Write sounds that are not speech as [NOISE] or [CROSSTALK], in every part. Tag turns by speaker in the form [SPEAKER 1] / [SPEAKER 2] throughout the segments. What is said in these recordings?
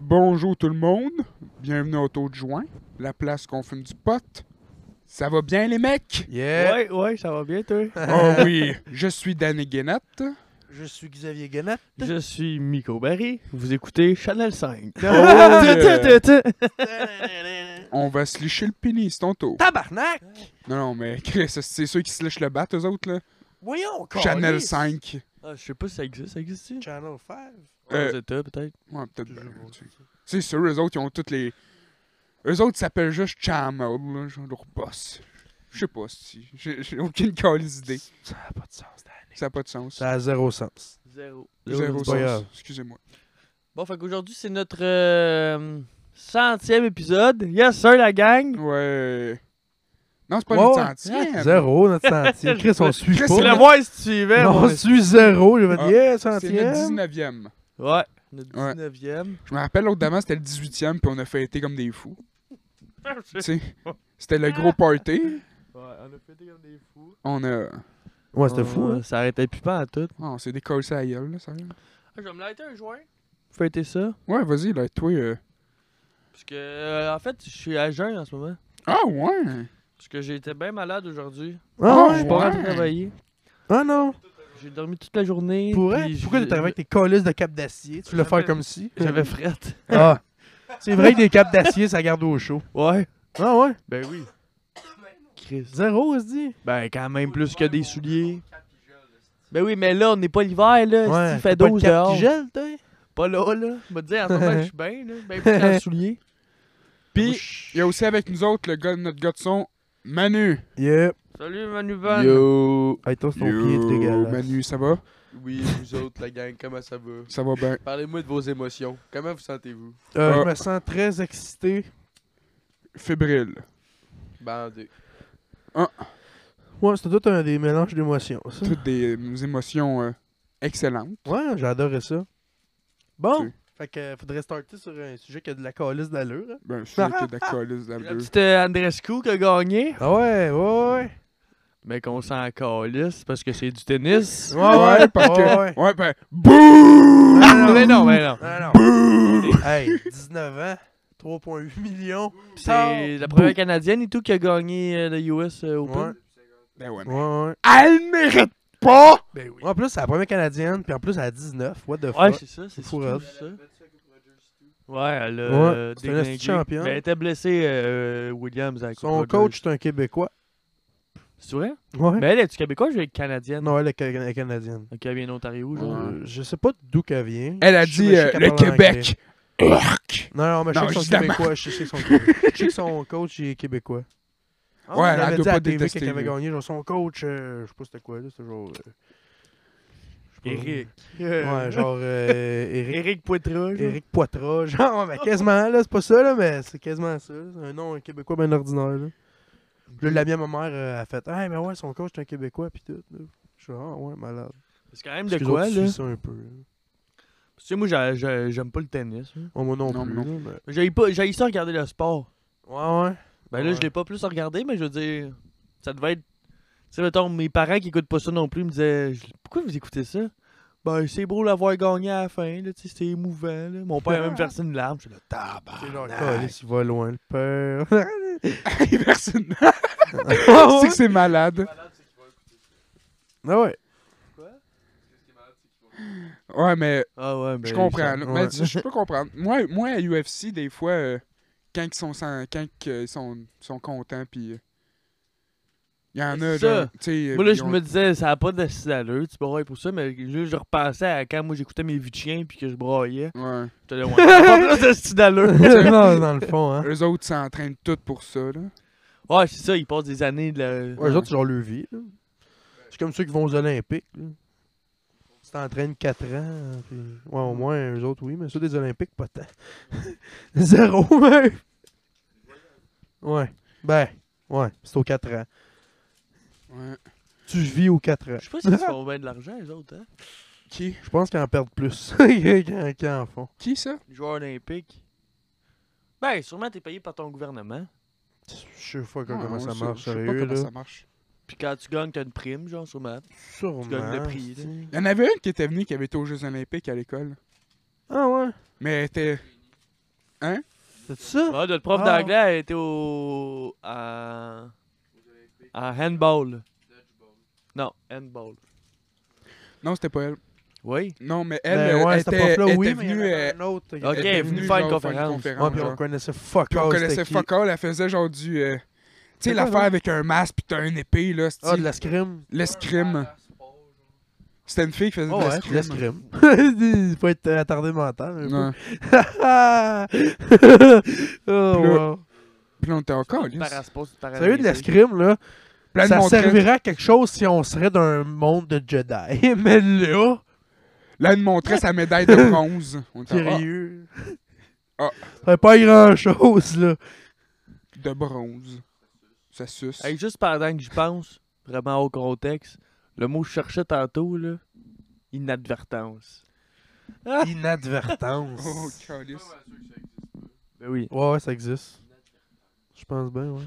[SPEAKER 1] Bonjour tout le monde, bienvenue au taux de juin, la place qu'on fume du pot. Ça va bien les
[SPEAKER 2] [LAUGHS]
[SPEAKER 1] mecs?
[SPEAKER 2] Yeah!
[SPEAKER 3] Ouais, ouais, ça va bien, toi?
[SPEAKER 1] Oh oui, je suis Danny Guénette.
[SPEAKER 2] Je suis Xavier [LAUGHS] Guenette.
[SPEAKER 3] Je suis Miko Barry. Vous écoutez Chanel 5.
[SPEAKER 2] Oh.
[SPEAKER 3] Ah,
[SPEAKER 1] yeah. On va se licher le pénis tantôt.
[SPEAKER 2] [LAUGHS] Tabarnak!
[SPEAKER 1] Non, non, mais Chris, c'est ceux qui se lichent le bat, eux autres, là.
[SPEAKER 2] Voyons, encore.
[SPEAKER 1] Channel 5.
[SPEAKER 3] Ah, je sais pas si ça existe. Ça existe tu
[SPEAKER 2] Channel 5.
[SPEAKER 1] Euh,
[SPEAKER 3] C'est toi, peut-être.
[SPEAKER 1] Ouais, peut-être.
[SPEAKER 2] Ah, Toujours
[SPEAKER 1] ben,
[SPEAKER 2] bon.
[SPEAKER 1] tu- C'est sûr, eux autres, ils ont toutes les. Eux autres s'appellent juste Chamel, là, genre leur boss. Je sais pas si. J'ai j'ai aucune calice d'idée.
[SPEAKER 3] Ça n'a pas de sens, Dan.
[SPEAKER 1] Ça n'a pas de sens.
[SPEAKER 2] Ça a zéro sens.
[SPEAKER 3] Zéro.
[SPEAKER 1] Zéro
[SPEAKER 2] pas
[SPEAKER 1] sens.
[SPEAKER 2] grave.
[SPEAKER 1] Excusez-moi.
[SPEAKER 3] Bon, fait qu'aujourd'hui, c'est notre euh, centième épisode. Yes, sir, la gang.
[SPEAKER 1] Ouais. Non, c'est pas
[SPEAKER 2] Ouais,
[SPEAKER 1] le
[SPEAKER 2] ouais.
[SPEAKER 1] centième.
[SPEAKER 2] Zéro, notre sentier. Chris, on suit
[SPEAKER 1] Chris,
[SPEAKER 2] pas.
[SPEAKER 3] Tu
[SPEAKER 1] c'est
[SPEAKER 3] le voir si tu y vas.
[SPEAKER 2] Non, on
[SPEAKER 3] ouais.
[SPEAKER 2] suit zéro. Je vais
[SPEAKER 1] Ah,
[SPEAKER 2] dire, yeah,
[SPEAKER 1] C'est le
[SPEAKER 2] centième.
[SPEAKER 1] 19e.
[SPEAKER 3] Ouais. Notre
[SPEAKER 1] Ouais.
[SPEAKER 3] 19e.
[SPEAKER 1] Je me rappelle, l'autre d'avant, c'était le 18e, puis on a fêté comme des
[SPEAKER 3] [LAUGHS]
[SPEAKER 1] fous. Tu sais, c'était le gros party.
[SPEAKER 3] on a pété comme des fous.
[SPEAKER 1] On a.
[SPEAKER 2] Ouais, c'était fou, hein.
[SPEAKER 3] Ça arrêtait plus pas à tout.
[SPEAKER 1] Oh, on s'est décollé ça à la gueule, là, sérieux.
[SPEAKER 3] Ah, Je vais me lighter un joint. Fêter ça.
[SPEAKER 1] Ouais, vas-y, là, toi. euh.
[SPEAKER 3] Parce que, euh, en fait, je suis à jeun en ce moment.
[SPEAKER 1] Ah, ouais!
[SPEAKER 3] Parce que j'ai été bien malade aujourd'hui.
[SPEAKER 2] Ah,
[SPEAKER 1] Oh,
[SPEAKER 3] Je
[SPEAKER 2] ouais.
[SPEAKER 3] suis pas rentré
[SPEAKER 1] Ouais.
[SPEAKER 3] travailler.
[SPEAKER 2] ah non.
[SPEAKER 3] J'ai dormi toute la journée.
[SPEAKER 2] Pour vrai?
[SPEAKER 3] puis
[SPEAKER 2] Pourquoi
[SPEAKER 3] je-
[SPEAKER 2] t'es arrivé avec tes colisses de cap d'acier? Tu voulais faire comme si?
[SPEAKER 3] J'avais frette.
[SPEAKER 2] Ah. C'est vrai que des capes d'acier, ça garde au chaud.
[SPEAKER 3] Ouais.
[SPEAKER 2] Ah ouais?
[SPEAKER 3] Ben oui. Chris.
[SPEAKER 2] Zéro, on se dit.
[SPEAKER 3] Ben quand même plus que des souliers. Ben oui, mais là, on n'est pas l'hiver, là.
[SPEAKER 2] Ouais,
[SPEAKER 3] il fait
[SPEAKER 2] t'as pas de
[SPEAKER 3] 12
[SPEAKER 2] cap
[SPEAKER 3] dehors.
[SPEAKER 2] qui gèle, toi?
[SPEAKER 3] Pas là, là. Je vais te dire, en ce moment, je suis bien, là. Ben plus qu'en souliers.
[SPEAKER 1] Puis, il y a aussi avec nous autres le gars, notre gars de son, Manu.
[SPEAKER 2] Yeah.
[SPEAKER 3] Salut, Manu Van.
[SPEAKER 4] Yo!
[SPEAKER 2] Hey, toi, c'est ton pied,
[SPEAKER 4] Yo,
[SPEAKER 2] t'es dégueulasse.
[SPEAKER 1] Manu, ça va?
[SPEAKER 4] Oui, vous autres, la gang, comment ça va?
[SPEAKER 1] Ça va bien.
[SPEAKER 4] Parlez-moi de vos émotions. Comment vous sentez-vous?
[SPEAKER 2] Euh,
[SPEAKER 1] Ah.
[SPEAKER 2] Je me sens très excité.
[SPEAKER 1] Fébrile.
[SPEAKER 4] Bandé.
[SPEAKER 2] Ouais, c'est tout un des mélanges d'émotions, ça.
[SPEAKER 1] Toutes des euh, émotions euh, excellentes.
[SPEAKER 2] Ouais, j'adorais ça. Bon.
[SPEAKER 1] Ok.
[SPEAKER 2] Fait que euh, faudrait starter sur un sujet qui a de la calice d'allure. hein.
[SPEAKER 1] Ben, je suis sûr qu'il y a de la calice dans
[SPEAKER 3] La
[SPEAKER 1] le
[SPEAKER 3] petite euh, Andrescu qui a gagné.
[SPEAKER 2] Ah ouais, ouais, ouais.
[SPEAKER 3] Mais qu'on s'en calisse parce que c'est du tennis.
[SPEAKER 2] [LAUGHS]
[SPEAKER 1] Ouais, parce que. [LAUGHS]
[SPEAKER 2] ouais.
[SPEAKER 1] Ouais, ben. Bouh!
[SPEAKER 2] Ah,
[SPEAKER 3] Mais non, mais non.
[SPEAKER 2] Ah non. hey, 19 ans, 3,8 millions.
[SPEAKER 3] Puis C'est la première Canadienne et tout qui a gagné euh, le US euh, Open.
[SPEAKER 2] Ouais.
[SPEAKER 1] Ben ouais, mais.
[SPEAKER 2] Ouais, ouais.
[SPEAKER 1] Elle mérite pas!
[SPEAKER 3] Ben oui.
[SPEAKER 2] En plus, c'est la première Canadienne, puis en plus, elle a 19. What the
[SPEAKER 3] Ouais,
[SPEAKER 2] fuck?
[SPEAKER 3] c'est ça, c'est
[SPEAKER 2] Fou
[SPEAKER 3] surtout
[SPEAKER 2] raide.
[SPEAKER 3] ça. Ouais, elle a
[SPEAKER 2] Ouais,
[SPEAKER 3] euh,
[SPEAKER 2] c'est un esti
[SPEAKER 3] déglingué.
[SPEAKER 2] champion.
[SPEAKER 3] Ben, elle était blessée, euh, Williams. À la Coupe
[SPEAKER 2] Son
[SPEAKER 3] Rogers.
[SPEAKER 2] coach est un Québécois.
[SPEAKER 3] C'est vrai?
[SPEAKER 2] Ouais.
[SPEAKER 3] Mais elle est québécoise ou elle est canadienne?
[SPEAKER 2] Non, elle est ca- elle est canadienne.
[SPEAKER 3] Ok, elle vient d'Ontario, genre.
[SPEAKER 2] Euh, Je sais pas d'où qu'elle vient.
[SPEAKER 1] Elle a
[SPEAKER 2] Je
[SPEAKER 1] dit
[SPEAKER 2] sais
[SPEAKER 1] euh,
[SPEAKER 2] qu'elle
[SPEAKER 1] le
[SPEAKER 2] parle anglais.
[SPEAKER 1] Québec. [LAUGHS] Urk.
[SPEAKER 2] Non, non, mais je
[SPEAKER 1] Non,
[SPEAKER 2] sais que
[SPEAKER 1] je dis
[SPEAKER 2] son
[SPEAKER 1] la
[SPEAKER 2] Québécois. Je sais que son Québécois. Je sais que son coach il est Québécois.
[SPEAKER 1] [LAUGHS]
[SPEAKER 3] Ah,
[SPEAKER 1] Ouais,
[SPEAKER 2] Elle
[SPEAKER 1] elle
[SPEAKER 2] avait
[SPEAKER 1] doit
[SPEAKER 2] dit à
[SPEAKER 1] pas
[SPEAKER 2] la TV
[SPEAKER 1] détester.
[SPEAKER 2] qu'elle avait
[SPEAKER 1] lui.
[SPEAKER 2] gagné. Genre, son coach, euh, je sais pas c'était quoi, là, c'est genre. euh, je sais pas.
[SPEAKER 3] Eric.
[SPEAKER 2] Ouais, genre
[SPEAKER 3] [LAUGHS]
[SPEAKER 2] euh, Eric.
[SPEAKER 3] Eric Poitras. genre.
[SPEAKER 2] Eric Poitras, [LAUGHS] genre, ouais, ben, quasiment, là, c'est pas ça, là, mais c'est quasiment ça. là. C'est un nom un québécois bien ordinaire, là. Puis là, la mienne, ma mère, euh, a fait, hey, mais ouais, son coach, c'est un québécois, pis tout, là. Je suis genre, ah, ouais, malade.
[SPEAKER 3] C'est quand même
[SPEAKER 2] Parce
[SPEAKER 3] de
[SPEAKER 2] que
[SPEAKER 3] quoi,
[SPEAKER 2] les autres
[SPEAKER 3] là?
[SPEAKER 2] suivent ça un peu. là.
[SPEAKER 3] Tu sais, moi, j'a- j'a- j'aime pas le tennis. hein.
[SPEAKER 2] Ouais, Oh, moi non,
[SPEAKER 1] Non,
[SPEAKER 2] plus,
[SPEAKER 1] moi
[SPEAKER 2] là, mais-
[SPEAKER 3] J'ai pas- j'ai ça regarder le sport.
[SPEAKER 2] Ouais, ouais.
[SPEAKER 3] Ben là,
[SPEAKER 2] Ouais.
[SPEAKER 3] je l'ai pas plus regardé, mais je veux dire, ça devait être. Tu sais, mettons, mes parents qui écoutent pas ça non plus me disaient Je- Pourquoi vous écoutez ça Ben, c'est beau l'avoir gagné à la fin, là, tu sais, c'était émouvant, là. Mon
[SPEAKER 2] [LAUGHS]
[SPEAKER 3] père a même versé une larme, je suis là, tabac.
[SPEAKER 2] C'est genre, calisse, il va loin, le [LAUGHS] père.
[SPEAKER 1] Personne. [LAUGHS]
[SPEAKER 2] ah
[SPEAKER 1] C'est que c'est malade.
[SPEAKER 2] [LAUGHS] ouais.
[SPEAKER 1] Ouais, mais
[SPEAKER 3] Ah ouais, mais.
[SPEAKER 1] je comprends. là. Mais
[SPEAKER 2] Ben, ouais.
[SPEAKER 1] je peux comprendre. Moi, moi, à UFC, des fois, euh, quand ils sont, sans- quand ils sont, sont contents, puis. euh, Il y en
[SPEAKER 3] Mais
[SPEAKER 1] a,
[SPEAKER 3] c'est ça.
[SPEAKER 1] genre, tu sais. euh,
[SPEAKER 3] Moi, là,
[SPEAKER 1] ils
[SPEAKER 3] je
[SPEAKER 1] ont-
[SPEAKER 3] me disais, ça n'a pas d'allure, tu brailles pour ça, mais là, je repensais à quand moi j'écoutais mes vieux chiens puis que je braillais.
[SPEAKER 1] Ouais.
[SPEAKER 2] [LAUGHS]
[SPEAKER 3] J'étais là, ouais, ça a pas plus d'allure.
[SPEAKER 2] non, dans le fond, hein.
[SPEAKER 1] Eux autres s'entraînent toutes pour ça, là.
[SPEAKER 3] Ouais, c'est ça, ils passent des années de la.
[SPEAKER 2] Ouais, eux autres, c'est genre leur vie, là. C'est comme ceux qui vont aux Olympiques, là. Tu t'entraînes 4 ans, hein, puis... Ouais, au moins, eux autres, oui, mais ceux des Olympiques, pas tant. [LAUGHS] Zéro, même! Ouais. Ben, ouais, c'est aux 4 ans.
[SPEAKER 1] Ouais.
[SPEAKER 2] Tu vis aux 4 ans.
[SPEAKER 3] Je sais pas s'ils se font bien de l'argent, les autres, hein.
[SPEAKER 1] Qui
[SPEAKER 2] Je pense qu'ils en perdent [LAUGHS] plus qu'en- qu'ils en font.
[SPEAKER 1] Qui ça
[SPEAKER 3] Les joueurs olympiques. Ben, sûrement, t'es payé par ton gouvernement.
[SPEAKER 2] Je sais pas
[SPEAKER 1] Ouais,
[SPEAKER 2] comment ça
[SPEAKER 1] on sait-
[SPEAKER 2] marche,
[SPEAKER 1] Ah, Je sais pas
[SPEAKER 2] sérieux,
[SPEAKER 1] comment
[SPEAKER 2] là.
[SPEAKER 1] ça marche.
[SPEAKER 3] Puis quand tu gagnes, t'as une prime, genre, [LAUGHS] sûrement.
[SPEAKER 2] Sûrement.
[SPEAKER 3] Tu gagnes le prix, là.
[SPEAKER 2] c'est-
[SPEAKER 1] Il y en avait une qui était venue qui avait été aux Jeux Olympiques à l'école.
[SPEAKER 2] Ah ouais?
[SPEAKER 1] Mais elle était. Hein?
[SPEAKER 2] C'est ça?
[SPEAKER 3] Ouais, notre prof
[SPEAKER 2] Ah.
[SPEAKER 3] d'anglais a été au. à. à handball. Non, handball.
[SPEAKER 1] Non, c'était pas elle.
[SPEAKER 3] Oui.
[SPEAKER 1] Non, mais elle,
[SPEAKER 2] Ben
[SPEAKER 1] euh,
[SPEAKER 2] ouais,
[SPEAKER 1] était,
[SPEAKER 2] cette prof-là,
[SPEAKER 1] était
[SPEAKER 2] oui, mais il y en
[SPEAKER 1] venue.
[SPEAKER 2] avait
[SPEAKER 1] euh,
[SPEAKER 2] un autre. qui était
[SPEAKER 3] Ok, elle est venue
[SPEAKER 1] venue,
[SPEAKER 3] faire une
[SPEAKER 1] genre, faire une
[SPEAKER 3] conférence.
[SPEAKER 1] conférence.
[SPEAKER 2] Ouais, puis on connaissait fuck
[SPEAKER 1] Puis on
[SPEAKER 2] all,
[SPEAKER 1] connaissait
[SPEAKER 2] c'était qui.
[SPEAKER 1] fuck all, elle faisait genre du. euh, tu
[SPEAKER 2] C'est
[SPEAKER 1] sais,
[SPEAKER 2] quoi,
[SPEAKER 1] l'affaire
[SPEAKER 2] là?
[SPEAKER 1] avec un masque pis t'as une épée, là. c'est-
[SPEAKER 2] Ah, de l'escrime.
[SPEAKER 1] L'escrime. C'était une fille qui faisait
[SPEAKER 2] Oh,
[SPEAKER 1] de
[SPEAKER 2] ouais,
[SPEAKER 1] l'escrime.
[SPEAKER 2] de l'escrime.
[SPEAKER 1] [LAUGHS]
[SPEAKER 2] [LAUGHS] Il faut être attardé mental. Un
[SPEAKER 1] Non.
[SPEAKER 2] peu. [LAUGHS] oh, wow.
[SPEAKER 1] Puis là, on était encore,
[SPEAKER 3] Du
[SPEAKER 1] là.
[SPEAKER 3] parasport, du paralysé.
[SPEAKER 2] Sérieux, de l'escrime, là,
[SPEAKER 1] ben, Plein de
[SPEAKER 2] ça
[SPEAKER 1] montrettes.
[SPEAKER 2] servirait à quelque chose si on serait dans un monde de Jedi. [LAUGHS] Mais là,
[SPEAKER 1] Là, elle nous montrait sa médaille de bronze. On était, ah,
[SPEAKER 2] sérieux.
[SPEAKER 1] Ah.
[SPEAKER 2] Ça fait pas
[SPEAKER 1] [LAUGHS]
[SPEAKER 2] grand-chose, là.
[SPEAKER 1] de bronze. Ça suce.
[SPEAKER 3] Hey, juste pendant que j'y pense, vraiment au contexte, le mot que je cherchais tantôt, là, inadvertance. Ah!
[SPEAKER 1] Oh,
[SPEAKER 2] Inadvertance.
[SPEAKER 1] calice.
[SPEAKER 3] Ben oui.
[SPEAKER 2] ouais, ouais, ça existe. Je pense bien, ouais.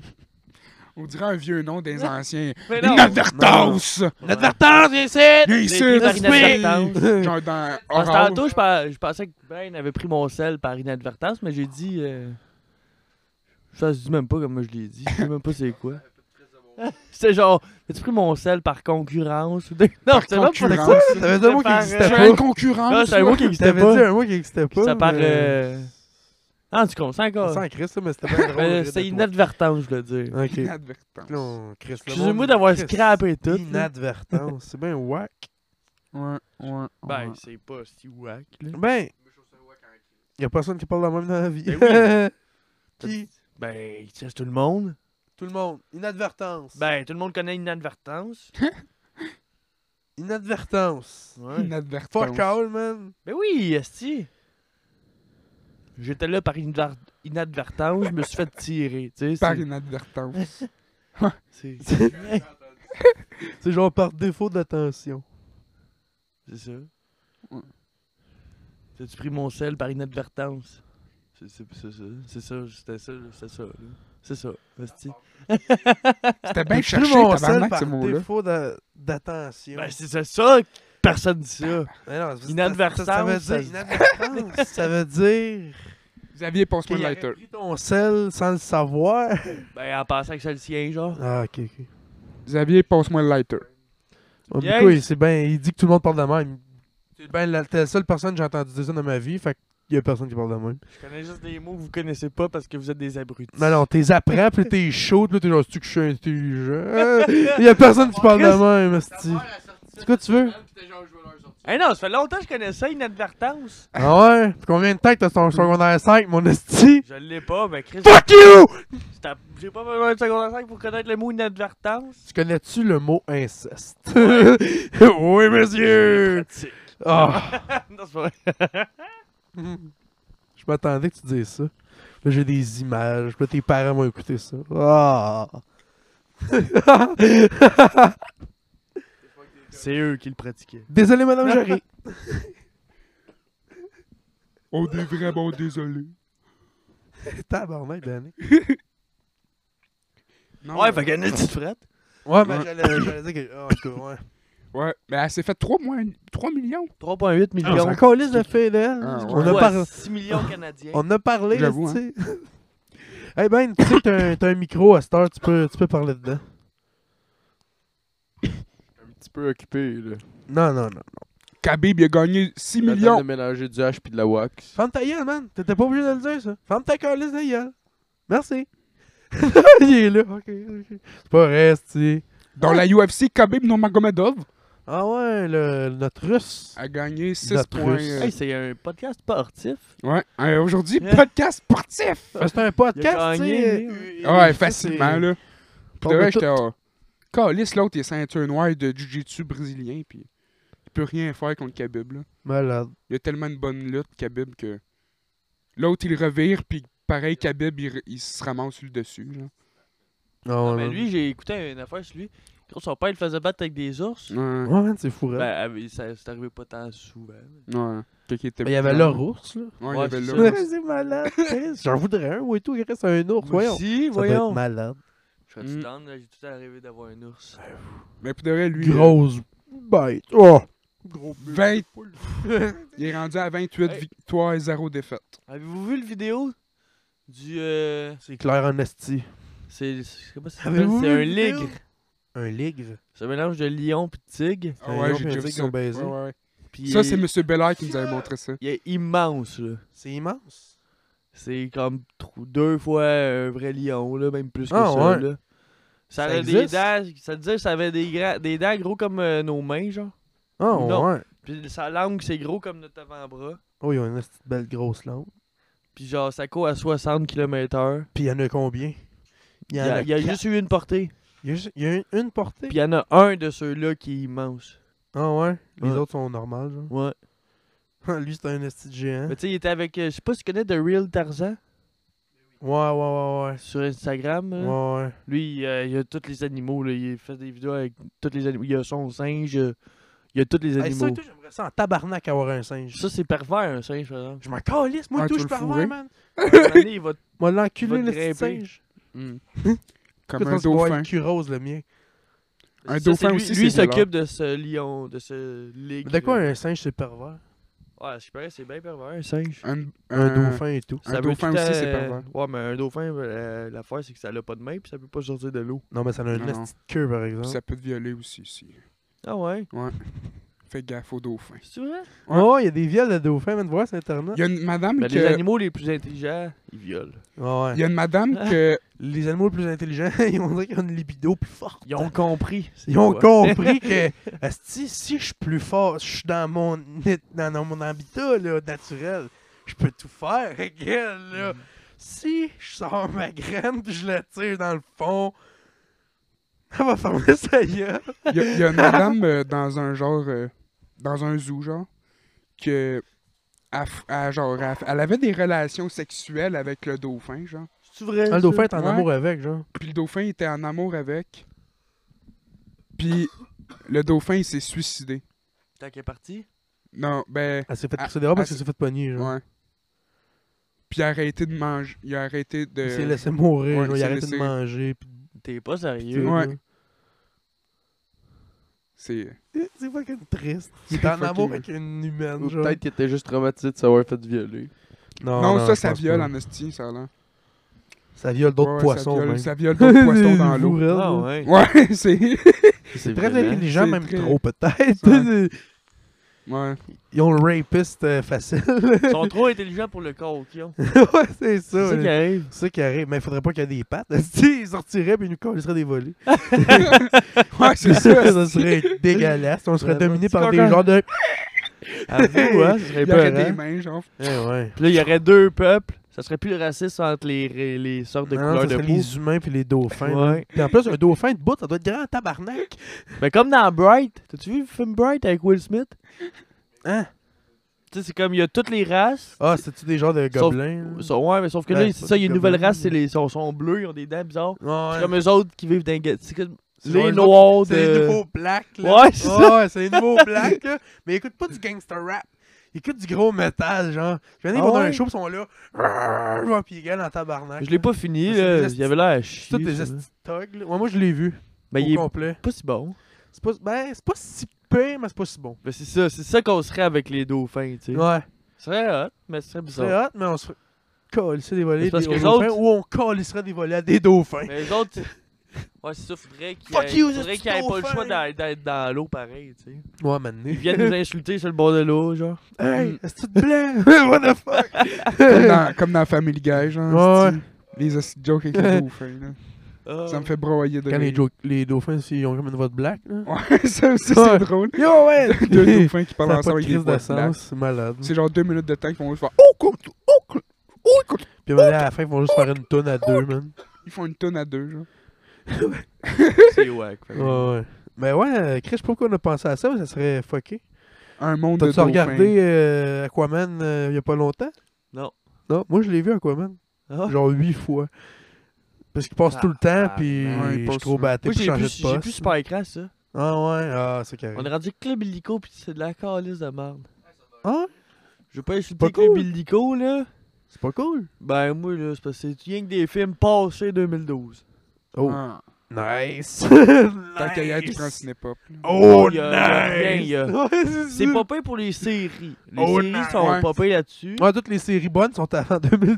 [SPEAKER 1] On dirait un vieux nom des anciens.
[SPEAKER 3] Mais non!
[SPEAKER 1] Inadvertance!
[SPEAKER 2] Inadvertance,
[SPEAKER 1] Viens
[SPEAKER 2] ici!
[SPEAKER 1] ici!
[SPEAKER 3] écrit par
[SPEAKER 1] oui!
[SPEAKER 3] inadvertance.
[SPEAKER 1] Genre dans
[SPEAKER 3] Parce que
[SPEAKER 1] Oral.
[SPEAKER 3] tantôt, je, par- je pensais que Ben avait pris mon sel par inadvertance, mais j'ai dit. euh, Ça se dit même pas comme je l'ai dit. Je sais même pas c'est quoi. [LAUGHS] C'était genre, as-tu pris mon sel par concurrence? ou des- [LAUGHS] Non, c'est même pas
[SPEAKER 1] concurrence.
[SPEAKER 2] T'avais dit un mot qui
[SPEAKER 3] Par, euh,
[SPEAKER 1] Je
[SPEAKER 2] existait
[SPEAKER 1] suis un
[SPEAKER 2] pas.
[SPEAKER 1] concurrent.
[SPEAKER 3] Non, c'est un mot
[SPEAKER 1] [LAUGHS]
[SPEAKER 3] qui existait
[SPEAKER 2] T'avais dit
[SPEAKER 3] pas.
[SPEAKER 2] un mot qui existait pas.
[SPEAKER 3] Ça par.
[SPEAKER 2] mais-
[SPEAKER 3] euh, Ah, tu comprends encore?
[SPEAKER 2] Sans Chris, là, mais
[SPEAKER 3] [LAUGHS]
[SPEAKER 2] c'était bien drôle.
[SPEAKER 3] Euh,
[SPEAKER 2] rire de
[SPEAKER 3] C'était
[SPEAKER 2] toi.
[SPEAKER 3] inadvertance, je veux dire.
[SPEAKER 2] Ok.
[SPEAKER 1] Inadvertance.
[SPEAKER 2] Là, on- Chris, le
[SPEAKER 3] Excusez-moi
[SPEAKER 2] monde-
[SPEAKER 3] d'avoir
[SPEAKER 2] Chris,
[SPEAKER 3] scrappé tout. là.
[SPEAKER 2] Inadvertance. C'est bien [LAUGHS] whack.
[SPEAKER 1] Ouais, ouais.
[SPEAKER 3] Ben, c'est pas si wack, là.
[SPEAKER 2] Ben. Y a personne qui parle de la même dans la vie. [LAUGHS]
[SPEAKER 3] Ben
[SPEAKER 2] qui
[SPEAKER 3] Ben, tu sais, tout le monde.
[SPEAKER 2] Tout le monde. Inadvertance.
[SPEAKER 3] Ben, tout le monde connaît [LAUGHS] inadvertance.
[SPEAKER 2] Inadvertance.
[SPEAKER 1] ouais.
[SPEAKER 3] Ouais.
[SPEAKER 1] Inadvertance.
[SPEAKER 2] Fuck all, man.
[SPEAKER 3] Ben oui, esti. J'étais là par inadver- inadvertance, je me suis fait tirer, tu sais.
[SPEAKER 1] Par
[SPEAKER 3] c'est-
[SPEAKER 1] inadvertance.
[SPEAKER 3] [LAUGHS] C'est
[SPEAKER 2] C'est genre par défaut d'attention.
[SPEAKER 3] c'est ça.
[SPEAKER 1] Ouais.
[SPEAKER 3] T'as-tu pris mon sel par inadvertance? C'est c'est- c'est ça, c'est ça, c'était ça, là, c'est ça, là. C'est ça, esti.
[SPEAKER 1] C'était bien
[SPEAKER 2] J'ai pris
[SPEAKER 1] cherché,
[SPEAKER 2] mon
[SPEAKER 1] Ben,
[SPEAKER 2] sel
[SPEAKER 1] tabarnak,
[SPEAKER 2] par
[SPEAKER 1] ce mot-là.
[SPEAKER 2] défaut d'a- d'attention.
[SPEAKER 3] Ben, c'est ça, ça, que personne dit ça.
[SPEAKER 2] Mais non, c'est-
[SPEAKER 3] Inadvertance,
[SPEAKER 2] Ça, ça veut
[SPEAKER 3] ça
[SPEAKER 2] dire.
[SPEAKER 3] se-
[SPEAKER 2] Inadvertance. [LAUGHS] ça veut dire.
[SPEAKER 1] Xavier,
[SPEAKER 2] Qu'il
[SPEAKER 1] passe-moi le
[SPEAKER 2] aurait
[SPEAKER 1] lighter.
[SPEAKER 2] pris ton sel sans le savoir.
[SPEAKER 3] Ben, en pensant que c'est le sien, genre.
[SPEAKER 2] Ah, ok, ok.
[SPEAKER 1] Xavier, passe-moi le lighter.
[SPEAKER 2] Ouais,
[SPEAKER 3] Yes.
[SPEAKER 2] mais quoi, il- c'est ben, il dit que tout le monde parle de la même. C'est ben la, t'es la seule personne que j'ai entendu dire ça dans ma vie, fait qu'il y a personne qui parle de la même.
[SPEAKER 3] Je connais juste des mots que vous connaissez pas parce que vous êtes des abrutis.
[SPEAKER 2] Non, non, t'es apprends, puis t'es chaud, puis là, t'es genre, tu que je suis intelligent. Il y a personne qui parle de la même, esti. C'est quoi tu veux?
[SPEAKER 3] Hey Eh non, ça fait longtemps que je connais ça, inadvertance.
[SPEAKER 2] Ah ouais? Puis combien de temps que t'as ton secondaire 5, mon esti?
[SPEAKER 3] Je l'ai pas, mais Chris,
[SPEAKER 2] Fuck you!
[SPEAKER 3] t'as- j'ai pas besoin de secondaire 5 pour connaître le mot inadvertance.
[SPEAKER 2] Tu connais-tu le mot inceste? [LAUGHS] oui, monsieur!
[SPEAKER 3] Pratique. [LAUGHS]
[SPEAKER 2] Ah!
[SPEAKER 3] non, c'est pas vrai.
[SPEAKER 2] Je m'attendais que tu dises ça. Là, j'ai des images. Là, tes parents m'ont écouté ça. [LAUGHS] Ah!
[SPEAKER 3] C'est eux qui le pratiquaient.
[SPEAKER 2] Désolé, madame Jarry. [LAUGHS]
[SPEAKER 1] Oh, des vraiment désolé.
[SPEAKER 2] Tabarnak, Danny.
[SPEAKER 1] Non,
[SPEAKER 3] Ouais,
[SPEAKER 1] euh,
[SPEAKER 3] fait qu'il y a une petite frette.
[SPEAKER 2] Ouais,
[SPEAKER 1] Ouais.
[SPEAKER 2] mais j'allais j'allais dire que. Ah, en tout cas, ouais.
[SPEAKER 1] Ouais, mais elle s'est fait 3, moins, 3 millions.
[SPEAKER 3] 3,8
[SPEAKER 2] On
[SPEAKER 3] millions.
[SPEAKER 2] s'en calisse de fait, là.
[SPEAKER 1] Ah, ouais.
[SPEAKER 2] on, a par-
[SPEAKER 3] 6 millions canadiens.
[SPEAKER 2] on a parlé, là,
[SPEAKER 1] J'avoue,
[SPEAKER 2] tu sais. hey, Ben, tu sais [LAUGHS] que t'as un- t'as un micro à cette heure, tu peux, tu peux parler dedans.
[SPEAKER 4] Un petit peu occupé, là.
[SPEAKER 2] Non, non, non.
[SPEAKER 1] Khabib, il a gagné 6
[SPEAKER 4] Il de
[SPEAKER 1] millions.
[SPEAKER 4] mélanger du hash puis de la wax.
[SPEAKER 2] Ferme ta gueule, man. T'étais pas obligé de le dire, ça. Ferme ta calisse de gueule. Merci. [LAUGHS] Il est là. Ok, ok. C'est pas vrai, tu
[SPEAKER 1] Dans la UFC, Khabib Nurmagomedov
[SPEAKER 2] Ah ouais, le, notre russe.
[SPEAKER 1] a gagné
[SPEAKER 2] Notre
[SPEAKER 1] 6 points.
[SPEAKER 2] Russe.
[SPEAKER 1] euh,
[SPEAKER 3] Hey, c'est un podcast sportif.
[SPEAKER 1] Ouais, Euh, aujourd'hui,
[SPEAKER 3] Yeah.
[SPEAKER 1] podcast sportif.
[SPEAKER 2] Ah, C'est un podcast, tu
[SPEAKER 3] gagné,
[SPEAKER 2] sais.
[SPEAKER 3] lui,
[SPEAKER 2] euh,
[SPEAKER 1] Ah Ouais,
[SPEAKER 2] ça,
[SPEAKER 1] facilement,
[SPEAKER 2] c'est-
[SPEAKER 1] là.
[SPEAKER 2] Pas
[SPEAKER 1] De vrai,
[SPEAKER 2] mal tout.
[SPEAKER 1] j'étais. ah, Calisse, l'autre, il est ceinture noire de Jiu-Jitsu brésilien, puis il peut rien faire contre Khabib, là.
[SPEAKER 2] Malade.
[SPEAKER 1] Il a tellement de bonne lutte, Khabib, que. L'autre, il revire, puis pareil, Khabib, il, il se ramasse sur le dessus, genre.
[SPEAKER 2] Non,
[SPEAKER 3] Mais
[SPEAKER 2] man.
[SPEAKER 3] Ben, Ah, lui, j'ai écouté une affaire sur lui. Gros, son père, il le faisait battre avec des ours.
[SPEAKER 1] Ouais,
[SPEAKER 2] Ouais, man, c'est fou, hein.
[SPEAKER 3] Ben, ah, ça- c'est arrivé pas tant souvent.
[SPEAKER 1] ouais. Quelqu'un était
[SPEAKER 2] Mais Il y avait leur ours, là.
[SPEAKER 1] ben, Ouais, il y
[SPEAKER 3] Ouais,
[SPEAKER 1] avait
[SPEAKER 3] c'est
[SPEAKER 1] l'autre.
[SPEAKER 3] ça.
[SPEAKER 2] Ouais, c'est malade. Chris. J'en voudrais un, ouais, tout. Il reste un ours, voyons. Ça
[SPEAKER 3] Si,
[SPEAKER 2] doit
[SPEAKER 3] voyons.
[SPEAKER 2] être malade.
[SPEAKER 3] Je serais-tu
[SPEAKER 1] Mm.
[SPEAKER 3] down, là, j'ai tout à rêvé d'avoir un ours.
[SPEAKER 1] Mais pour de vrai, lui.
[SPEAKER 2] Grosse bête. Oh, Gros but.
[SPEAKER 1] 20... euh, Il est rendu à 28
[SPEAKER 3] Hey.
[SPEAKER 1] victoires et 0 défaites.
[SPEAKER 3] Avez-vous vu le vidéo du. euh,
[SPEAKER 2] C'est clair en esti.
[SPEAKER 3] c'est. c'est- Comment ça s'appelle
[SPEAKER 2] Avez-vous
[SPEAKER 3] C'est
[SPEAKER 2] vu
[SPEAKER 3] un
[SPEAKER 2] le vidéo?
[SPEAKER 3] ligre.
[SPEAKER 2] Un ligre.
[SPEAKER 3] C'est un mélange de lion puis de tigre.
[SPEAKER 1] Ah
[SPEAKER 2] Un
[SPEAKER 1] ouais,
[SPEAKER 2] gars
[SPEAKER 1] j'ai
[SPEAKER 2] puis un
[SPEAKER 1] déjà vu
[SPEAKER 2] tigre
[SPEAKER 1] ça.
[SPEAKER 2] qui ont baisé.
[SPEAKER 1] Ouais, ouais, ouais.
[SPEAKER 3] Puis
[SPEAKER 1] Ça,
[SPEAKER 3] il-
[SPEAKER 1] c'est M. Belair qui nous avait montré ça.
[SPEAKER 3] Il est immense, là.
[SPEAKER 2] C'est immense.
[SPEAKER 3] C'est comme trou- deux fois un vrai lion, là, même plus que
[SPEAKER 2] Ah,
[SPEAKER 3] ça.
[SPEAKER 2] ouais.
[SPEAKER 3] Là. Ça,
[SPEAKER 2] Ça
[SPEAKER 3] avait des
[SPEAKER 2] existe?
[SPEAKER 3] dents, ça veut dire que ça avait des, gra- des dents gros comme euh, nos mains, genre.
[SPEAKER 2] Ah
[SPEAKER 3] Non.
[SPEAKER 2] ouais.
[SPEAKER 3] Puis sa langue, c'est gros comme notre avant-bras.
[SPEAKER 2] Oh, ils ont une esti de belle grosse langue.
[SPEAKER 3] Puis genre, ça court à 60 km/h.
[SPEAKER 2] Puis il y en a combien
[SPEAKER 3] Il y a, il y a
[SPEAKER 2] quatre.
[SPEAKER 3] juste eu une portée.
[SPEAKER 2] Il y a juste- il y a une, une portée.
[SPEAKER 3] Puis il y en a un de ceux-là qui est immense.
[SPEAKER 2] Ah ouais. Les
[SPEAKER 3] Ouais.
[SPEAKER 2] autres sont normales, genre.
[SPEAKER 3] Ouais.
[SPEAKER 2] Ah, [LAUGHS] Lui, c'est un esti de géant.
[SPEAKER 3] Mais tu sais, il était avec. euh, je sais pas si tu connais The Real Tarzan
[SPEAKER 2] Ouais, ouais, ouais, ouais.
[SPEAKER 3] sur Instagram. là.
[SPEAKER 2] Ouais, ouais.
[SPEAKER 3] Lui, euh, il a tous les animaux. Là. Il fait des vidéos avec tous les animaux. Il a son singe. euh, Il a tous les
[SPEAKER 2] Hey, Ah, ça,
[SPEAKER 3] animaux.
[SPEAKER 2] toi, j'aimerais ça en tabarnak avoir un singe.
[SPEAKER 3] Ça, c'est pervers, un singe, par [LAUGHS] exemple.
[SPEAKER 2] Je m'en calisse, moi,
[SPEAKER 1] Ah,
[SPEAKER 2] tout,
[SPEAKER 1] tu
[SPEAKER 2] je
[SPEAKER 1] veux
[SPEAKER 2] suis
[SPEAKER 1] le fourrer?
[SPEAKER 2] pervers, man.
[SPEAKER 3] Un moment donné, il va
[SPEAKER 2] Moi,
[SPEAKER 3] Va
[SPEAKER 2] l'enculé,
[SPEAKER 3] te
[SPEAKER 2] le petit
[SPEAKER 3] grimper.
[SPEAKER 2] singe.
[SPEAKER 1] Comme
[SPEAKER 2] Écoute,
[SPEAKER 1] un
[SPEAKER 2] ça, c'est pour avoir
[SPEAKER 1] dauphin.
[SPEAKER 2] le cul rose, le mien.
[SPEAKER 1] [LAUGHS] Un
[SPEAKER 3] Ça, c'est
[SPEAKER 1] dauphin
[SPEAKER 3] lui-
[SPEAKER 1] aussi,
[SPEAKER 3] Lui, il
[SPEAKER 1] c'est violent.
[SPEAKER 3] s'occupe de ce lion, de hein? ce ligue.
[SPEAKER 2] Mais de quoi un singe, c'est pervers?
[SPEAKER 3] Ouais, je parais, c'est bien pervers, un singe.
[SPEAKER 1] Un,
[SPEAKER 2] Un dauphin et tout.
[SPEAKER 1] Un
[SPEAKER 3] Ça veut
[SPEAKER 1] dauphin
[SPEAKER 3] tout le
[SPEAKER 1] aussi,
[SPEAKER 3] temps,
[SPEAKER 1] c'est
[SPEAKER 3] euh,
[SPEAKER 1] pervers.
[SPEAKER 3] Ouais, mais un dauphin, euh, l'affaire, c'est que ça n'a pas de main, puis ça peut pas sortir de l'eau.
[SPEAKER 2] Non, mais ça a
[SPEAKER 1] Non,
[SPEAKER 2] une
[SPEAKER 1] non.
[SPEAKER 2] esti de queue, par
[SPEAKER 1] Puis
[SPEAKER 2] exemple.
[SPEAKER 1] ça peut te violer aussi, si.
[SPEAKER 3] Ah ouais?
[SPEAKER 1] Fais gaffe aux dauphins.
[SPEAKER 3] C'est vrai?
[SPEAKER 1] Ouais.
[SPEAKER 2] Oh, il y a des viols de dauphins, man. Voir sur Internet.
[SPEAKER 1] Il y a une madame
[SPEAKER 3] Mais
[SPEAKER 1] que...
[SPEAKER 3] Ben, les animaux les plus intelligents, ils violent.
[SPEAKER 2] Ah ouais.
[SPEAKER 1] Il y a une madame que...
[SPEAKER 2] Les animaux les plus intelligents, [LAUGHS] ils vont dire qu'ils ont une libido plus forte.
[SPEAKER 3] Ils ont compris. Ah, c'est
[SPEAKER 2] Ils ont
[SPEAKER 3] quoi.
[SPEAKER 2] [LAUGHS] compris que asti, si je suis plus fort, je suis dans mon dans, dans mon habitat là, naturel, je peux tout faire. [LAUGHS] Regarde, là. Si je sors ma graine puis je la tire dans le fond, [LAUGHS] elle va fermer sa gueule.
[SPEAKER 1] Il y, a- il y a une madame euh, dans un genre. euh, dans un zoo, genre. Que. Elle, f- elle, genre, elle, f- elle avait des relations sexuelles avec le dauphin, genre.
[SPEAKER 3] C'est vrai?
[SPEAKER 2] Ah, Le
[SPEAKER 3] ça?
[SPEAKER 2] dauphin est en
[SPEAKER 1] Ouais.
[SPEAKER 2] amour avec, genre.
[SPEAKER 1] Puis le dauphin était en amour avec. Puis le dauphin, il s'est suicidé.
[SPEAKER 3] Tant qu'il est parti.
[SPEAKER 1] Non, ben.
[SPEAKER 2] Elle s'est fait
[SPEAKER 1] Ah,
[SPEAKER 2] pousser dehors
[SPEAKER 1] ah,
[SPEAKER 2] parce qu'elle s'est fait pogner, genre.
[SPEAKER 1] Ouais. Puis il a arrêté de manger. Il a arrêté de.
[SPEAKER 2] Il s'est laissé mourir,
[SPEAKER 1] Ouais, il
[SPEAKER 2] genre. il
[SPEAKER 1] s'est
[SPEAKER 2] a arrêté
[SPEAKER 1] laissé-
[SPEAKER 2] de manger. Pis...
[SPEAKER 3] T'es pas
[SPEAKER 2] tout,
[SPEAKER 3] sérieux?
[SPEAKER 1] Ouais.
[SPEAKER 2] là.
[SPEAKER 1] C'est.
[SPEAKER 2] C'est fucking triste. Il
[SPEAKER 1] C'est
[SPEAKER 2] est en
[SPEAKER 1] fucking-
[SPEAKER 2] amour avec une humaine,
[SPEAKER 4] Ou
[SPEAKER 2] genre.
[SPEAKER 4] peut-être qu'il était juste traumatisé de s'avoir fait violer.
[SPEAKER 1] non, ça,
[SPEAKER 2] Oh je
[SPEAKER 1] ça
[SPEAKER 2] pense
[SPEAKER 1] viole
[SPEAKER 2] pas.
[SPEAKER 1] en hostie, ça, là.
[SPEAKER 2] Ça viole d'autres
[SPEAKER 1] Ouais, ouais,
[SPEAKER 2] poissons,
[SPEAKER 1] Ça viole,
[SPEAKER 2] même.
[SPEAKER 1] ça viole d'autres [LAUGHS] poissons dans
[SPEAKER 2] [LAUGHS]
[SPEAKER 1] l'eau.
[SPEAKER 3] Ah ouais.
[SPEAKER 1] Ouais, c'est.
[SPEAKER 2] C'est
[SPEAKER 4] C'est
[SPEAKER 2] très
[SPEAKER 4] violent.
[SPEAKER 2] intelligent,
[SPEAKER 1] C'est
[SPEAKER 2] même
[SPEAKER 1] très-
[SPEAKER 2] trop,
[SPEAKER 1] Ouais.
[SPEAKER 2] peut-être.
[SPEAKER 1] Ouais.
[SPEAKER 2] [LAUGHS] Ils ont le rapiste euh, facile. [LAUGHS]
[SPEAKER 3] Ils sont trop intelligents pour le corps qu'ils ont.
[SPEAKER 2] ouais, c'est
[SPEAKER 3] C'est
[SPEAKER 2] ça.
[SPEAKER 3] ça qui
[SPEAKER 2] là.
[SPEAKER 3] arrive.
[SPEAKER 2] C'est ça qui arrive. Mais il faudrait pas qu'il y ait des pattes. [LAUGHS] Si, ils sortiraient puis ils nous colleraient des volets.
[SPEAKER 1] ouais, c'est ça.
[SPEAKER 2] [LAUGHS] ça serait dégueulasse. On serait
[SPEAKER 3] Vraiment,
[SPEAKER 2] dominé
[SPEAKER 3] petit
[SPEAKER 2] par des
[SPEAKER 3] coquin.
[SPEAKER 2] genres de.
[SPEAKER 3] Avoue, hein, ce serait
[SPEAKER 1] Il aurait
[SPEAKER 3] pas
[SPEAKER 1] des mains, genre.
[SPEAKER 2] Eh ouais.
[SPEAKER 3] Puis là, il y aurait deux peuples. Ça serait plus le racisme entre les, les, les sortes de
[SPEAKER 2] Non,
[SPEAKER 3] couleurs
[SPEAKER 2] Ah, ça
[SPEAKER 3] de
[SPEAKER 2] serait
[SPEAKER 3] peau.
[SPEAKER 2] les humains puis les dauphins. là.
[SPEAKER 3] Ouais.
[SPEAKER 2] Puis en plus, un dauphin de bout, ça doit être grand tabarnak.
[SPEAKER 3] Mais comme dans Bright, t'as-tu vu le film Bright avec Will Smith?
[SPEAKER 2] Hein?
[SPEAKER 3] Tu sais, c'est comme il y a toutes les races.
[SPEAKER 2] Ah, c'est-tu des genres de
[SPEAKER 3] Sauf-
[SPEAKER 2] gobelins? là?
[SPEAKER 3] Ça, ouais, mais sauf que
[SPEAKER 2] Ben,
[SPEAKER 3] là,
[SPEAKER 2] c'est
[SPEAKER 3] c'est
[SPEAKER 2] pas
[SPEAKER 3] ça, il y a
[SPEAKER 2] des
[SPEAKER 3] une nouvelle
[SPEAKER 2] gobelins,
[SPEAKER 3] race, c'est
[SPEAKER 2] mais-
[SPEAKER 3] les ils sont, sont bleus, ils ont des dents bizarres. C'est
[SPEAKER 2] Ouais.
[SPEAKER 3] comme eux autres qui vivent dans les guettes. C'est comme
[SPEAKER 2] C'est genre
[SPEAKER 3] les
[SPEAKER 2] les
[SPEAKER 3] noirs
[SPEAKER 2] C'est les nouveaux
[SPEAKER 3] de.
[SPEAKER 2] blacks, là.
[SPEAKER 3] Ouais, c'est ça.
[SPEAKER 2] Ouais, c'est les nouveaux blacks, là. Mais écoute pas du gangster rap. Écoute du gros métal, genre. Je viens
[SPEAKER 3] Ah
[SPEAKER 2] d'aller voir un
[SPEAKER 3] ouais?
[SPEAKER 2] show, ils sont là. Rrrr, Puis ils gueulent en tabarnak.
[SPEAKER 3] Je l'ai pas fini,
[SPEAKER 2] Mais c'est des
[SPEAKER 3] là.
[SPEAKER 2] esti-
[SPEAKER 3] Il y avait l'air à
[SPEAKER 2] C'est
[SPEAKER 3] chier.
[SPEAKER 2] tous des
[SPEAKER 3] ça, là.
[SPEAKER 2] esti thugs, là. Ouais, moi, je l'ai vu.
[SPEAKER 3] Mais
[SPEAKER 2] au
[SPEAKER 3] il est
[SPEAKER 2] complet.
[SPEAKER 3] pas si bon.
[SPEAKER 2] C'est pas, ben, c'est pas si pire, mais c'est pas si bon.
[SPEAKER 3] Mais c'est ça, c'est ça qu'on serait avec les dauphins, tu sais.
[SPEAKER 2] Ouais.
[SPEAKER 3] Ce serait hot, hein? mais ce serait
[SPEAKER 2] C'est
[SPEAKER 3] bizarre.
[SPEAKER 2] hot, mais on se ferait colisser des volets
[SPEAKER 3] C'est parce
[SPEAKER 2] des
[SPEAKER 3] que les
[SPEAKER 2] dauphins
[SPEAKER 3] autres-
[SPEAKER 2] ou on colisserait des volets à des dauphins.
[SPEAKER 3] Mais les autres, [LAUGHS] ouais, c'est ça, faudrait qu'ils
[SPEAKER 2] Fuck you,
[SPEAKER 3] aient, faudrait
[SPEAKER 2] c'est
[SPEAKER 3] qu'ils aient pas le
[SPEAKER 2] dauphin.
[SPEAKER 3] choix d'a- d'être dans l'eau pareil, tu sais.
[SPEAKER 2] Ouais, maintenant.
[SPEAKER 3] Ils viennent
[SPEAKER 2] [LAUGHS]
[SPEAKER 3] nous Mm. insulter sur le bord de l'eau, genre.
[SPEAKER 2] Hey, est-ce que tu te
[SPEAKER 3] [LAUGHS]
[SPEAKER 2] plains? What the fuck?
[SPEAKER 1] Comme dans, comme dans Family Guy, genre.
[SPEAKER 2] Ouais.
[SPEAKER 1] esti. Les esti de jokes avec
[SPEAKER 2] [LAUGHS]
[SPEAKER 1] les dauphins, là.
[SPEAKER 3] Ah.
[SPEAKER 1] Ça me fait broyer de
[SPEAKER 2] Quand les,
[SPEAKER 1] rire.
[SPEAKER 2] jo- les dauphins, ils ont comme une voix de black, là.
[SPEAKER 1] Ouais, [LAUGHS] ça aussi,
[SPEAKER 2] Ouais.
[SPEAKER 1] c'est drôle.
[SPEAKER 2] Yo, ouais!
[SPEAKER 3] [LAUGHS]
[SPEAKER 2] [LAUGHS]
[SPEAKER 1] Deux dauphins qui
[SPEAKER 2] Ça
[SPEAKER 1] parlent
[SPEAKER 2] n'a pas
[SPEAKER 1] ensemble
[SPEAKER 2] de
[SPEAKER 1] avec des
[SPEAKER 2] crise
[SPEAKER 1] voix
[SPEAKER 2] de
[SPEAKER 1] de blagues.
[SPEAKER 2] sens, c'est malade.
[SPEAKER 1] C'est genre deux minutes de temps qu'ils vont juste faire Oh, cool, oh, cool, oh, cool.
[SPEAKER 2] Puis à la fin, ils vont juste faire une tonne à deux, man.
[SPEAKER 1] Ils font une tonne à deux, genre.
[SPEAKER 3] C'est wack. fait que-
[SPEAKER 2] Ouais, ouais. Mais ouais, euh, Chris, je sais pas pourquoi on a pensé à ça, mais ça serait fucké.
[SPEAKER 1] Un monde de
[SPEAKER 2] T'as-tu
[SPEAKER 1] dauphins.
[SPEAKER 2] regardé euh, Aquaman euh, il y a pas longtemps?
[SPEAKER 3] Non.
[SPEAKER 2] Non, moi je l'ai vu Aquaman,
[SPEAKER 3] Ah.
[SPEAKER 2] genre huit fois. Parce qu'il passe
[SPEAKER 3] Ah,
[SPEAKER 2] tout le temps,
[SPEAKER 3] ah,
[SPEAKER 2] puis
[SPEAKER 1] ouais, il
[SPEAKER 2] je
[SPEAKER 1] passe
[SPEAKER 2] suis trop
[SPEAKER 1] souvent.
[SPEAKER 2] batté
[SPEAKER 3] Moi,
[SPEAKER 2] pour
[SPEAKER 3] j'ai
[SPEAKER 2] changer
[SPEAKER 3] plus,
[SPEAKER 2] de
[SPEAKER 3] j'ai
[SPEAKER 2] poste.
[SPEAKER 3] plus super écran, ça.
[SPEAKER 2] Ah ouais, ah, c'est carré.
[SPEAKER 3] On est rendu Club Illico, pis c'est de la calice de merde.
[SPEAKER 2] Ah,
[SPEAKER 3] Je veux pas
[SPEAKER 2] Pas
[SPEAKER 3] insulter
[SPEAKER 2] cool.
[SPEAKER 3] Club Illico, là.
[SPEAKER 2] c'est pas cool.
[SPEAKER 3] Ben, moi, là, c'est parce que c'est rien que des films passés 2012.
[SPEAKER 2] Oh,
[SPEAKER 1] Ah.
[SPEAKER 2] [LAUGHS] Nice!
[SPEAKER 1] Tant qu'à y être, je
[SPEAKER 2] Nice.
[SPEAKER 1] prends Cinépop. là.
[SPEAKER 2] Oh,
[SPEAKER 3] Il y a- il y a rien,
[SPEAKER 2] nice!
[SPEAKER 3] il y
[SPEAKER 2] [LAUGHS]
[SPEAKER 3] a-
[SPEAKER 2] Ouais, c'est
[SPEAKER 3] C'est
[SPEAKER 2] ça.
[SPEAKER 3] pas payé pour les séries. Les
[SPEAKER 2] Oh,
[SPEAKER 3] séries
[SPEAKER 2] non.
[SPEAKER 1] Ouais.
[SPEAKER 3] sont pas payées là-dessus.
[SPEAKER 2] Ouais, toutes les séries bonnes sont avant [LAUGHS] 2012.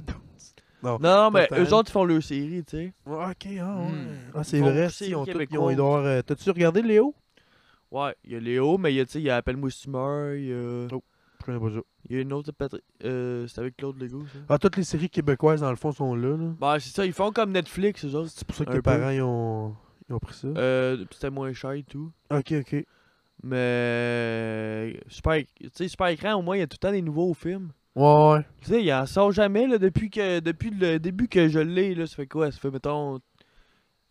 [SPEAKER 3] Non, mais
[SPEAKER 2] Total.
[SPEAKER 3] eux autres, ils font leurs séries, tu sais.
[SPEAKER 2] Ouais, Ok, ah ouais.
[SPEAKER 1] Mm.
[SPEAKER 2] Ah, c'est
[SPEAKER 3] Hmm. Ils font
[SPEAKER 2] vrai,
[SPEAKER 3] pousser
[SPEAKER 2] si,
[SPEAKER 3] les
[SPEAKER 2] ils ont tout, ils ont,
[SPEAKER 3] Québécois.
[SPEAKER 2] ils doivent avoir, euh, T'as-tu regardé Léo?
[SPEAKER 3] Ouais, il y a Léo, mais il y a, tu sais, il y a Appelle-moi si tu meurs, il y a...
[SPEAKER 2] Je connais pas ça.
[SPEAKER 3] Il y a une autre, Patrick... Euh, c'est avec Claude Legault, ça.
[SPEAKER 2] Ah, toutes les séries québécoises, dans le fond, sont là. là.
[SPEAKER 3] Bah, c'est ça, ils font comme Netflix, eux autres.
[SPEAKER 2] C'est pour ça que
[SPEAKER 3] Un
[SPEAKER 2] les
[SPEAKER 3] peu.
[SPEAKER 2] parents, ils ont... ils ont pris ça.
[SPEAKER 3] Euh, c'était moins cher et tout.
[SPEAKER 2] Ok, ok.
[SPEAKER 3] Mais... Super... Tu sais, Super Écran, au moins, il y a tout le temps des nouveaux films.
[SPEAKER 2] Ouais, ouais.
[SPEAKER 3] Tu sais, il en sort jamais, là, depuis, que... depuis le début que je l'ai, là. Ça fait quoi? Ça fait, mettons,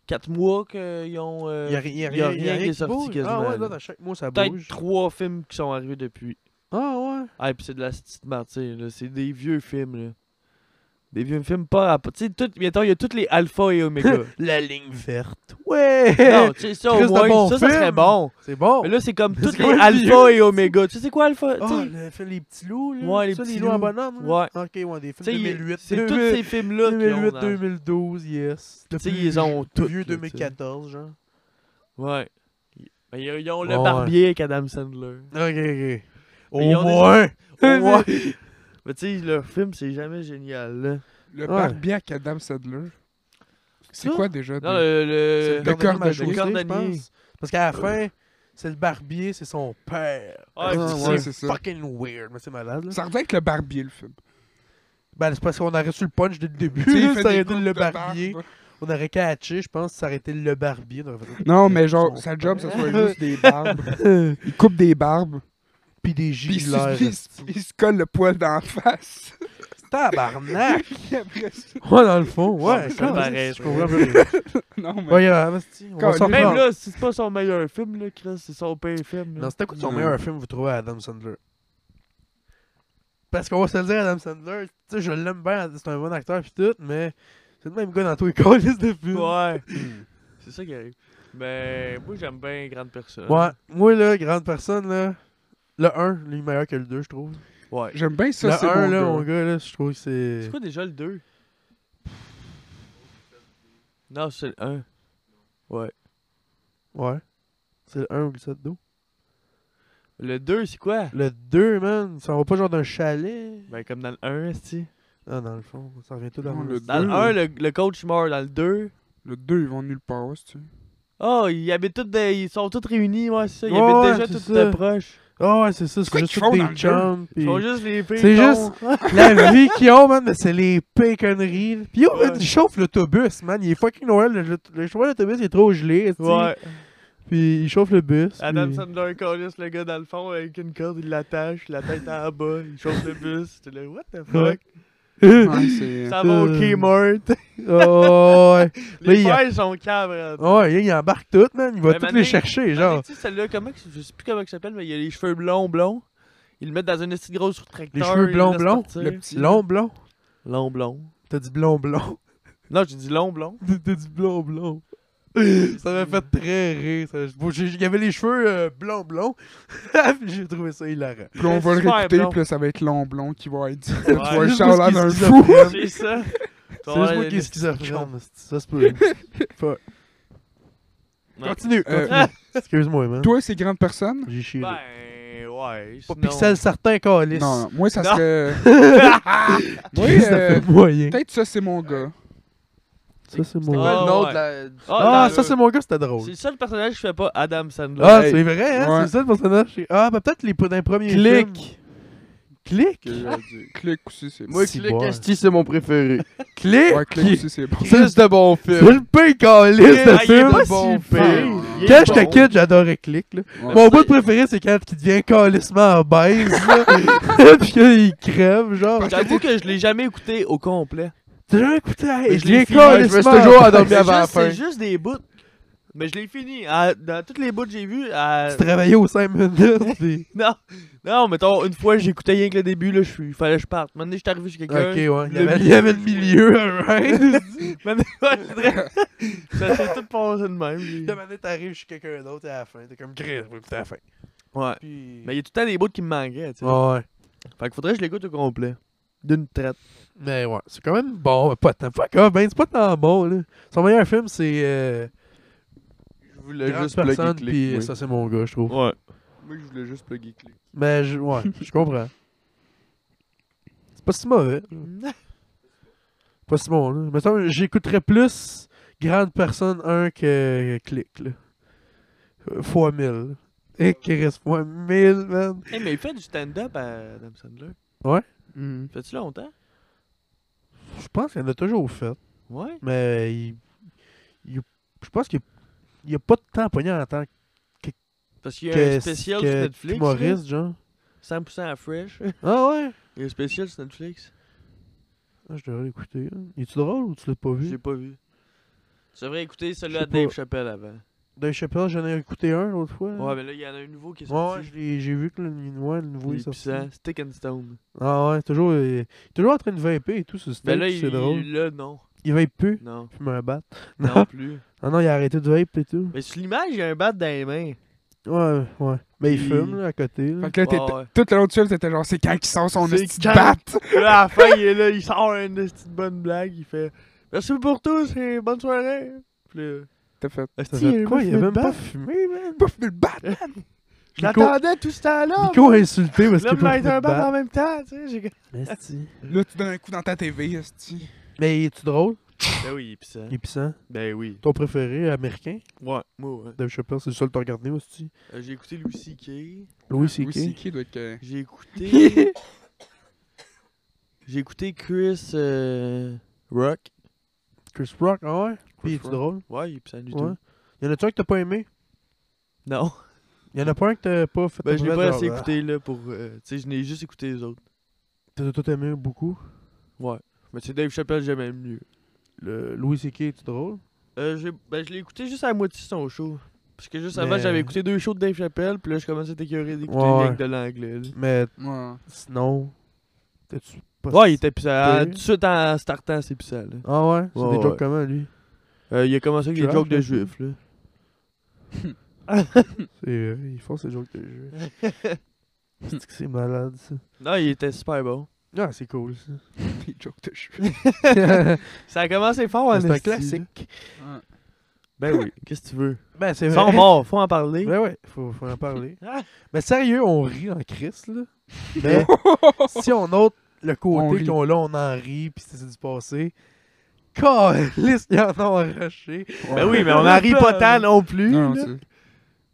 [SPEAKER 3] 4 mois qu'ils ont... euh,
[SPEAKER 2] Il y a, ri- y a
[SPEAKER 3] y a
[SPEAKER 2] ri- y
[SPEAKER 3] rien qui est
[SPEAKER 2] qui
[SPEAKER 3] sorti
[SPEAKER 2] bouge.
[SPEAKER 3] quasiment,
[SPEAKER 2] Ah ouais,
[SPEAKER 3] là.
[SPEAKER 2] là, à chaque mois, ça
[SPEAKER 3] Peut-être
[SPEAKER 2] bouge.
[SPEAKER 3] trois films qui sont arrivés depuis.
[SPEAKER 2] Ah ouais.
[SPEAKER 3] Ah, pis c'est de la petite martyre, là. C'est des vieux films, là. Des vieux films pas rapport. Tu sais, tout- mettons, il y a tous les Alpha
[SPEAKER 2] [LAUGHS]
[SPEAKER 3] et Omega.
[SPEAKER 2] La ligne verte. Ouais!
[SPEAKER 3] [LAUGHS] non, tu sais, ça au
[SPEAKER 2] Christ de
[SPEAKER 3] moins,
[SPEAKER 2] bon
[SPEAKER 3] ça, ça serait
[SPEAKER 2] film.
[SPEAKER 3] bon.
[SPEAKER 2] [LAUGHS] C'est bon.
[SPEAKER 3] Mais là, c'est comme
[SPEAKER 2] Mais
[SPEAKER 3] tous
[SPEAKER 2] c'est
[SPEAKER 3] les
[SPEAKER 2] quoi le
[SPEAKER 3] Alpha
[SPEAKER 2] vieux?
[SPEAKER 3] et Oméga. Tu sais, c'est quoi Alpha? Tu
[SPEAKER 2] Ah,
[SPEAKER 3] sais,
[SPEAKER 2] le- fait les petits loups, là.
[SPEAKER 3] Ouais, les
[SPEAKER 2] ça,
[SPEAKER 3] petits
[SPEAKER 2] les loups en
[SPEAKER 3] loups.
[SPEAKER 2] bonhomme, là. Ok, ouais, des
[SPEAKER 3] tu
[SPEAKER 2] films
[SPEAKER 3] sais,
[SPEAKER 2] 2008.
[SPEAKER 3] C'est tous ces films-là.
[SPEAKER 2] 2008,
[SPEAKER 3] 2008,
[SPEAKER 2] 2012, yes. Le
[SPEAKER 3] euh, Tu sais,
[SPEAKER 2] plus
[SPEAKER 3] ils ont
[SPEAKER 2] le
[SPEAKER 3] tout.
[SPEAKER 2] vieux 2014, genre.
[SPEAKER 3] Ouais. Mais ils, ils ont le
[SPEAKER 2] Ah, Ouais.
[SPEAKER 3] barbier avec Adam Sandler.
[SPEAKER 2] [LAUGHS] Ok, ok.
[SPEAKER 3] Mais ils ont
[SPEAKER 2] Au moins!
[SPEAKER 3] Au moins. Mais tu sais, leur film, c'est jamais génial, là.
[SPEAKER 1] Le
[SPEAKER 2] Ouais.
[SPEAKER 1] barbier à Adam Sadler. C'est
[SPEAKER 3] Ça?
[SPEAKER 1] quoi déjà?
[SPEAKER 3] Non,
[SPEAKER 1] des-
[SPEAKER 3] le. le-
[SPEAKER 2] C'est
[SPEAKER 1] cordonnier
[SPEAKER 2] le cordonnier,
[SPEAKER 1] Machaussé,
[SPEAKER 2] je
[SPEAKER 3] cordonnier.
[SPEAKER 2] pense. Parce qu'à la fin, c'est le barbier, c'est son père.
[SPEAKER 3] Ah,
[SPEAKER 1] Ah,
[SPEAKER 3] c'est
[SPEAKER 1] ouais,
[SPEAKER 3] ça.
[SPEAKER 1] c'est ça.
[SPEAKER 2] Fucking weird, mais c'est malade. Là.
[SPEAKER 1] Ça revient avec le barbier, le film.
[SPEAKER 2] Ben, c'est parce qu'on aurait su le punch dès le début.
[SPEAKER 1] Tu sais, il
[SPEAKER 2] là,
[SPEAKER 1] fait
[SPEAKER 2] ça
[SPEAKER 1] des
[SPEAKER 2] aurait été
[SPEAKER 1] coupes
[SPEAKER 2] le
[SPEAKER 1] de barbe,
[SPEAKER 2] barbier.
[SPEAKER 1] ouais.
[SPEAKER 2] On aurait catché, je pense, ça aurait été le barbier. on aurait fait-
[SPEAKER 1] Non, mais genre,
[SPEAKER 2] [LAUGHS] Son
[SPEAKER 1] sa job, ça
[SPEAKER 2] père.
[SPEAKER 1] soit juste des barbes. Il coupe des barbes,
[SPEAKER 2] Pis des
[SPEAKER 1] puis il, se-
[SPEAKER 2] gilaires.
[SPEAKER 1] il se- il se colle le poil d'en face. [LAUGHS]
[SPEAKER 2] Tabarnak!
[SPEAKER 1] Puis après ça-
[SPEAKER 2] Ouais, dans le fond, ouais.
[SPEAKER 3] c'est
[SPEAKER 2] quand
[SPEAKER 3] pareil,
[SPEAKER 2] même, Je
[SPEAKER 3] c'est
[SPEAKER 2] comprends rien.
[SPEAKER 1] Non, mais.
[SPEAKER 2] Pas grave, esti, on va
[SPEAKER 1] Quand-
[SPEAKER 2] s'en
[SPEAKER 3] Même
[SPEAKER 2] reprendre.
[SPEAKER 3] là, si c'est pas son meilleur film, là, Chris, c'est son pire film.
[SPEAKER 2] Ah.
[SPEAKER 3] là.
[SPEAKER 2] Non, c'était quoi son
[SPEAKER 1] Non.
[SPEAKER 2] meilleur film, vous trouvez, Adam Sandler? Parce qu'on va se le dire, Adam Sandler, tu sais, je l'aime bien, c'est un bon acteur pis tout, mais c'est le même gars dans tous les [LAUGHS] colis de films.
[SPEAKER 3] Ouais. [CLEARS THROAT] c'est ça qui arrive. Mais moi, j'aime bien Grande Personne.
[SPEAKER 2] Ouais. Moi, là, grande personne, là, le 1, lui, meilleur que le 2, je trouve.
[SPEAKER 3] Ouais.
[SPEAKER 1] J'aime bien ça, c'est
[SPEAKER 2] le 1,
[SPEAKER 1] mon
[SPEAKER 2] là,
[SPEAKER 1] gars.
[SPEAKER 2] mon gars, là, je trouve que
[SPEAKER 3] C'est
[SPEAKER 2] c'est...
[SPEAKER 3] quoi déjà le 2 Non, c'est le 1. Ouais.
[SPEAKER 2] Ouais. C'est le 1 ou le 7 d'eau.
[SPEAKER 3] Le 2, c'est quoi
[SPEAKER 2] Le 2, man, ça va pas genre d'un chalet?
[SPEAKER 3] Ben, comme dans le 1, esti.
[SPEAKER 2] Ah, dans le fond, ça revient tout dans
[SPEAKER 1] Non,
[SPEAKER 2] le...
[SPEAKER 1] le
[SPEAKER 3] Dans le
[SPEAKER 1] Deux.
[SPEAKER 3] 1, le, le coach meurt. Dans le 2,
[SPEAKER 1] Le 2, ils vont nulle part, tu sais.
[SPEAKER 3] oh, ils habitent tous. des- Ils sont tous réunis, ouais, c'est ça. Ils
[SPEAKER 2] Ouais,
[SPEAKER 3] habitent
[SPEAKER 2] ouais,
[SPEAKER 3] déjà
[SPEAKER 2] c'est
[SPEAKER 3] tous
[SPEAKER 2] ça.
[SPEAKER 3] euh, proches.
[SPEAKER 2] Ah ouais, c'est ça, c'est
[SPEAKER 1] quoi
[SPEAKER 2] juste
[SPEAKER 1] qu'ils
[SPEAKER 2] tous
[SPEAKER 1] font dans
[SPEAKER 2] des
[SPEAKER 1] le
[SPEAKER 2] chums
[SPEAKER 3] Ils
[SPEAKER 2] pis...
[SPEAKER 3] sont juste les filles.
[SPEAKER 2] C'est
[SPEAKER 3] cons.
[SPEAKER 2] La vie qu'ils ont, man, mais c'est les pires conneries. là. Puis yo, man,
[SPEAKER 3] Ouais.
[SPEAKER 2] il chauffe l'autobus, man. Il est fucking Noël. Le, le, le chauffeur d'autobus il est trop gelé. esti.
[SPEAKER 3] Ouais.
[SPEAKER 2] Puis il chauffe le bus.
[SPEAKER 3] Adam
[SPEAKER 2] puis-
[SPEAKER 3] Sandler calisse le gars dans le fond avec une corde, il l'attache, la tête en bas, il chauffe le bus. T'es là, what the fuck?
[SPEAKER 1] Ouais, c'est.
[SPEAKER 3] Ça va au
[SPEAKER 2] Euh.
[SPEAKER 3] Kmart.
[SPEAKER 2] oh, [LAUGHS] ouais. Là,
[SPEAKER 3] Les
[SPEAKER 2] il y a-
[SPEAKER 3] frères sont cabres.
[SPEAKER 2] Ouais, il- il embarque tout, man. Il va
[SPEAKER 3] Ben,
[SPEAKER 2] tout
[SPEAKER 3] maintenant,
[SPEAKER 2] les chercher, genre.
[SPEAKER 3] Tu sais, celle-là, comment, que- je sais plus comment il s'appelle, mais il a les cheveux blonds, blonds. Ils le mettent dans une petite grosse tracteur.
[SPEAKER 2] Les cheveux
[SPEAKER 3] ils
[SPEAKER 2] blonds,
[SPEAKER 3] laissent
[SPEAKER 2] blonds,
[SPEAKER 3] partir.
[SPEAKER 1] le petit-
[SPEAKER 2] Long, blond.
[SPEAKER 3] Long, blond.
[SPEAKER 2] T'as dit blond, blond. [LAUGHS]
[SPEAKER 3] Non, j'ai dit long, blond.
[SPEAKER 2] T'as dit blond, blond. [LAUGHS] Ça m'a fait très rire. ça. Bon, j'ai- Il y avait les cheveux euh, blond, blond. [LAUGHS] Puis j'ai trouvé ça hilarant.
[SPEAKER 1] Puis on va le
[SPEAKER 3] Super
[SPEAKER 1] réécouter,
[SPEAKER 3] blond.
[SPEAKER 1] puis là, ça va être long blond qui va être [LAUGHS] dit. Tu
[SPEAKER 3] Ouais.
[SPEAKER 1] vas
[SPEAKER 2] Juste
[SPEAKER 1] Charles
[SPEAKER 2] parce qu'il
[SPEAKER 1] un
[SPEAKER 2] est
[SPEAKER 1] fou.
[SPEAKER 2] schizophrène.
[SPEAKER 3] C'est ça.
[SPEAKER 2] [LAUGHS] C'est juste moi qui est schizophrène. esti. Ça se peut. Fuck.
[SPEAKER 3] Ouais.
[SPEAKER 2] Continue,
[SPEAKER 1] Euh,
[SPEAKER 2] continue. Excuse-moi, man.
[SPEAKER 1] Toi, c'est grande personne?
[SPEAKER 2] J'ai chié. là.
[SPEAKER 3] Ben, ouais.
[SPEAKER 2] Pas
[SPEAKER 3] sinon-
[SPEAKER 2] pixel certain, Calis.
[SPEAKER 1] Non, moi, ça
[SPEAKER 3] Non.
[SPEAKER 1] serait. Moi,
[SPEAKER 2] ça
[SPEAKER 1] euh,
[SPEAKER 2] fait moyen.
[SPEAKER 1] peut-être ça, c'est mon gars.
[SPEAKER 2] Ça, c'est
[SPEAKER 3] quoi
[SPEAKER 2] mon
[SPEAKER 3] le
[SPEAKER 2] gars.
[SPEAKER 3] Ah, nom de ouais.
[SPEAKER 2] Ah,
[SPEAKER 3] Ah, dans
[SPEAKER 2] ça,
[SPEAKER 3] le-
[SPEAKER 2] c'est mon gars, c'était
[SPEAKER 3] C'est
[SPEAKER 2] drôle.
[SPEAKER 3] le seul personnage qui fait pas Adam Sandler.
[SPEAKER 2] Ah,
[SPEAKER 1] Hey.
[SPEAKER 2] c'est vrai, hein?
[SPEAKER 1] Ouais.
[SPEAKER 2] C'est ça le personnage. c'est- Ah, ben peut-être les d'un premier film.
[SPEAKER 4] Click!
[SPEAKER 2] Click.
[SPEAKER 4] Que j'allais dire.
[SPEAKER 2] [LAUGHS]
[SPEAKER 1] Click aussi, c'est bon.
[SPEAKER 4] Moi,
[SPEAKER 2] Si
[SPEAKER 4] Click,
[SPEAKER 2] bon.
[SPEAKER 4] esti, c'est mon
[SPEAKER 2] [LAUGHS]
[SPEAKER 4] préféré.
[SPEAKER 2] Click.
[SPEAKER 1] Ouais, click aussi, c'est bon.
[SPEAKER 4] Plus de bons
[SPEAKER 2] C'est
[SPEAKER 4] films.
[SPEAKER 2] le pire Calis de
[SPEAKER 3] Ah, il est
[SPEAKER 2] film.
[SPEAKER 3] pas
[SPEAKER 4] bon
[SPEAKER 3] si pire. Il est
[SPEAKER 2] Quand
[SPEAKER 3] bon.
[SPEAKER 2] j'étais kid, j'adorais Click. Là.
[SPEAKER 1] Ouais.
[SPEAKER 2] Mon bout préféré, c'est quand il devient calissement obèse. là. [LAUGHS] Puis qu'il crève, genre.
[SPEAKER 3] J'avoue que je l'ai jamais écouté au complet.
[SPEAKER 2] T'as jamais écouté? Hey,
[SPEAKER 4] Mais
[SPEAKER 2] je
[SPEAKER 4] je l'ai
[SPEAKER 2] l'ai
[SPEAKER 4] fini, ouais, je me suis toujours
[SPEAKER 2] Ah,
[SPEAKER 4] endormi
[SPEAKER 3] C'est
[SPEAKER 4] avant la
[SPEAKER 3] juste-
[SPEAKER 4] fin.
[SPEAKER 3] C'est juste des bouts. Mais je l'ai fini. À- Dans toutes les bouts que j'ai vus, à...
[SPEAKER 2] Tu travaillais aux 5 [LAUGHS] minutes. puis-
[SPEAKER 3] [LAUGHS] Non, non, mettons, une fois, j'écoutais rien que le début, là, je suis- il fallait que je parte. Maintenant, je suis arrivé chez quelqu'un.
[SPEAKER 2] Ok, ouais. Il y
[SPEAKER 3] le
[SPEAKER 2] avait,
[SPEAKER 3] milieu.
[SPEAKER 2] il y avait le
[SPEAKER 4] [LAUGHS]
[SPEAKER 2] milieu, [LAUGHS] alright.
[SPEAKER 3] Maintenant, [LAUGHS] ouais, c'est vrai. ça s'est tout passé de même. j'ai-
[SPEAKER 2] Demain, t'arrives chez quelqu'un d'autre à la fin. T'es comme Chris, oui, putain, à la fin.
[SPEAKER 3] Ouais.
[SPEAKER 2] Puis.
[SPEAKER 3] Mais il y a tout le temps des bouts qui me manquaient, tu sais.
[SPEAKER 2] ouais.
[SPEAKER 3] Fait qu'il faudrait que je l'écoute au complet. D'une traite.
[SPEAKER 2] Mais ouais, c'est quand même bon. mais Pas tant. Fuck off, ben, c'est pas tant bon, là. Son meilleur film, c'est. euh,
[SPEAKER 4] Je voulais
[SPEAKER 2] grande
[SPEAKER 4] juste plugger
[SPEAKER 2] personne,
[SPEAKER 4] Click,
[SPEAKER 2] puis euh,
[SPEAKER 4] oui.
[SPEAKER 2] ça, c'est mon gars, je trouve.
[SPEAKER 3] Ouais.
[SPEAKER 4] Moi, je voulais juste plugger Click.
[SPEAKER 2] Mais Ben, je, [LAUGHS] ouais, je comprends. C'est pas si mauvais. [LAUGHS] Pas si bon, là. Mettons, j'écouterais plus Grande Personne 1 que Click, là. Euh, Fois 1000. Et qu'il reste fois 1000, man.
[SPEAKER 3] Hey, Eh, mais il fait du stand-up à Adam Sandler.
[SPEAKER 1] Hmm.
[SPEAKER 3] Fais-tu longtemps?
[SPEAKER 2] Je pense qu'il en a toujours fait.
[SPEAKER 3] Ouais.
[SPEAKER 2] Mais il, il- je pense qu'il il a pas de temps pogné en tant que,
[SPEAKER 3] Parce qu'il y a un spécial
[SPEAKER 2] que
[SPEAKER 3] sur Netflix.
[SPEAKER 2] humoriste, genre.
[SPEAKER 3] là, 100% à Fresh.
[SPEAKER 2] Ah ouais?
[SPEAKER 3] Il y a un spécial sur Netflix.
[SPEAKER 2] Ah, je devrais l'écouter. hein. Il est-tu drôle ou tu l'as pas
[SPEAKER 3] J'ai
[SPEAKER 2] vu?
[SPEAKER 3] pas vu. Tu devrais écouter celui-là
[SPEAKER 2] Mmh. Je
[SPEAKER 3] à
[SPEAKER 2] sais pas.
[SPEAKER 3] Dave Chappelle avant.
[SPEAKER 2] D'un Chappelle, j'en ai écouté un l'autre fois.
[SPEAKER 3] Ouais, mais là, il y en a un nouveau qui est
[SPEAKER 2] Mmh. Ouais, ouais,
[SPEAKER 3] sorti.
[SPEAKER 2] je l'ai- j'ai vu que le, ouais, le nouveau
[SPEAKER 3] il
[SPEAKER 2] est
[SPEAKER 3] est
[SPEAKER 2] sorti.
[SPEAKER 3] puissant. Stick and Stone.
[SPEAKER 2] Ah ouais, toujours, il, est toujours en train de vaper et tout sur
[SPEAKER 3] Mais
[SPEAKER 2] stage,
[SPEAKER 3] Ben là, il,
[SPEAKER 2] c'est drôle.
[SPEAKER 3] il- là, non.
[SPEAKER 2] Il vape plus,
[SPEAKER 3] Non.
[SPEAKER 2] il fume un bat. [LAUGHS] Non.
[SPEAKER 3] Non plus.
[SPEAKER 2] Ah non, il a arrêté de vape et tout.
[SPEAKER 3] Mais sur l'image, il y a un bat dans les mains.
[SPEAKER 2] Ouais, ouais. Mais il
[SPEAKER 1] Il-
[SPEAKER 2] fume, là, à côté. là.
[SPEAKER 1] Fait que là, t'étais-
[SPEAKER 3] Ouais, ouais.
[SPEAKER 1] tout le long du film, t'étais genre, c'est quand qu'il sort son
[SPEAKER 3] C'est
[SPEAKER 1] esti de
[SPEAKER 3] quand?
[SPEAKER 1] batte?
[SPEAKER 3] Là, à la fin, il est là, il sort une petite bonne blague. Il fait Merci pour tous et bonne soirée. Puis là,
[SPEAKER 1] T'as fait,
[SPEAKER 2] Ça
[SPEAKER 3] esti,
[SPEAKER 2] fait
[SPEAKER 3] il a
[SPEAKER 2] quoi?
[SPEAKER 3] même
[SPEAKER 2] Il a
[SPEAKER 3] fait
[SPEAKER 2] même
[SPEAKER 3] de
[SPEAKER 2] pas
[SPEAKER 3] batte.
[SPEAKER 2] fumé, man.
[SPEAKER 1] pouf, le batte!
[SPEAKER 3] Je l'attendais tout ce temps-là.
[SPEAKER 2] Nico a insulté parce
[SPEAKER 3] Là,
[SPEAKER 2] qu'il a
[SPEAKER 3] me
[SPEAKER 2] pas
[SPEAKER 3] mettre
[SPEAKER 2] fumé
[SPEAKER 3] un
[SPEAKER 2] de
[SPEAKER 3] bat en
[SPEAKER 2] bat.
[SPEAKER 3] même temps, tu sais. j'ai-
[SPEAKER 2] Esti.
[SPEAKER 1] Là, tu donnes un coup dans ta TV, esti.
[SPEAKER 2] Mais est-tu drôle?
[SPEAKER 3] [LAUGHS] Ben oui, pis ça.
[SPEAKER 2] Il est pissant.
[SPEAKER 3] Ben oui.
[SPEAKER 2] Ton préféré américain?
[SPEAKER 3] Ouais, moi, ouais.
[SPEAKER 2] Dave Chappelle, c'est le seul que t'as regardé aussi.
[SPEAKER 3] Euh, j'ai écouté Louis C.K.
[SPEAKER 2] Louis
[SPEAKER 1] Oui, c'est
[SPEAKER 2] C.K.
[SPEAKER 1] qui doit être que...
[SPEAKER 2] [LAUGHS]
[SPEAKER 3] J'ai écouté. j'ai écouté Chris euh, Rock.
[SPEAKER 2] Chris Rock, ah ouais? Puis est-tu
[SPEAKER 3] Rock.
[SPEAKER 2] drôle?
[SPEAKER 3] Ouais, il est pissant du
[SPEAKER 2] Ouais.
[SPEAKER 3] tout.
[SPEAKER 2] Y en a-tu un que t'as pas aimé?
[SPEAKER 3] Non.
[SPEAKER 2] Y en a pas un que t'as pas fait
[SPEAKER 3] Ben, je l'ai
[SPEAKER 2] ta
[SPEAKER 3] pas
[SPEAKER 2] préférée,
[SPEAKER 3] assez
[SPEAKER 2] genre,
[SPEAKER 3] écouté, là, pour. euh, tu sais, je n'ai juste écouté les autres.
[SPEAKER 2] ah, T'as tout aimé beaucoup?
[SPEAKER 3] Ouais. Mais c'est Dave Chappelle, j'aime même mieux.
[SPEAKER 2] Le Louis C.K. est-tu drôle?
[SPEAKER 3] Euh, j'ai- ben, je l'ai écouté juste à la moitié de son show. Parce que juste avant,
[SPEAKER 2] Mais-
[SPEAKER 3] j'avais écouté deux shows de Dave Chappelle, puis là, je commençais à t'écœurer d'écouter
[SPEAKER 2] Ouais,
[SPEAKER 3] rien
[SPEAKER 2] ouais.
[SPEAKER 3] que de l'anglais. là.
[SPEAKER 2] Mais
[SPEAKER 1] Ouais.
[SPEAKER 2] sinon, t'as-tu pas...
[SPEAKER 3] Ouais, il était pissant.
[SPEAKER 2] Peu.
[SPEAKER 3] Tout de suite en startant, c'est pissant, là.
[SPEAKER 2] Ah ouais? C'est
[SPEAKER 3] Ouais,
[SPEAKER 2] des
[SPEAKER 3] ouais.
[SPEAKER 2] jokes comment, lui?
[SPEAKER 3] Euh, il a commencé avec des
[SPEAKER 2] Trash,
[SPEAKER 3] jokes de
[SPEAKER 2] là.
[SPEAKER 3] juifs, là.
[SPEAKER 2] [LAUGHS] C'est, euh, ils font ces jokes de jeu.
[SPEAKER 3] [LAUGHS]
[SPEAKER 2] c'est que c'est malade, ça.
[SPEAKER 3] Non, il était super bon.
[SPEAKER 2] Ah, c'est cool,
[SPEAKER 3] [LAUGHS]
[SPEAKER 2] ça.
[SPEAKER 1] [LAUGHS] Des jokes de cheveux.
[SPEAKER 2] c'est
[SPEAKER 3] Ça a commencé fort en
[SPEAKER 2] un
[SPEAKER 3] esti, là.
[SPEAKER 2] classique.
[SPEAKER 1] Ouais.
[SPEAKER 3] Ben oui, [LAUGHS] qu'est-ce que tu veux?
[SPEAKER 2] Ben, c'est
[SPEAKER 3] Ils
[SPEAKER 2] vrai.
[SPEAKER 3] sont morts, faut en parler.
[SPEAKER 2] Ben ouais, faut, faut en [LAUGHS] parler. Mais sérieux, on rit en Christ, [LAUGHS] là.
[SPEAKER 1] [LAUGHS]
[SPEAKER 2] Mais si on note le
[SPEAKER 1] On
[SPEAKER 2] côté
[SPEAKER 1] rit.
[SPEAKER 2] qu'on l'a, on en rit, pis c'est c'est du passé. Calisse, ils en ont arraché.
[SPEAKER 3] Ben oui,
[SPEAKER 2] [LAUGHS]
[SPEAKER 3] mais on en rit pas tant non plus.
[SPEAKER 1] Non, non,
[SPEAKER 3] là.
[SPEAKER 1] c'est-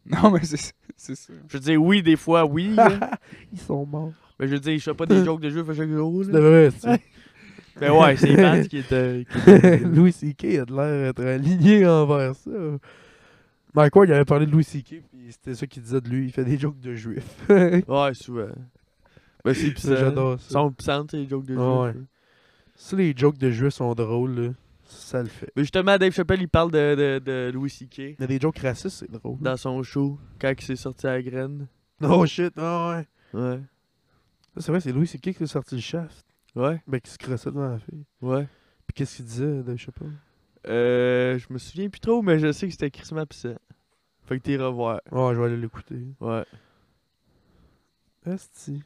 [SPEAKER 1] non, mais c'est c'est ça.
[SPEAKER 3] Je veux dire, oui, des fois, oui. là. [LAUGHS]
[SPEAKER 2] Ils sont morts.
[SPEAKER 3] Mais je veux dire, je fais pas des jokes de juifs à chaque jour.
[SPEAKER 2] C'est
[SPEAKER 3] [LAUGHS] là.
[SPEAKER 2] vrai, ça.
[SPEAKER 3] Mais ouais, c'est Pat qui était.
[SPEAKER 2] [LAUGHS]
[SPEAKER 3] qui [LAUGHS] était-
[SPEAKER 2] Louis C.K. a de l'air d'être aligné envers ça. Mike Ward, il avait parlé de Louis C.K. puis c'était ça qu'il disait de lui. Il fait des jokes de juifs. [LAUGHS] Ça,
[SPEAKER 3] Ouais, souvent. Ben c'est pissant.
[SPEAKER 2] J'adore
[SPEAKER 3] Ils
[SPEAKER 2] ça.
[SPEAKER 3] sont pissants, les jokes de juifs.
[SPEAKER 2] Ah ouais.
[SPEAKER 3] là.
[SPEAKER 2] Si les jokes de juifs sont drôles, là, ça le fait.
[SPEAKER 3] Mais justement, Dave Chappelle, il parle de, de, de Louis C.K.
[SPEAKER 2] Mais des jokes racistes, c'est drôle.
[SPEAKER 3] dans son show, quand il s'est sorti à la graine.
[SPEAKER 2] [LAUGHS] Oh shit, ah ouais.
[SPEAKER 3] Ouais.
[SPEAKER 2] Ça, C'est vrai, c'est Louis C.K. qui a sorti le shaft.
[SPEAKER 3] Ouais,
[SPEAKER 2] Ben, qui se crossait devant la fille.
[SPEAKER 3] ouais.
[SPEAKER 2] Puis qu'est-ce qu'il disait, de, je sais pas.
[SPEAKER 3] Euh, je me souviens plus trop, mais je sais que c'était crissement pissant. Fait que t'es revoir.
[SPEAKER 2] Oh, je vais aller l'écouter.
[SPEAKER 3] Ouais.
[SPEAKER 2] Esti.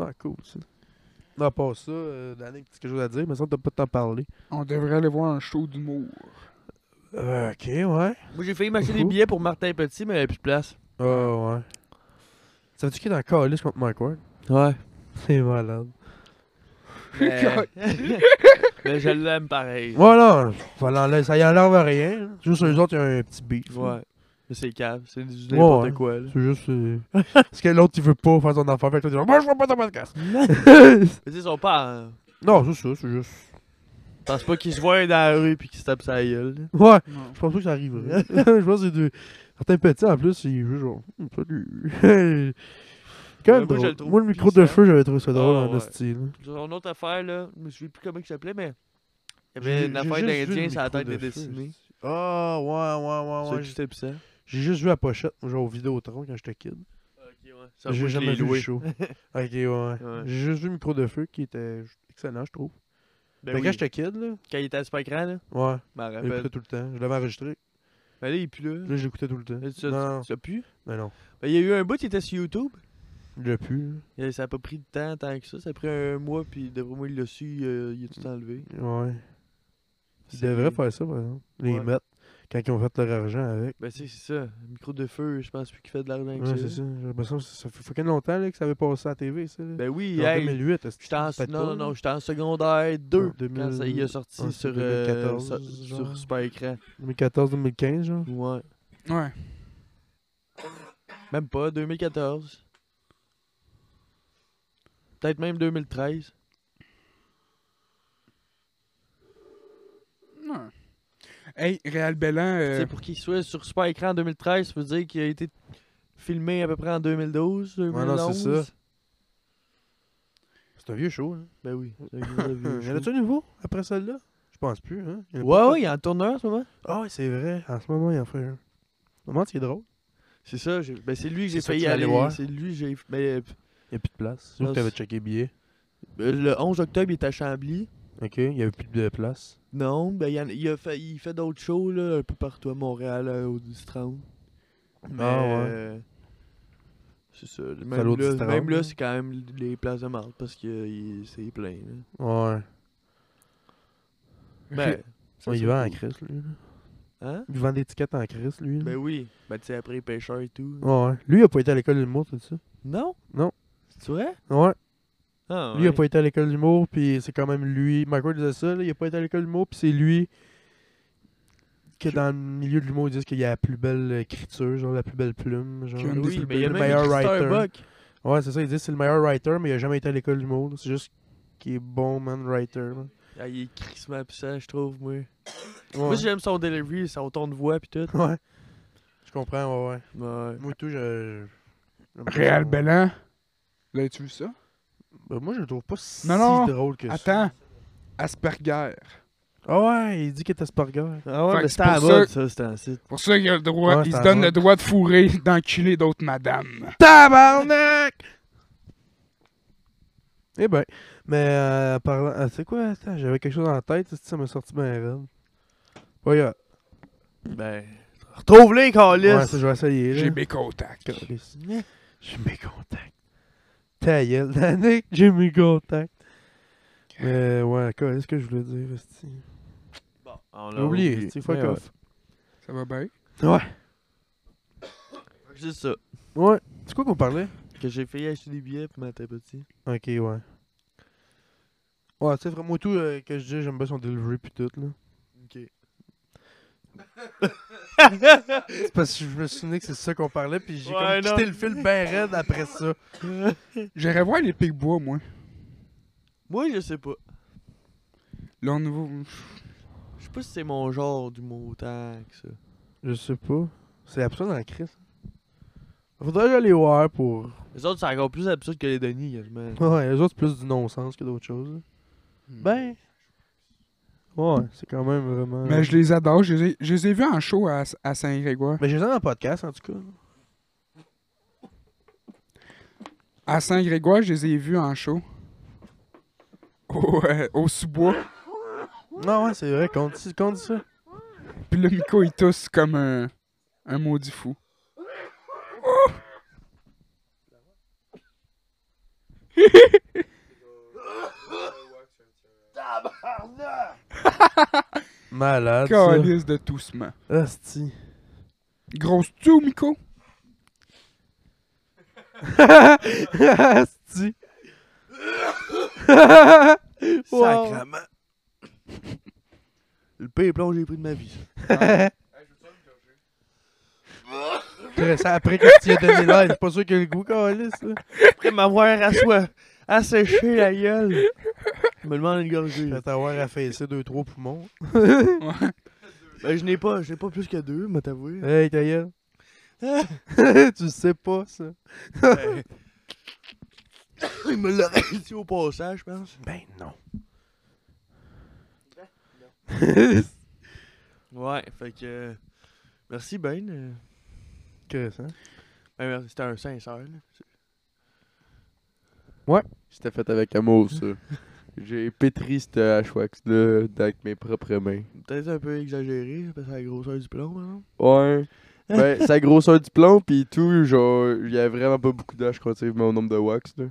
[SPEAKER 2] Ah, cool, ça. Non, à part ça, euh, Danick, t'as quelque chose à dire, mais ça, t'as pas de temps à parler.
[SPEAKER 1] On devrait aller voir un show d'humour.
[SPEAKER 2] Euh, ok, ouais.
[SPEAKER 3] Moi, j'ai failli m'acheter des
[SPEAKER 2] Ouhou.
[SPEAKER 3] billets pour Martin Petit, mais il n'y avait plus de place.
[SPEAKER 2] Ah, ouais. Ça veut dire qu'il est en calice contre Mike Ward?
[SPEAKER 3] Ouais.
[SPEAKER 2] [LAUGHS] C'est malade. [LAUGHS]
[SPEAKER 3] Mais, [LAUGHS] mais je l'aime pareil.
[SPEAKER 2] Voilà, ça l'enlève- ça y enlève à rien. là. Juste eux autres, il y a un petit beef. là.
[SPEAKER 3] Ouais. Mais c'est cave, c'est du
[SPEAKER 2] Ouais,
[SPEAKER 3] n'importe
[SPEAKER 2] ouais.
[SPEAKER 3] quoi, là.
[SPEAKER 2] C'est juste. euh, [LAUGHS] Parce que l'autre, il veut pas faire son affaire. Fait que l'autre, il dit Moi, je vois pas ton podcast.
[SPEAKER 3] Mais tu sais, ils sont pas. en-
[SPEAKER 2] non, c'est ça, c'est juste.
[SPEAKER 3] Je pense pas qu'ils se voient dans la rue puis qu'ils se tapent sa gueule. là.
[SPEAKER 2] Ouais,
[SPEAKER 1] Non.
[SPEAKER 2] Je pense pas que ça arriverait. [LAUGHS] je pense que c'est deux. Certains petits en plus, ils jouent genre. Hum, Salut. [LAUGHS] Quand
[SPEAKER 3] Ouais,
[SPEAKER 2] même
[SPEAKER 3] moi, je
[SPEAKER 2] drôle.
[SPEAKER 3] le trouve
[SPEAKER 2] moi, le micro de
[SPEAKER 3] puissant.
[SPEAKER 2] feu, j'avais trouvé ça drôle
[SPEAKER 3] Ah,
[SPEAKER 2] en
[SPEAKER 3] ouais.
[SPEAKER 2] style.
[SPEAKER 3] Son autre affaire, là, je me souviens plus comment il s'appelait, mais. Il y avait une affaire d'Indien sur la tête des dessinés.
[SPEAKER 2] Ah, ouais, ouais, ouais,
[SPEAKER 3] C'est
[SPEAKER 2] ouais.
[SPEAKER 3] qui
[SPEAKER 2] j'ai-
[SPEAKER 3] c'était pissant.
[SPEAKER 2] J'ai juste vu la pochette, moi, genre au Vidéotron quand j'étais kid.
[SPEAKER 3] Ok, ouais. Ça,
[SPEAKER 2] J'ai
[SPEAKER 3] moi, je
[SPEAKER 2] jamais
[SPEAKER 3] l'ai
[SPEAKER 2] vu le
[SPEAKER 3] loué. [LAUGHS]
[SPEAKER 2] show. ok, ouais.
[SPEAKER 3] Ouais.
[SPEAKER 2] J'ai juste vu le micro de feu qui était excellent, je trouve.
[SPEAKER 3] Ben
[SPEAKER 2] Mais
[SPEAKER 3] oui,
[SPEAKER 2] quand j'étais kid, là,
[SPEAKER 3] Quand il était à super écran, là,
[SPEAKER 2] ouais,
[SPEAKER 3] je m'en
[SPEAKER 2] je l'écoutais
[SPEAKER 3] rappelle.
[SPEAKER 2] tout le temps. Je l'avais enregistré.
[SPEAKER 3] Mais là, il est plus là.
[SPEAKER 2] Là, je l'écoutais tout le temps.
[SPEAKER 3] Là, tu l'as-
[SPEAKER 2] Non, non,
[SPEAKER 3] Tu l'as plus?
[SPEAKER 2] mais non.
[SPEAKER 3] Ben, il y a eu un bout qui était sur YouTube.
[SPEAKER 2] Je l'ai plus. là.
[SPEAKER 3] Et Ça a pas pris de temps tant que ça. Ça a pris un mois, puis d'après moi, il l'a su, euh, il a tout enlevé.
[SPEAKER 2] Ouais. Ils
[SPEAKER 3] C'est-
[SPEAKER 2] devraient faire ça, par exemple. Les
[SPEAKER 3] Ouais.
[SPEAKER 2] mettre. quand ils ont fait leur argent avec.
[SPEAKER 3] Ben, tu sais, c'est ça. Le micro de feu, je pense plus qu'il fait de l'argent avec
[SPEAKER 2] Ouais,
[SPEAKER 3] ça.
[SPEAKER 2] c'est ça. J'ai l'impression que ça fait fucking longtemps là, que ça avait passé à la TV, ça. là.
[SPEAKER 3] Ben oui,
[SPEAKER 2] en
[SPEAKER 3] hey,
[SPEAKER 2] 2008, est-ce que-
[SPEAKER 3] j'étais en...
[SPEAKER 2] peut-être
[SPEAKER 3] Non,
[SPEAKER 2] pas,
[SPEAKER 3] non,
[SPEAKER 2] là.
[SPEAKER 3] non, j'étais en secondaire 2
[SPEAKER 2] Ouais, 2000
[SPEAKER 3] quand ça y est sorti
[SPEAKER 2] ouais, c'est
[SPEAKER 3] sur, euh,
[SPEAKER 2] 2014,
[SPEAKER 3] sur-
[SPEAKER 2] genre.
[SPEAKER 3] sur super écran.
[SPEAKER 2] 2014-2015, genre.
[SPEAKER 3] Ouais.
[SPEAKER 1] Ouais.
[SPEAKER 3] Même pas, 2014. Peut-être même 2013.
[SPEAKER 1] Non. Hey, Réal Bellan,
[SPEAKER 3] Tu
[SPEAKER 1] euh,
[SPEAKER 3] sais, pour qu'il soit sur super écran en 2013, ça veut dire qu'il a été filmé à peu près en 2012, 2011.
[SPEAKER 2] Ouais, non, c'est ça. C'est un vieux show, hein.
[SPEAKER 3] Ben oui. c'est un gros [LAUGHS] vieux
[SPEAKER 2] y en
[SPEAKER 3] show.
[SPEAKER 2] a-tu un nouveau après celle-là Je pense plus, hein. Il y en a
[SPEAKER 3] Ouais,
[SPEAKER 2] pas
[SPEAKER 3] ouais, il y en tourne un en ce moment.
[SPEAKER 2] fait. Ah, ouais, c'est vrai. En ce moment, il en fait un. Moment, c'est drôle.
[SPEAKER 3] C'est ça, j'ai- ben c'est lui que j'ai
[SPEAKER 2] C'est ça que
[SPEAKER 3] failli
[SPEAKER 2] tu vas aller
[SPEAKER 3] aller.
[SPEAKER 2] voir.
[SPEAKER 3] C'est lui que j'ai. ben,
[SPEAKER 2] Il n'y a plus de place. Surtout
[SPEAKER 3] Ah,
[SPEAKER 2] que t'avais
[SPEAKER 3] c'est-
[SPEAKER 2] checké billet.
[SPEAKER 3] euh, le 11 octobre, il est à Chambly.
[SPEAKER 2] Ok, il n'y avait plus de place.
[SPEAKER 3] Non, ben il, y en- il a fait, il fait d'autres shows là, un peu partout à Montréal, euh, au 10-30.
[SPEAKER 2] ouais.
[SPEAKER 3] Mais, euh, c'est ça.
[SPEAKER 2] à
[SPEAKER 3] Même
[SPEAKER 2] l'autre
[SPEAKER 3] là,
[SPEAKER 2] 10-30,
[SPEAKER 3] même
[SPEAKER 2] là.
[SPEAKER 3] là, c'est quand même les places de marde parce que euh, il- c'est plein. Là.
[SPEAKER 2] Ouais.
[SPEAKER 3] Ben, ça,
[SPEAKER 2] Ouais,
[SPEAKER 3] c'est
[SPEAKER 2] il vend en
[SPEAKER 3] cool.
[SPEAKER 2] crise, lui. là.
[SPEAKER 3] Hein?
[SPEAKER 2] Il vend des tickets en crise, lui. là.
[SPEAKER 3] Ben oui. Ben tu sais, après, pêcheur et tout.
[SPEAKER 2] Ouais. Lui, il a pas été à l'école d'humour, tout ça.
[SPEAKER 3] Non?
[SPEAKER 2] Non.
[SPEAKER 3] C'est vrai?
[SPEAKER 2] Ouais.
[SPEAKER 3] Ah,
[SPEAKER 2] Lui, il a
[SPEAKER 3] ouais.
[SPEAKER 2] pas été à l'école d'humour, puis c'est quand même lui. Michael disait ça, là, il a pas été à l'école d'humour, puis c'est lui que dans le milieu de l'humour, ils disent qu'il a la plus belle écriture, genre la plus belle plume. Genre,
[SPEAKER 1] Qu'il a une
[SPEAKER 2] le
[SPEAKER 1] des
[SPEAKER 3] Oui,
[SPEAKER 1] plus
[SPEAKER 3] mais il y a
[SPEAKER 2] belles-
[SPEAKER 3] même
[SPEAKER 2] meilleur
[SPEAKER 3] écrit
[SPEAKER 2] writer.
[SPEAKER 3] Starbucks.
[SPEAKER 2] Ouais, c'est ça, ils disent que c'est le meilleur writer, mais il a jamais été à l'école d'humour. là. C'est juste qu'il est bon, man, writer. man.
[SPEAKER 3] Ah, il est crissement puissant, je trouve, moi.
[SPEAKER 2] Ouais.
[SPEAKER 3] Moi, j'aime son delivery, son ton de voix pis tout.
[SPEAKER 2] ouais. Je comprends, ouais, ouais.
[SPEAKER 3] Ouais.
[SPEAKER 2] Moi, tout, je. je-
[SPEAKER 1] Réal
[SPEAKER 2] j'aime pas ça.
[SPEAKER 1] Bellan, l'as-tu vu ça?
[SPEAKER 2] Ben, moi, je le trouve pas si
[SPEAKER 1] Non, non,
[SPEAKER 2] drôle que ça.
[SPEAKER 1] Attends, Asperger.
[SPEAKER 2] Ah ouais, il dit qu'il est Asperger.
[SPEAKER 3] Ah
[SPEAKER 1] Fait
[SPEAKER 3] ouais,
[SPEAKER 1] que
[SPEAKER 3] mais
[SPEAKER 1] c'est
[SPEAKER 3] c'était à la
[SPEAKER 1] pour
[SPEAKER 3] mode, ça, c'était un site.
[SPEAKER 1] Pour ça, il, a le droit,
[SPEAKER 2] Ouais,
[SPEAKER 1] il se
[SPEAKER 2] c'est un
[SPEAKER 1] donne
[SPEAKER 2] droit.
[SPEAKER 1] le droit de fourrer, d'enculer d'autres madames.
[SPEAKER 2] Tabarnak! Eh ben, mais euh, parlant. ah, tu sais quoi, attends, j'avais quelque chose en tête, c'est-tu, ça m'a sorti bien raide. Regarde.
[SPEAKER 3] Ben. Retrouve-les, Calis!
[SPEAKER 2] Ouais, ça, je vais essayer. là.
[SPEAKER 1] J'ai mes contacts.
[SPEAKER 2] Câlisse. J'ai mes contacts. Ta gueule, Danick, j'ai mes contacts. Mais ouais, qu'est-ce que je voulais dire, esti?
[SPEAKER 3] Bon, on
[SPEAKER 1] Ben,
[SPEAKER 2] J'ai oublié, esti, fuck
[SPEAKER 3] Ouais,
[SPEAKER 2] off.
[SPEAKER 1] Ça va bien?
[SPEAKER 2] Ouais.
[SPEAKER 3] ouais. Juste ça.
[SPEAKER 2] Ouais. C'est quoi qu'on parlait?
[SPEAKER 3] Que j'ai failli acheter des billets pour ma petit.
[SPEAKER 2] Ok, ouais. Ouais, tu sais, vraiment, moi, tout, euh, que je dis, j'aime bien son delivery pis tout, là.
[SPEAKER 3] Ok.
[SPEAKER 2] C'est parce que je me souvenais que c'est ça qu'on parlait, puis j'ai
[SPEAKER 3] Ouais,
[SPEAKER 2] comme
[SPEAKER 3] non.
[SPEAKER 2] quitté le fil ben raide après ça.
[SPEAKER 1] J'irai voir les Pigbois, moi.
[SPEAKER 3] Moi, je sais pas.
[SPEAKER 1] Leur nouveau.
[SPEAKER 3] Je sais pas si c'est mon genre du mot autant que ça.
[SPEAKER 2] Je sais pas. C'est absurde en crise. Faudrait aller voir pour. [LAUGHS]
[SPEAKER 3] Les autres, c'est encore plus absurde que les Denis, [LAUGHS] quasiment.
[SPEAKER 2] Ouais, les autres, c'est plus du non-sens que d'autres choses. là.
[SPEAKER 3] Hmm.
[SPEAKER 2] Ben. Ouais, c'est quand même vraiment.
[SPEAKER 1] Mais Ben, je les adore. Je les ai, je les ai vus en show à, à Saint-Grégoire.
[SPEAKER 2] Mais Ben, j'ai ça dans le podcast, en tout cas.
[SPEAKER 1] À Saint-Grégoire, je les ai vus en show. Au, euh, au sous-bois.
[SPEAKER 2] Non, ouais, c'est vrai, qu'on dit, qu'on dit ça.
[SPEAKER 1] Puis le Miko, il tousse comme un, un maudit fou.
[SPEAKER 2] Malade. ça.
[SPEAKER 1] Calice de toussement.
[SPEAKER 2] Asti.
[SPEAKER 1] Grosse tu Miko? [LAUGHS]
[SPEAKER 2] Asti.
[SPEAKER 3] Sacrement. Le pire plonge que j'ai pris de ma vie. ça.
[SPEAKER 2] Après, ça, après que tu y as donné l'air, c'est pas sûr que le goût, câlisse, là.
[SPEAKER 3] Après m'avoir assoi... asséché la gueule. Je me demande une gorgée.
[SPEAKER 2] Après t'avoir affaissé deux, trois poumons.
[SPEAKER 3] Ben, je n'ai pas, je n'ai pas plus que deux, m'a t'avoué.
[SPEAKER 2] Hey, ta gueule.
[SPEAKER 3] Ah.
[SPEAKER 2] tu sais pas, ça.
[SPEAKER 3] Ben, [LAUGHS] Il me l'aurait dit au passage, je pense.
[SPEAKER 2] Ben non.
[SPEAKER 3] Ouais, fait que. euh, Merci, Ben. euh,
[SPEAKER 2] que ça?
[SPEAKER 3] ben, merci, C'était un sincère. là.
[SPEAKER 4] C'était fait avec amour, ça. J'ai pétri ce hashwax-là avec mes propres mains.
[SPEAKER 3] Peut-être un peu exagéré, parce que la grosseur du plomb, hein. par exemple.
[SPEAKER 4] Ouais. [LAUGHS] Ben, sa grosseur du plomb, pis tout, genre, il y a vraiment pas beaucoup d'âge quand tu sais, mais au nombre de wax, là.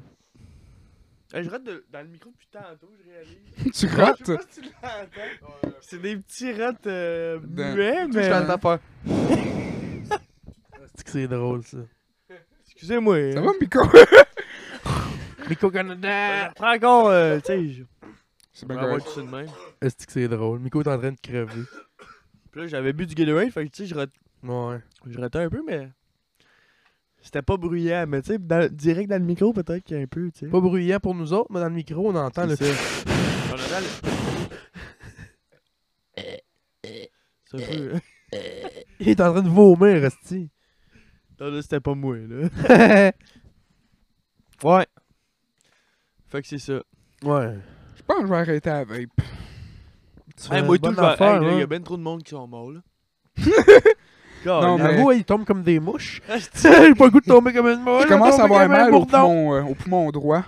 [SPEAKER 3] Hey, je rate de- dans le micro depuis tantôt,
[SPEAKER 1] [LAUGHS]
[SPEAKER 3] je réalise.
[SPEAKER 1] tu
[SPEAKER 3] Je
[SPEAKER 1] rates?
[SPEAKER 3] sais pas si tu l'entends. C'est des petits rats euh,
[SPEAKER 1] Dans-
[SPEAKER 3] muets, mais.
[SPEAKER 4] faire.
[SPEAKER 2] C'est que c'est drôle, ça.
[SPEAKER 3] Excusez-moi. hein.
[SPEAKER 1] Ça va,
[SPEAKER 3] [LAUGHS]
[SPEAKER 1] Miko?
[SPEAKER 2] Miko Canada!
[SPEAKER 3] Prends Ben, encore, euh, tu sais, je
[SPEAKER 1] C'est
[SPEAKER 3] vais
[SPEAKER 1] bien
[SPEAKER 3] avoir
[SPEAKER 1] Ben, correct.
[SPEAKER 3] tout ça de même.
[SPEAKER 2] Est-ce que c'est drôle? Miko est en train de crever.
[SPEAKER 3] Puis là, j'avais bu du Gatorade, fait que tu sais, je, rat-
[SPEAKER 2] Ouais.
[SPEAKER 3] je ratais un peu, mais. C'était pas bruyant, mais tu sais, dans- direct dans le micro, peut-être qu'il y a un peu, tu sais.
[SPEAKER 2] Pas bruyant pour nous autres, mais dans le micro, on entend le.
[SPEAKER 3] C'est ça. On entend le- C'est un peu.
[SPEAKER 2] [LAUGHS] Il est en train de vomir, Resti.
[SPEAKER 3] Non, là, c'était pas moi, là.
[SPEAKER 2] [LAUGHS] ouais.
[SPEAKER 3] Ouais. Fait que c'est ça.
[SPEAKER 2] Tu
[SPEAKER 1] Je pense que je vais arrêter la vape.
[SPEAKER 3] Hey,
[SPEAKER 2] fais
[SPEAKER 3] moi,
[SPEAKER 2] une bonne
[SPEAKER 3] tout, je vais-
[SPEAKER 2] affaire,
[SPEAKER 3] hey, là, il y
[SPEAKER 2] hein.
[SPEAKER 3] a bien trop de monde qui sont
[SPEAKER 2] [LAUGHS]
[SPEAKER 3] morts, là.
[SPEAKER 1] Non, mais-
[SPEAKER 2] La roue, il tombe comme des mouches.
[SPEAKER 3] mais.
[SPEAKER 2] J'ai pas le goût de tomber comme une mouche.
[SPEAKER 1] Je commence à avoir
[SPEAKER 2] tomber comme un
[SPEAKER 1] mal au
[SPEAKER 2] bourdon.
[SPEAKER 1] poumon, euh, au poumon droit.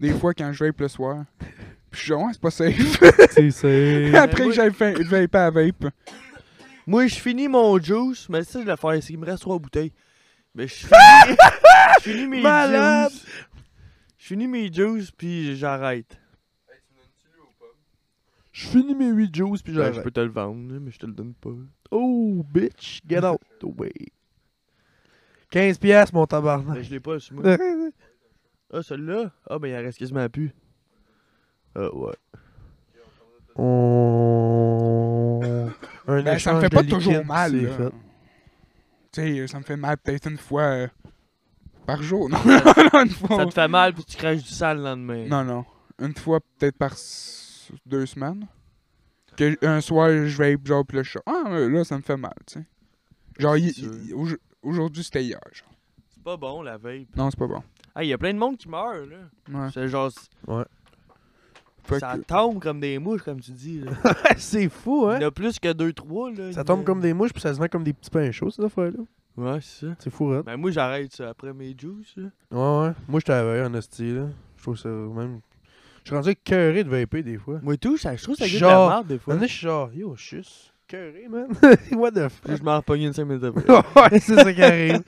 [SPEAKER 1] Des fois, quand je vape le soir. Puis je suis genre, ouais, c'est pas
[SPEAKER 2] [LAUGHS]
[SPEAKER 1] safe.
[SPEAKER 2] [LAUGHS] C'est ça.
[SPEAKER 1] Après que j'ai fait- vape à la vape.
[SPEAKER 3] [LAUGHS] Moi, je finis mon juice, mais ça, je vais le faire. Il me reste trois bouteilles. Mais je
[SPEAKER 2] [LAUGHS]
[SPEAKER 3] finis, je finis mes
[SPEAKER 2] Malade.
[SPEAKER 3] juice. Je finis mes juice, puis j'arrête.
[SPEAKER 2] Je finis mes 8 juices puis
[SPEAKER 3] Ben, je
[SPEAKER 2] j'arrête.
[SPEAKER 3] peux te le vendre, mais je te le donne pas.
[SPEAKER 2] Oh, bitch, get out the way. 15 piastres, mon
[SPEAKER 3] Mais
[SPEAKER 2] tabarnak.
[SPEAKER 3] je l'ai pas sur moi.
[SPEAKER 2] T'as
[SPEAKER 3] Ah, celui-là? Ah, ben, il en reste quasiment plus. Ah, ouais.
[SPEAKER 2] Un
[SPEAKER 1] Ben, ça me
[SPEAKER 2] Oh. échange
[SPEAKER 1] fait
[SPEAKER 2] de
[SPEAKER 1] pas
[SPEAKER 2] liquide,
[SPEAKER 1] toujours mal.
[SPEAKER 2] c'est
[SPEAKER 1] là.
[SPEAKER 2] fait.
[SPEAKER 1] Tu sais, ça me fait mal peut-être une fois euh, par jour.
[SPEAKER 3] [LAUGHS]
[SPEAKER 1] Non, [LAUGHS] une fois.
[SPEAKER 3] Ça te fait mal, puis tu craches du sang le lendemain.
[SPEAKER 1] Non, non. Une fois peut-être par s- deux semaines. Que un soir, je vape, genre, pis là, je suis Ah, euh, là, ça me fait mal, tu sais. Genre, il-
[SPEAKER 3] C'est sûr.
[SPEAKER 1] il- au- aujourd'hui, c'était hier. genre.
[SPEAKER 3] C'est pas bon, la vape.
[SPEAKER 1] Non, c'est pas bon.
[SPEAKER 3] Ah, il y a plein de monde qui meurt, là.
[SPEAKER 1] Ouais.
[SPEAKER 3] C'est genre,
[SPEAKER 1] Fait
[SPEAKER 3] ça
[SPEAKER 1] que-
[SPEAKER 3] tombe comme des mouches, comme tu dis. Là.
[SPEAKER 2] C'est fou,
[SPEAKER 3] Il y
[SPEAKER 2] hein?
[SPEAKER 3] en a plus que deux, trois, là.
[SPEAKER 2] Ça tombe comme des mouches puis ça se vend comme des petits pains chauds, cette affaire-là.
[SPEAKER 3] Ouais, c'est ça.
[SPEAKER 2] C'est fou, hein?
[SPEAKER 3] Ben, moi, j'arrête ça après mes juices, là.
[SPEAKER 2] Ouais, ouais. Moi, je t'avais en hostie, là. Je trouve ça même. Je suis rendu écœuré de vaper des fois.
[SPEAKER 3] Moi, tout, ça, je trouve ça goûte de
[SPEAKER 2] Genre-
[SPEAKER 3] la merde, des fois.
[SPEAKER 2] Maintenant, je suis genre, yo, je suis juste écœuré, [LAUGHS] man. What the
[SPEAKER 3] Puis
[SPEAKER 2] fuck?
[SPEAKER 3] je m'en repogne une 5 minutes après.
[SPEAKER 2] ouais, c'est ça qui arrive.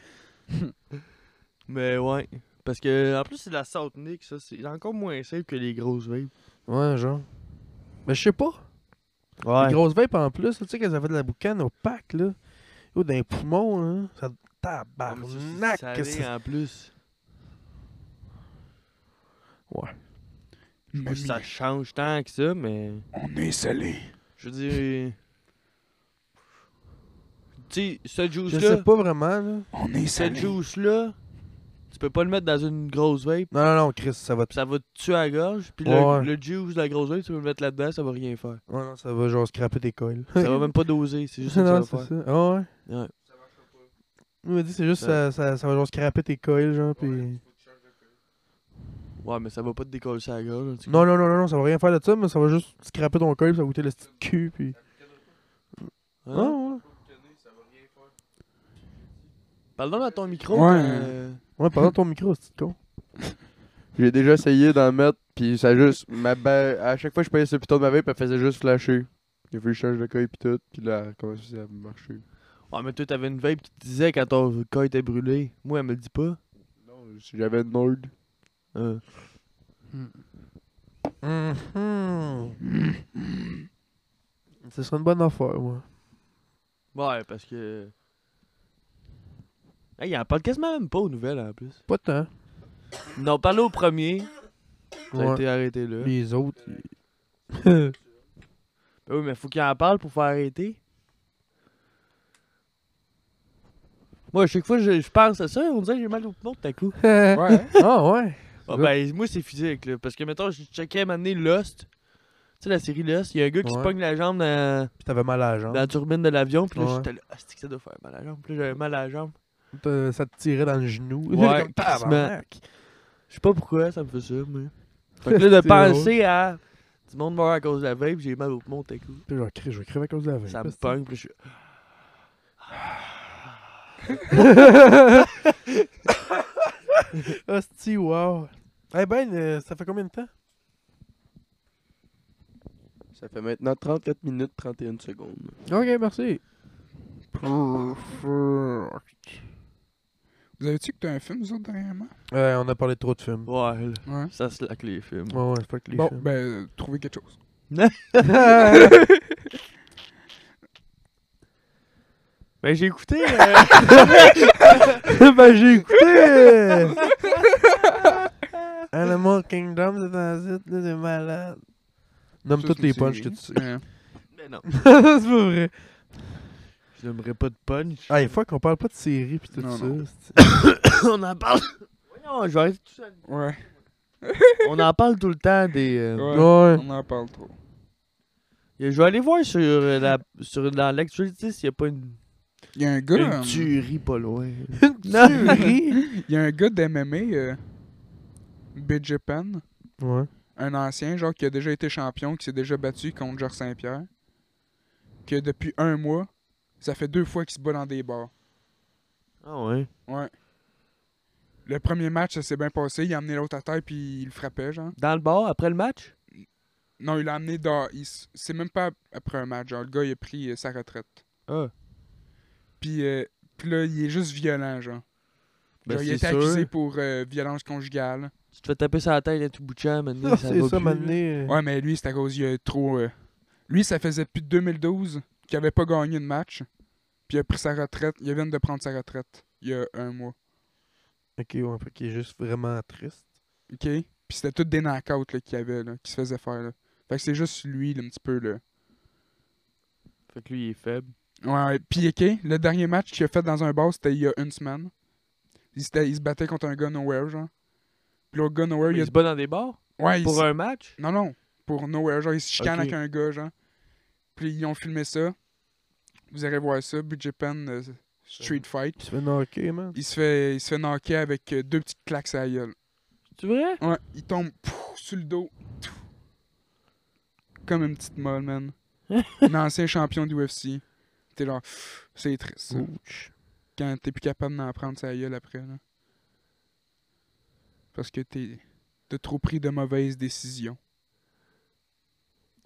[SPEAKER 3] Mais ouais. Parce que, en plus, c'est de la saute nique, ça. C'est encore moins safe que les grosses vapes.
[SPEAKER 2] Ouais, genre. Mais je sais pas.
[SPEAKER 3] Ouais.
[SPEAKER 2] Les grosses vapes en plus, tu sais, qu'elles avaient de la boucane opaque, là. Yo, dans les poumons, hein. Ça hein. tabarnak. que
[SPEAKER 3] salé
[SPEAKER 2] c'est-
[SPEAKER 3] en plus.
[SPEAKER 1] Mamie,
[SPEAKER 3] Moi, ça change tant que ça, mais.
[SPEAKER 1] on est salé.
[SPEAKER 3] Je veux dire. Tu sais, ce
[SPEAKER 2] Je
[SPEAKER 3] juice-là.
[SPEAKER 2] sais pas vraiment, là.
[SPEAKER 1] On est
[SPEAKER 3] Ce
[SPEAKER 1] salé.
[SPEAKER 3] juice-là, tu peux pas le mettre dans une grosse vape.
[SPEAKER 2] Non, non, non, Chris, ça va.
[SPEAKER 3] pis ça va te tuer à la gorge. Puis
[SPEAKER 2] Ouais.
[SPEAKER 3] le, le juice de la grosse vape, tu peux le mettre là-dedans, ça va
[SPEAKER 2] [LAUGHS]
[SPEAKER 3] rien faire.
[SPEAKER 2] Ouais, non, ça va genre scraper tes coils.
[SPEAKER 3] Ça va même pas doser, c'est juste ça que ça
[SPEAKER 2] non,
[SPEAKER 3] va
[SPEAKER 2] c'est
[SPEAKER 3] faire.
[SPEAKER 2] ça. Ah ouais.
[SPEAKER 3] Ouais.
[SPEAKER 2] Il m'a dit, c'est juste, ça, ça, ça va genre scraper tes coils, genre, pis.
[SPEAKER 3] Ouais, mais ça va pas te décoller ça à la gorge. en tout cas.
[SPEAKER 2] Non, non, non, non, non, ça va rien faire de ça, mais ça va juste scraper ton coil, pis ça va goûter le petit cul, pis.
[SPEAKER 3] Hein?
[SPEAKER 2] Ah, ouais.
[SPEAKER 3] Parle donc dans ton micro.
[SPEAKER 1] Ouais.
[SPEAKER 3] euh,
[SPEAKER 2] Ouais, parle dans ton micro, c'est con.
[SPEAKER 4] J'ai déjà essayé d'en mettre, puis ça juste. Ma ba- À chaque fois que je payais ce piton de ma vape, elle faisait juste flasher. J'ai fait le change de coil, puis tout, puis là, comment ça a marché.
[SPEAKER 3] Ouais, mais toi, t'avais une vape qui te disait quand ton corps était brûlé. Moi, elle me le dit pas.
[SPEAKER 4] Non, j'avais une Nord.
[SPEAKER 3] Hein.
[SPEAKER 2] Ça serait une bonne affaire, moi.
[SPEAKER 3] Ouais, parce que. Hey, il en parle quasiment même pas aux nouvelles en plus.
[SPEAKER 2] Pas tant.
[SPEAKER 3] Ils en ont parlé au premier. Ça a
[SPEAKER 2] Ouais.
[SPEAKER 3] été arrêté là.
[SPEAKER 2] Les autres. ils-
[SPEAKER 3] Ben oui, mais faut qu'il en parle pour faire arrêter. Moi, à chaque fois, je, je pense à ça, on dirait que j'ai mal au poumon tout à coup.
[SPEAKER 1] Ouais.
[SPEAKER 3] [LAUGHS]
[SPEAKER 1] hein?
[SPEAKER 2] Ah ouais.
[SPEAKER 3] Ah, ben, moi, c'est physique, là. Parce que, mettons, je checkais à un moment donné Lost. Tu sais, la série Lost, il y a un gars qui
[SPEAKER 2] Ouais.
[SPEAKER 3] se pogne la jambe dans,
[SPEAKER 2] Pis t'avais mal à la
[SPEAKER 3] dans
[SPEAKER 2] jambe.
[SPEAKER 3] la turbine de l'avion. Puis là,
[SPEAKER 2] Ouais.
[SPEAKER 3] j'étais là, ah, c'est que ça doit faire mal à la jambe. Puis là, j'avais mal à la jambe.
[SPEAKER 2] T'as- Ça te tirait dans le genou. [LAUGHS]
[SPEAKER 3] Ouais,
[SPEAKER 2] Comme tabarnak.
[SPEAKER 3] Je sais pas pourquoi ça me fait ça, mais. Fait [LAUGHS] que là, de
[SPEAKER 2] C'est
[SPEAKER 3] penser à. Du monde meurt à cause de la vape, j'ai mal au poumon, t'es cool.
[SPEAKER 2] Puis genre, Chris, je vais crever à cause de la veille.
[SPEAKER 3] Ça me pogne, puis je suis.
[SPEAKER 2] Hostie, wow. Eh ben, euh, ça fait combien de temps?
[SPEAKER 4] Ça fait maintenant 34 minutes 31 secondes.
[SPEAKER 2] Ok, merci.
[SPEAKER 1] Perfect. Vous avez-tu que t'as un film, vous autres, dernièrement?
[SPEAKER 2] Ouais, on a parlé de trop de films.
[SPEAKER 3] Ouais, là,
[SPEAKER 1] Ouais.
[SPEAKER 3] ça slack les films.
[SPEAKER 2] Ouais, ouais, c'est pas que les
[SPEAKER 1] Bon,
[SPEAKER 2] films.
[SPEAKER 1] ben, euh, trouvez quelque chose.
[SPEAKER 3] [LAUGHS] Ben, j'ai écouté. euh,
[SPEAKER 2] ben, j'ai écouté! euh, [LAUGHS] Animal Kingdom, c'est un site, là, c'est malade. Nomme
[SPEAKER 1] Ça,
[SPEAKER 2] toutes
[SPEAKER 1] c'est une
[SPEAKER 2] les punches que
[SPEAKER 1] série.
[SPEAKER 2] tu sais.
[SPEAKER 1] Ouais.
[SPEAKER 3] ben [LAUGHS] non.
[SPEAKER 2] c'est pas vrai.
[SPEAKER 3] Je n'aimerais pas de punch.
[SPEAKER 2] Ah, il faut qu'on parle pas de séries pis tout
[SPEAKER 1] Non,
[SPEAKER 2] ça.
[SPEAKER 1] non.
[SPEAKER 2] c'est-
[SPEAKER 3] [LAUGHS] on en parle. Voyons, je vais arrêter tout ça.
[SPEAKER 1] Ouais,
[SPEAKER 3] On en parle tout le temps des. euh,
[SPEAKER 1] Ouais.
[SPEAKER 2] Ouais.
[SPEAKER 1] on en parle trop.
[SPEAKER 3] Je vais aller voir sur, euh, la, sur dans l'actualité s'il n'y a pas une,
[SPEAKER 1] Il y a un gars...
[SPEAKER 3] une
[SPEAKER 1] euh,
[SPEAKER 3] tuerie pas [LAUGHS] loin.
[SPEAKER 2] Non. [LAUGHS]
[SPEAKER 1] Il y a un gars d'MMA, euh, Big Japan,
[SPEAKER 2] Ouais.
[SPEAKER 1] un ancien, genre, qui a déjà été champion, qui s'est déjà battu contre Georges Saint-Pierre, que depuis un mois, ça fait deux fois qu'il se bat dans des bars.
[SPEAKER 3] Ah ouais.
[SPEAKER 1] Ouais. Le premier match, ça s'est bien passé, il a amené l'autre à terre, puis il le frappait, genre.
[SPEAKER 3] Dans le bar, après le match?
[SPEAKER 1] Non, il l'a amené dans... il s- C'est même pas après un match, genre, le gars, il a pris euh, sa retraite.
[SPEAKER 3] Ah.
[SPEAKER 1] Puis, euh, puis là, il est juste violent, genre.
[SPEAKER 3] Ben,
[SPEAKER 1] Genre, il a
[SPEAKER 3] c'est
[SPEAKER 1] été
[SPEAKER 3] sûr.
[SPEAKER 1] accusé pour euh, violence conjugale.
[SPEAKER 3] Tu te fais taper sur la tête à tout bout de champ, maintenant,
[SPEAKER 2] Ah,
[SPEAKER 3] ça
[SPEAKER 2] c'est
[SPEAKER 3] va
[SPEAKER 2] ça,
[SPEAKER 3] plus, là.
[SPEAKER 2] maintenant.
[SPEAKER 1] Ouais, mais lui, c'est à cause, il a trop. euh, Lui, ça faisait depuis 2012 qu'il avait pas gagné de match. Puis il a pris sa retraite. Il vient de prendre sa retraite il y a un mois.
[SPEAKER 2] Ok, ouais, fait qu'il est juste vraiment triste.
[SPEAKER 1] OK? Puis c'était tout des knockouts là, qu'il y avait, là, qui se faisait faire. Là. Fait que c'est juste lui, là, un petit peu. Là.
[SPEAKER 3] Fait que lui, il est faible.
[SPEAKER 1] Ouais, ouais. Puis OK, le dernier match qu'il a fait dans un bar, c'était il y a une semaine. Il, s'était- il se battait contre un gars nowhere, genre. Puis l'autre gars nowhere, il,
[SPEAKER 3] Il
[SPEAKER 1] a.
[SPEAKER 3] se bat dans des bars?
[SPEAKER 1] Ouais, il
[SPEAKER 3] Pour
[SPEAKER 1] s-
[SPEAKER 3] un match?
[SPEAKER 1] Non, non. Pour Nowhere, genre, ils se chicanent
[SPEAKER 3] Ok.
[SPEAKER 1] avec un gars, genre. Puis ils ont filmé ça. Vous irez voir ça, Big Japan euh, Street Fight.
[SPEAKER 2] Tu se fait knocker, man.
[SPEAKER 1] Il se fait, il se fait knocker avec euh, deux petites claques à la gueule.
[SPEAKER 3] C'est vrai?
[SPEAKER 1] Ouais, il tombe pouf, sur le dos. Pfff. Comme une petite molle, man. un ancien champion du UFC. T'es là, pff, c'est triste. ça.
[SPEAKER 2] Ouch.
[SPEAKER 1] Quand t'es plus capable d'en prendre sa gueule après, là. Parce que t'es. T'as trop pris de mauvaises décisions. [LAUGHS]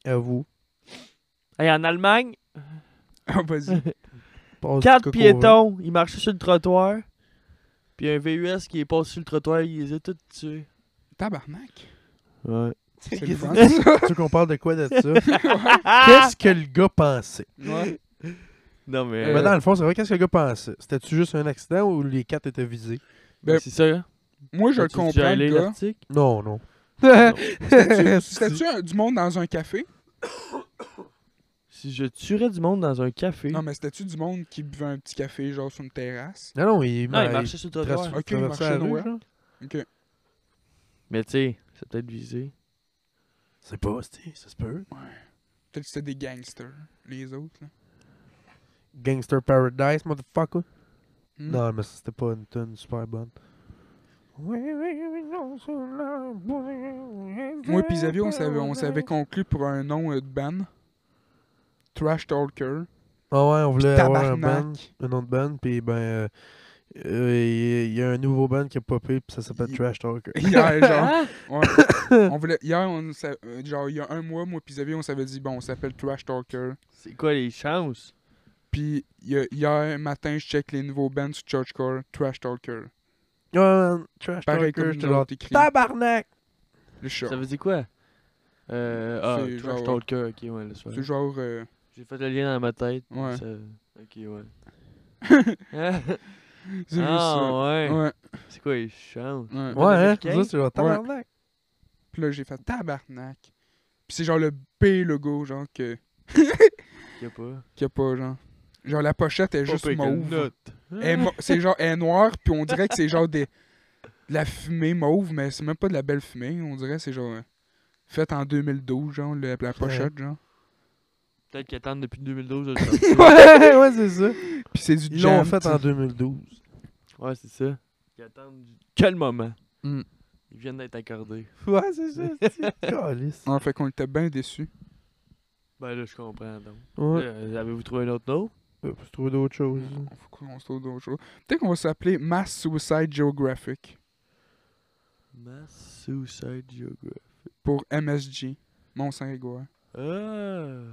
[SPEAKER 2] À vous.
[SPEAKER 3] Hey, en Allemagne,
[SPEAKER 1] Ah, vas-y.
[SPEAKER 2] Passe du
[SPEAKER 3] quatre
[SPEAKER 2] coq au
[SPEAKER 1] hein.
[SPEAKER 3] piétons, ils marchaient sur le trottoir. Puis un VUS qui est passé sur le trottoir, il les a tous tués.
[SPEAKER 1] Tabarnak.
[SPEAKER 3] Ouais.
[SPEAKER 2] vent.
[SPEAKER 1] C'est le fun,
[SPEAKER 2] Tu veux qu'on parle de quoi de
[SPEAKER 1] [LAUGHS]
[SPEAKER 2] ça? Qu'est-ce que le gars pensait?
[SPEAKER 1] Ouais.
[SPEAKER 3] Non, mais.
[SPEAKER 1] Euh,
[SPEAKER 2] Ben, dans le fond, c'est vrai, qu'est-ce que le gars pensait? C'était-tu juste un accident ou les quatre étaient visés?
[SPEAKER 1] ben,
[SPEAKER 3] c'est ça. hein?
[SPEAKER 1] Moi, je le
[SPEAKER 3] As-tu déjà
[SPEAKER 1] comprends,
[SPEAKER 3] lu
[SPEAKER 1] le gars.
[SPEAKER 3] l'article?
[SPEAKER 1] [LAUGHS]
[SPEAKER 2] Non, non.
[SPEAKER 1] C'était-tu un- du monde dans un café?
[SPEAKER 3] Si je tuerais du monde dans un café.
[SPEAKER 1] Non, mais c'était-tu du monde qui buvait un petit café, genre, sur une terrasse?
[SPEAKER 2] Non, non, il,
[SPEAKER 3] Non, il
[SPEAKER 2] il
[SPEAKER 3] marchait sur le trottoir.
[SPEAKER 1] Ok, il
[SPEAKER 2] traversait
[SPEAKER 1] marchait
[SPEAKER 2] la rue,
[SPEAKER 1] nowhere.
[SPEAKER 2] genre.
[SPEAKER 1] OK.
[SPEAKER 3] Mais tu sais, c'est peut-être visé.
[SPEAKER 2] C'est pas, c'est- ça se peut.
[SPEAKER 1] Peut-être que c'était des gangsters, les autres, là.
[SPEAKER 2] Gangster Paradise, motherfucker.
[SPEAKER 1] Hmm?
[SPEAKER 2] Non, mais ça, c'était pas une tonne super bonne. Moi
[SPEAKER 1] Moi et Xavier, on s'avait, on s'avait conclu pour un nom euh, de band. Trash Talker. [LAUGHS]
[SPEAKER 2] Ah ouais, on voulait avoir un
[SPEAKER 1] Tabarnak.
[SPEAKER 2] band, un autre band, puis ben, euh, euh, il y- il y a un nouveau band qui a popé, puis ça s'appelle
[SPEAKER 1] Il-
[SPEAKER 2] Trash Talker.
[SPEAKER 1] Hier,
[SPEAKER 3] [LAUGHS]
[SPEAKER 1] genre.
[SPEAKER 3] Ah!
[SPEAKER 1] ouais. on voulait, hier, on, s'a- euh, genre, il y a un mois, moi et Xavier, on s'avait dit, bon, on s'appelle Trash Talker.
[SPEAKER 3] C'est quoi les chances?
[SPEAKER 1] Puis il y a- hier matin, je check les nouveaux bands sur Churchcore, Trash Talker.
[SPEAKER 2] Ouais, man, Trash
[SPEAKER 1] Pareil
[SPEAKER 2] Talker,
[SPEAKER 1] comme
[SPEAKER 2] j'étais
[SPEAKER 1] nous
[SPEAKER 2] genre
[SPEAKER 1] autres, écrit.
[SPEAKER 2] tabarnak!
[SPEAKER 1] Le chat.
[SPEAKER 3] Ça veut dire quoi? Euh. Ah,
[SPEAKER 1] C'est
[SPEAKER 3] Trash
[SPEAKER 1] genre-
[SPEAKER 3] Talker, ok, ouais, le soir.
[SPEAKER 1] C'est genre. euh,
[SPEAKER 3] J'ai fait le lien dans ma tête.
[SPEAKER 1] Ouais.
[SPEAKER 3] ça- Ok, ouais. [LAUGHS] ah,
[SPEAKER 1] [LAUGHS] c'est juste ça.
[SPEAKER 3] ouais.
[SPEAKER 1] Ouais.
[SPEAKER 3] C'est quoi les chances?
[SPEAKER 1] ouais.
[SPEAKER 2] Ouais, hein?
[SPEAKER 3] américain?
[SPEAKER 2] Ça, c'est genre tabarnak!
[SPEAKER 1] Puis là, j'ai fait tabarnak. Puis c'est genre le B logo, genre, que,
[SPEAKER 3] Y a pas.
[SPEAKER 1] qu'il y a pas, genre. Genre, la pochette est juste
[SPEAKER 3] Pas pire que
[SPEAKER 1] mauve.
[SPEAKER 3] note.
[SPEAKER 1] Elle est mo- c'est genre, elle est noire, puis on dirait que c'est genre des, de la fumée mauve, mais c'est même pas de la belle fumée. On dirait que c'est genre. euh, Faite en 2012, genre, le- la pochette, genre.
[SPEAKER 3] Peut-être qu'ils attendent depuis 2012. de
[SPEAKER 1] [LAUGHS]
[SPEAKER 2] Ouais, [LAUGHS]
[SPEAKER 3] sortir.
[SPEAKER 2] ouais, c'est ça.
[SPEAKER 1] Puis c'est du
[SPEAKER 2] Ils l'ont
[SPEAKER 1] jam,
[SPEAKER 2] fait
[SPEAKER 1] tu
[SPEAKER 2] en
[SPEAKER 1] sais. [LAUGHS]
[SPEAKER 2] 2012.
[SPEAKER 3] ouais, c'est ça. Ils attendent du- quel moment?
[SPEAKER 1] Mm.
[SPEAKER 3] Ils viennent d'être accordés.
[SPEAKER 2] Ouais, c'est [LAUGHS] ça, c'est calice.
[SPEAKER 1] Ouais, fait qu'on était bien déçus.
[SPEAKER 3] Ben là, je comprends donc.
[SPEAKER 2] Ouais,
[SPEAKER 3] Euh, Avez-vous trouvé un autre nom?
[SPEAKER 2] on peut se trouver d'autres choses.
[SPEAKER 1] Faut qu'on se trouve d'autres choses. Peut-être qu'on va s'appeler Mass Suicide Geographic
[SPEAKER 3] Mass Suicide Geographic.
[SPEAKER 1] pour MSG, Mont-Saint-Grégoire.
[SPEAKER 3] Ah!